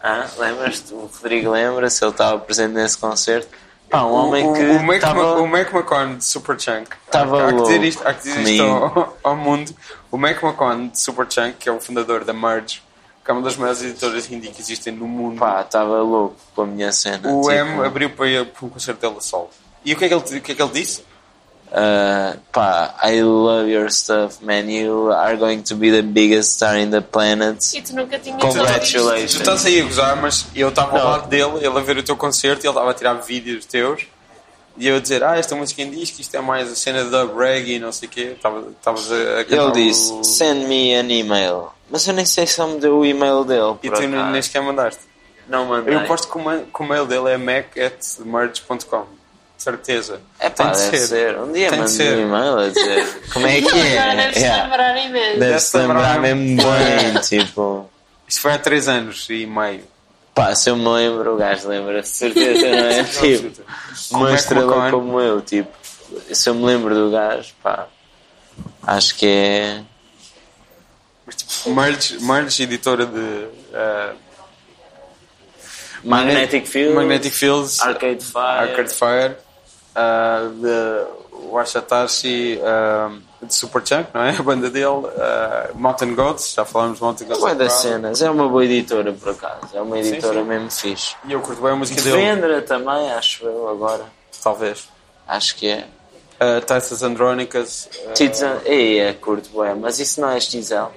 Hã? Lembras-te? O Rodrigo lembra-se, ele estava presente nesse concerto. Pá, um homem o, o- o que Mac Ma- o estava. Mac McCon de Superchunk. Tava há, há que dizer louco isto, há que dizer isto comigo. ao, ao mundo. O Mac McCon de Superchunk, que é o fundador da Merge, que é uma das maiores editoras indie que existem no mundo. Pá, estava louco com a minha cena. o tipo, M abriu para, ele- para um concerto dele a solo. E o que é que ele, o que é que ele disse? uh, pá, I love your stuff, man. You are going to be the biggest star in the planet. E tu nunca tinhas ouvido. Congratulations. Tu estás aí a gozar, mas eu estava Não. ao lado dele, ele a ver o teu concerto, e ele estava a tirar vídeos teus. E eu a dizer, ah, esta música em disco, isto é mais a cena da reggae e não sei o quê. Estava- Estavas a, a cantar Ele disse, o... send me an email. Mas eu nem sei se ele me deu o e-mail dele. E por tu acaso. nem nem sequer mandaste. Não é? mandei. Eu aposto que o, ma- que o mail dele é mac.merge.com. De certeza. É pá, deve ser. Um dia Tem de mandei ser. um e-mail a dizer como é que é. Agora deves Yeah. lembrar imenso. Deve-se Deve-se lembrar lembrar. mesmo bem, tipo... Isto foi há 3 anos e meio. Pá, se eu me lembro, o gajo lembra-se, de certeza, não é? tipo, Como é uma que estrela uma con- como eu, tipo... Se eu me lembro do gajo, pá... Acho que é... Mas tipo, Merge, Merge, editora de eh, Magnetic Fields, Magnetic Fields, Arcade Fire, Arcade Fire, eh, de Warsha Tarshi, eh, de Superchunk, não é? A banda dele, eh, Mountain Gods, já falámos de Mountain Gods. Não é das há bocado. cenas, é uma boa editora por acaso, é uma editora sim. mesmo fixe. E eu curto bem a música De dele, Vendra também, acho eu agora. talvez. Acho que é. Eh, Titus Andronicus. eh, Titan, e é curto, bem, mas isso não é XL.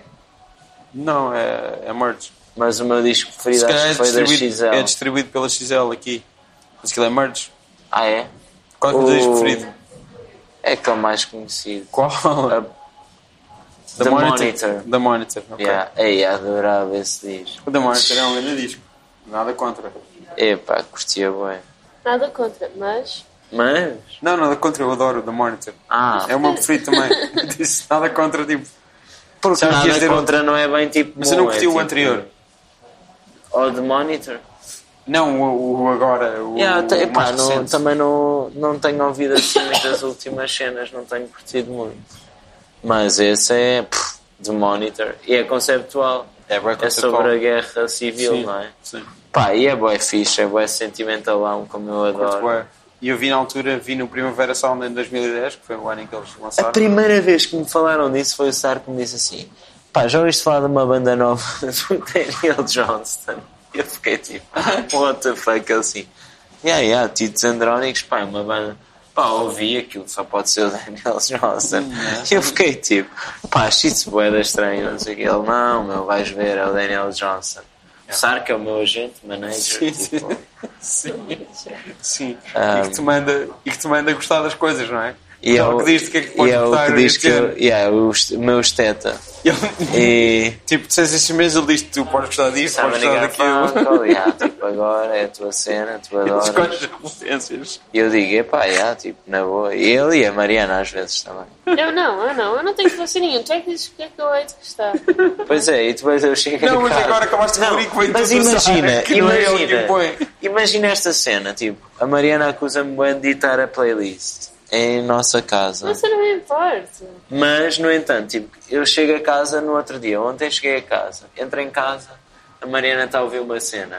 Não, é, é Merge. Mas o meu disco Se preferido calhar acho é que foi da distribuído, XL. é distribuído pela XL aqui. Mas aquilo é Merge. Ah, é? Qual é o teu disco O- preferido? É aquele mais conhecido. Qual? A- The Monitor. The Monitor, ok. Yeah. Ei, adorava esse disco. O The Monitor é um grande disco. Nada contra. Epá, curtia bem. Nada contra, mas. Mas. Não, nada contra, eu adoro o The Monitor. Ah, É o meu preferido também. Eu Disse nada contra, tipo. porque sabes que nada este era- contra não é bem tipo. Mas eu não bom, é curti o tipo- anterior. Ou The Monitor. Não, o, o agora. O, Yeah, o te- epá, mais não- recente. também não, não tenho ouvido assim muitas últimas cenas, não tenho curtido muito. Mas esse é pff, The Monitor. E é conceptual. É, bué É conceptual. sobre a guerra civil, Sim, não é? Sim. Pá, e é bué fixe, é bué sentimentalão, como eu Curto adoro. bué. E eu vi na altura, vi no Primavera Sound em 2010, que foi o ano em que eles A lançaram. primeira vez que me falaram disso foi o Sar que me disse assim: pá, já ouviste falar de uma banda nova do Daniel Johnston? E Eu fiquei tipo, what the fuck, ele assim. Yeah, yeah, Titos Andrónicos, pá, é uma banda. Pá, ouvi aquilo, só pode ser o Daniel Uhum. Johnston. E eu fiquei tipo, pá, acho isso boeda estranho. Não sei o que. Ele, não, meu, vais ver, é o Daniel Johnston. O Sark é o meu agente, manager. Sim, sim. tipo, Sim. Sim. Ah. E, que te manda, e que te manda gostar das coisas, não é? é E é o que diz o que é que e podes é o gostar que e diz que eu, dizer. yeah, o est- meu esteta. Ele- E. Tipo, tu tens estes meses, ele diz tu podes gostar disto, Sabe podes ninguém gostar daquilo. daquilo. Yeah, tipo, agora é a tua cena, tu Ele escolhe adoras. as referências. E eu digo, epá, yeah, tipo, na boa. E ele e a Mariana às vezes também. Eu não, eu não, eu não tenho influência nenhuma. Tu é que dizes porque é que eu hei de gostar. Pois é, e depois eu chego Não, a mas casa. agora acabaste de Não, descobrir que veio Mas tudo do Sara, imagina, que não é ele que imagina, põe. imagina esta cena, tipo, a Mariana acusa-me bué de editar a playlist em nossa casa. Mas eu não me importo. Mas, no entanto, tipo, eu chego a casa no outro dia. Ontem cheguei a casa, entro em casa, a Mariana está a ouvir uma cena.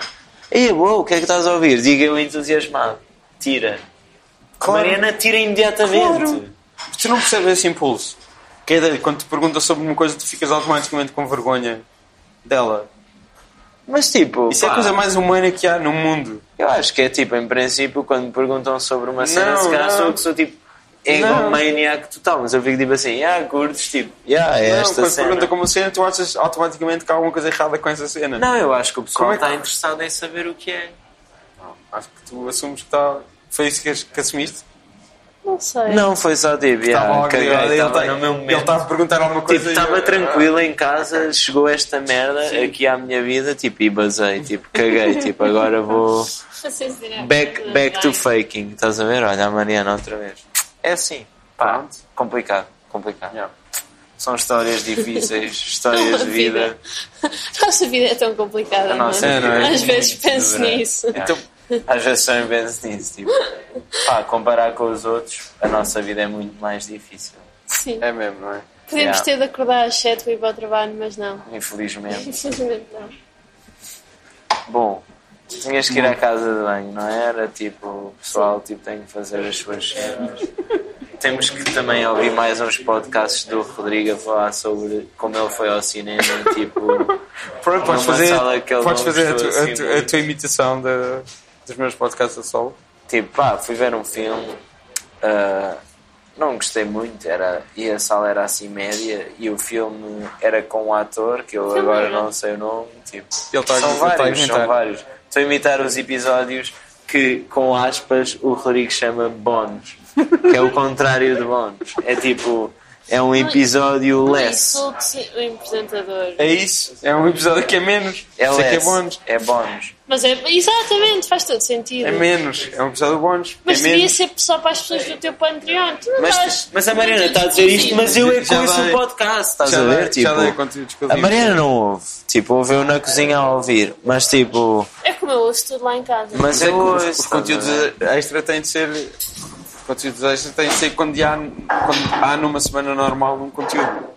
E uou, o que é que estás a ouvir? Diga eu entusiasmado. Tira. Claro. A Mariana tira imediatamente. Tu não percebes esse impulso. Que é de- quando te pergunta sobre uma coisa, tu ficas automaticamente com vergonha dela. Mas, tipo, Isso é a pá, coisa mais humana que há no mundo. eu acho que é tipo, em princípio, quando me perguntam sobre uma cena, Não, se calhar não. sou que sou tipo egomaniaco total. Mas eu fico tipo assim, ah, curtes, tipo, ah, é não, esta quando te cena. pergunta como uma cena, tu achas automaticamente que há alguma coisa errada com essa cena. Não, eu acho que o pessoal Como é que- está interessado em saber o que é. Acho que tu assumes que está. Foi isso que, as- que assumiste? Não sei. Não, foi só tipo, Estava ah, logo caguei, ligado, estava ele tá no meu está- ele momento. estava a perguntar alguma coisa. e- Tipo, ah, estava tranquilo em casa, chegou esta merda Sim. aqui à minha vida, tipo, e basei, tipo, caguei, tipo, agora vou Vocês dirão. back, back to Ai. faking, estás a ver? Olha a Mariana outra vez. É assim, pá, complicado, complicado. Yeah. São histórias difíceis, histórias de vida. A nossa vida é tão complicada. A nossa não é? vida é Às muito vezes penso dura. nisso. Então, às vezes só penso nisso, tipo, pá, comparar com os outros, a nossa vida é muito mais difícil, Sim. É mesmo, não é? Podíamos Yeah. ter de acordar às 7 para ir para o trabalho, mas não. infelizmente. Infelizmente não. Bom, tu tinhas que ir à casa de banho, não é? era? Tipo, o pessoal tipo, tem que fazer as suas cenas. Temos que também ouvir mais uns podcasts do Rodrigo a falar sobre como ele foi ao cinema, tipo, Pronto, podes Numa fazer, sala que ele podes não fazer a, tu, gostou, a, assim, tu- a tua imitação da- dos meus podcasts a solo. tipo, pá, fui ver um filme, ah, não gostei muito, era, e a sala era assim média, e o filme era com um ator, que eu agora não sei o nome, tipo, Ele tá a- são ele tá a vários, são imitar. vários. Estou a imitar os episódios que, com aspas, o Rodrigo chama bónus, que é o contrário de bónus. É tipo, é um episódio less. Insulte o apresentador. É isso, é um episódio que é menos. É Isso é que é less, bónus. é bónus. Mas é. Exatamente, faz todo sentido. É menos, é um episódio bónus. Mas é devia menos. ser só para as pessoas do teu panteão. Tu não Mas, estás- mas a Mariana está a dizer isto, mas eu é que Já ouço dei- o podcast, estás já a dei- ver? já Tipo, dei conteúdo exclusivo. a Mariana não ouve, tipo, ouve eu na cozinha a ouvir, mas tipo, É como eu ouço tudo lá em casa. mas é que eu os, ouço. os estás a conteúdos ver? extra têm de ser. Os conteúdos extra têm de ser quando há, quando há numa semana normal um conteúdo.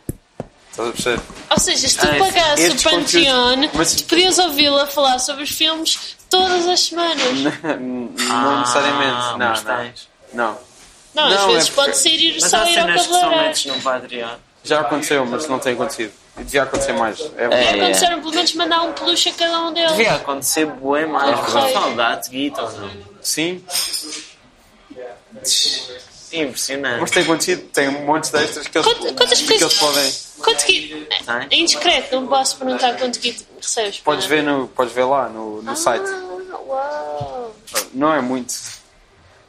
Estás a perceber? Ou seja, se tu Ah, esse- pagasses estes o Pantheon, conteúdos- mas- tu podias ouvi-la falar sobre os filmes todas as semanas. não necessariamente. Não, Ah, mas não. é. tens. Não. Não, às Não, é vezes porque- pode ser ir Mas só há ir ao cenas que são metes cabeleireiro. no Patreon. Já aconteceu, mas não tem acontecido. E devia acontecer mais. É, E É, aconteceram pelo menos mandar um peluche a cada um deles. Devia acontecer bué mais. Ok. Saudade, Guita, ou não? Sim, mas Impressionante. tem acontecido. Tem um monte destas que eles, Quant- quantas que eles coisas- podem. Quanto que. Tem? É indiscreto, não posso perguntar quanto que recebes. Podes não é? ver, no, podes ver lá no, no site. Ah, uau! Não é muito.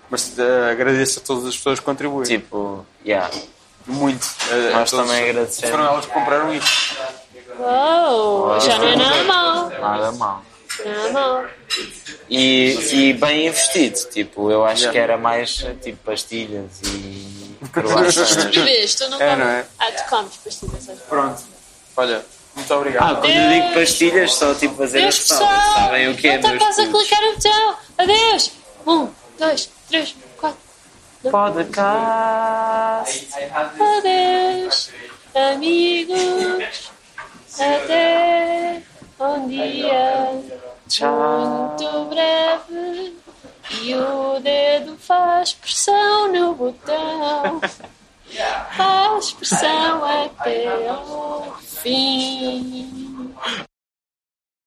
Mas eh, agradeço a todas as pessoas que contribuem. Tipo, yeah. Muito. eh, Nós a todas. também agradecemos. Foram elas que compraram isto. Uau! Já não é nada mal. é Nada mal. Nada mal. E, e bem investido, tipo, eu acho Yeah. que era mais eh, tipo pastilhas e Tu croissants. bebês, tu não É, comes. não é? Ah, tu comes pastilhas. sabes? Pronto. Olha, muito obrigado. Ah, quando eu digo pastilhas, só tipo fazer Adeus, as pessoal! salas, sabem o que é não está meus quase a putos. clicar no botão! Adeus! Um, dois, três, quatro. Podcast. Adeus, amigos. Até um dia muito breve. E o dedo faz pressão no botão. Faz pressão até ao fim.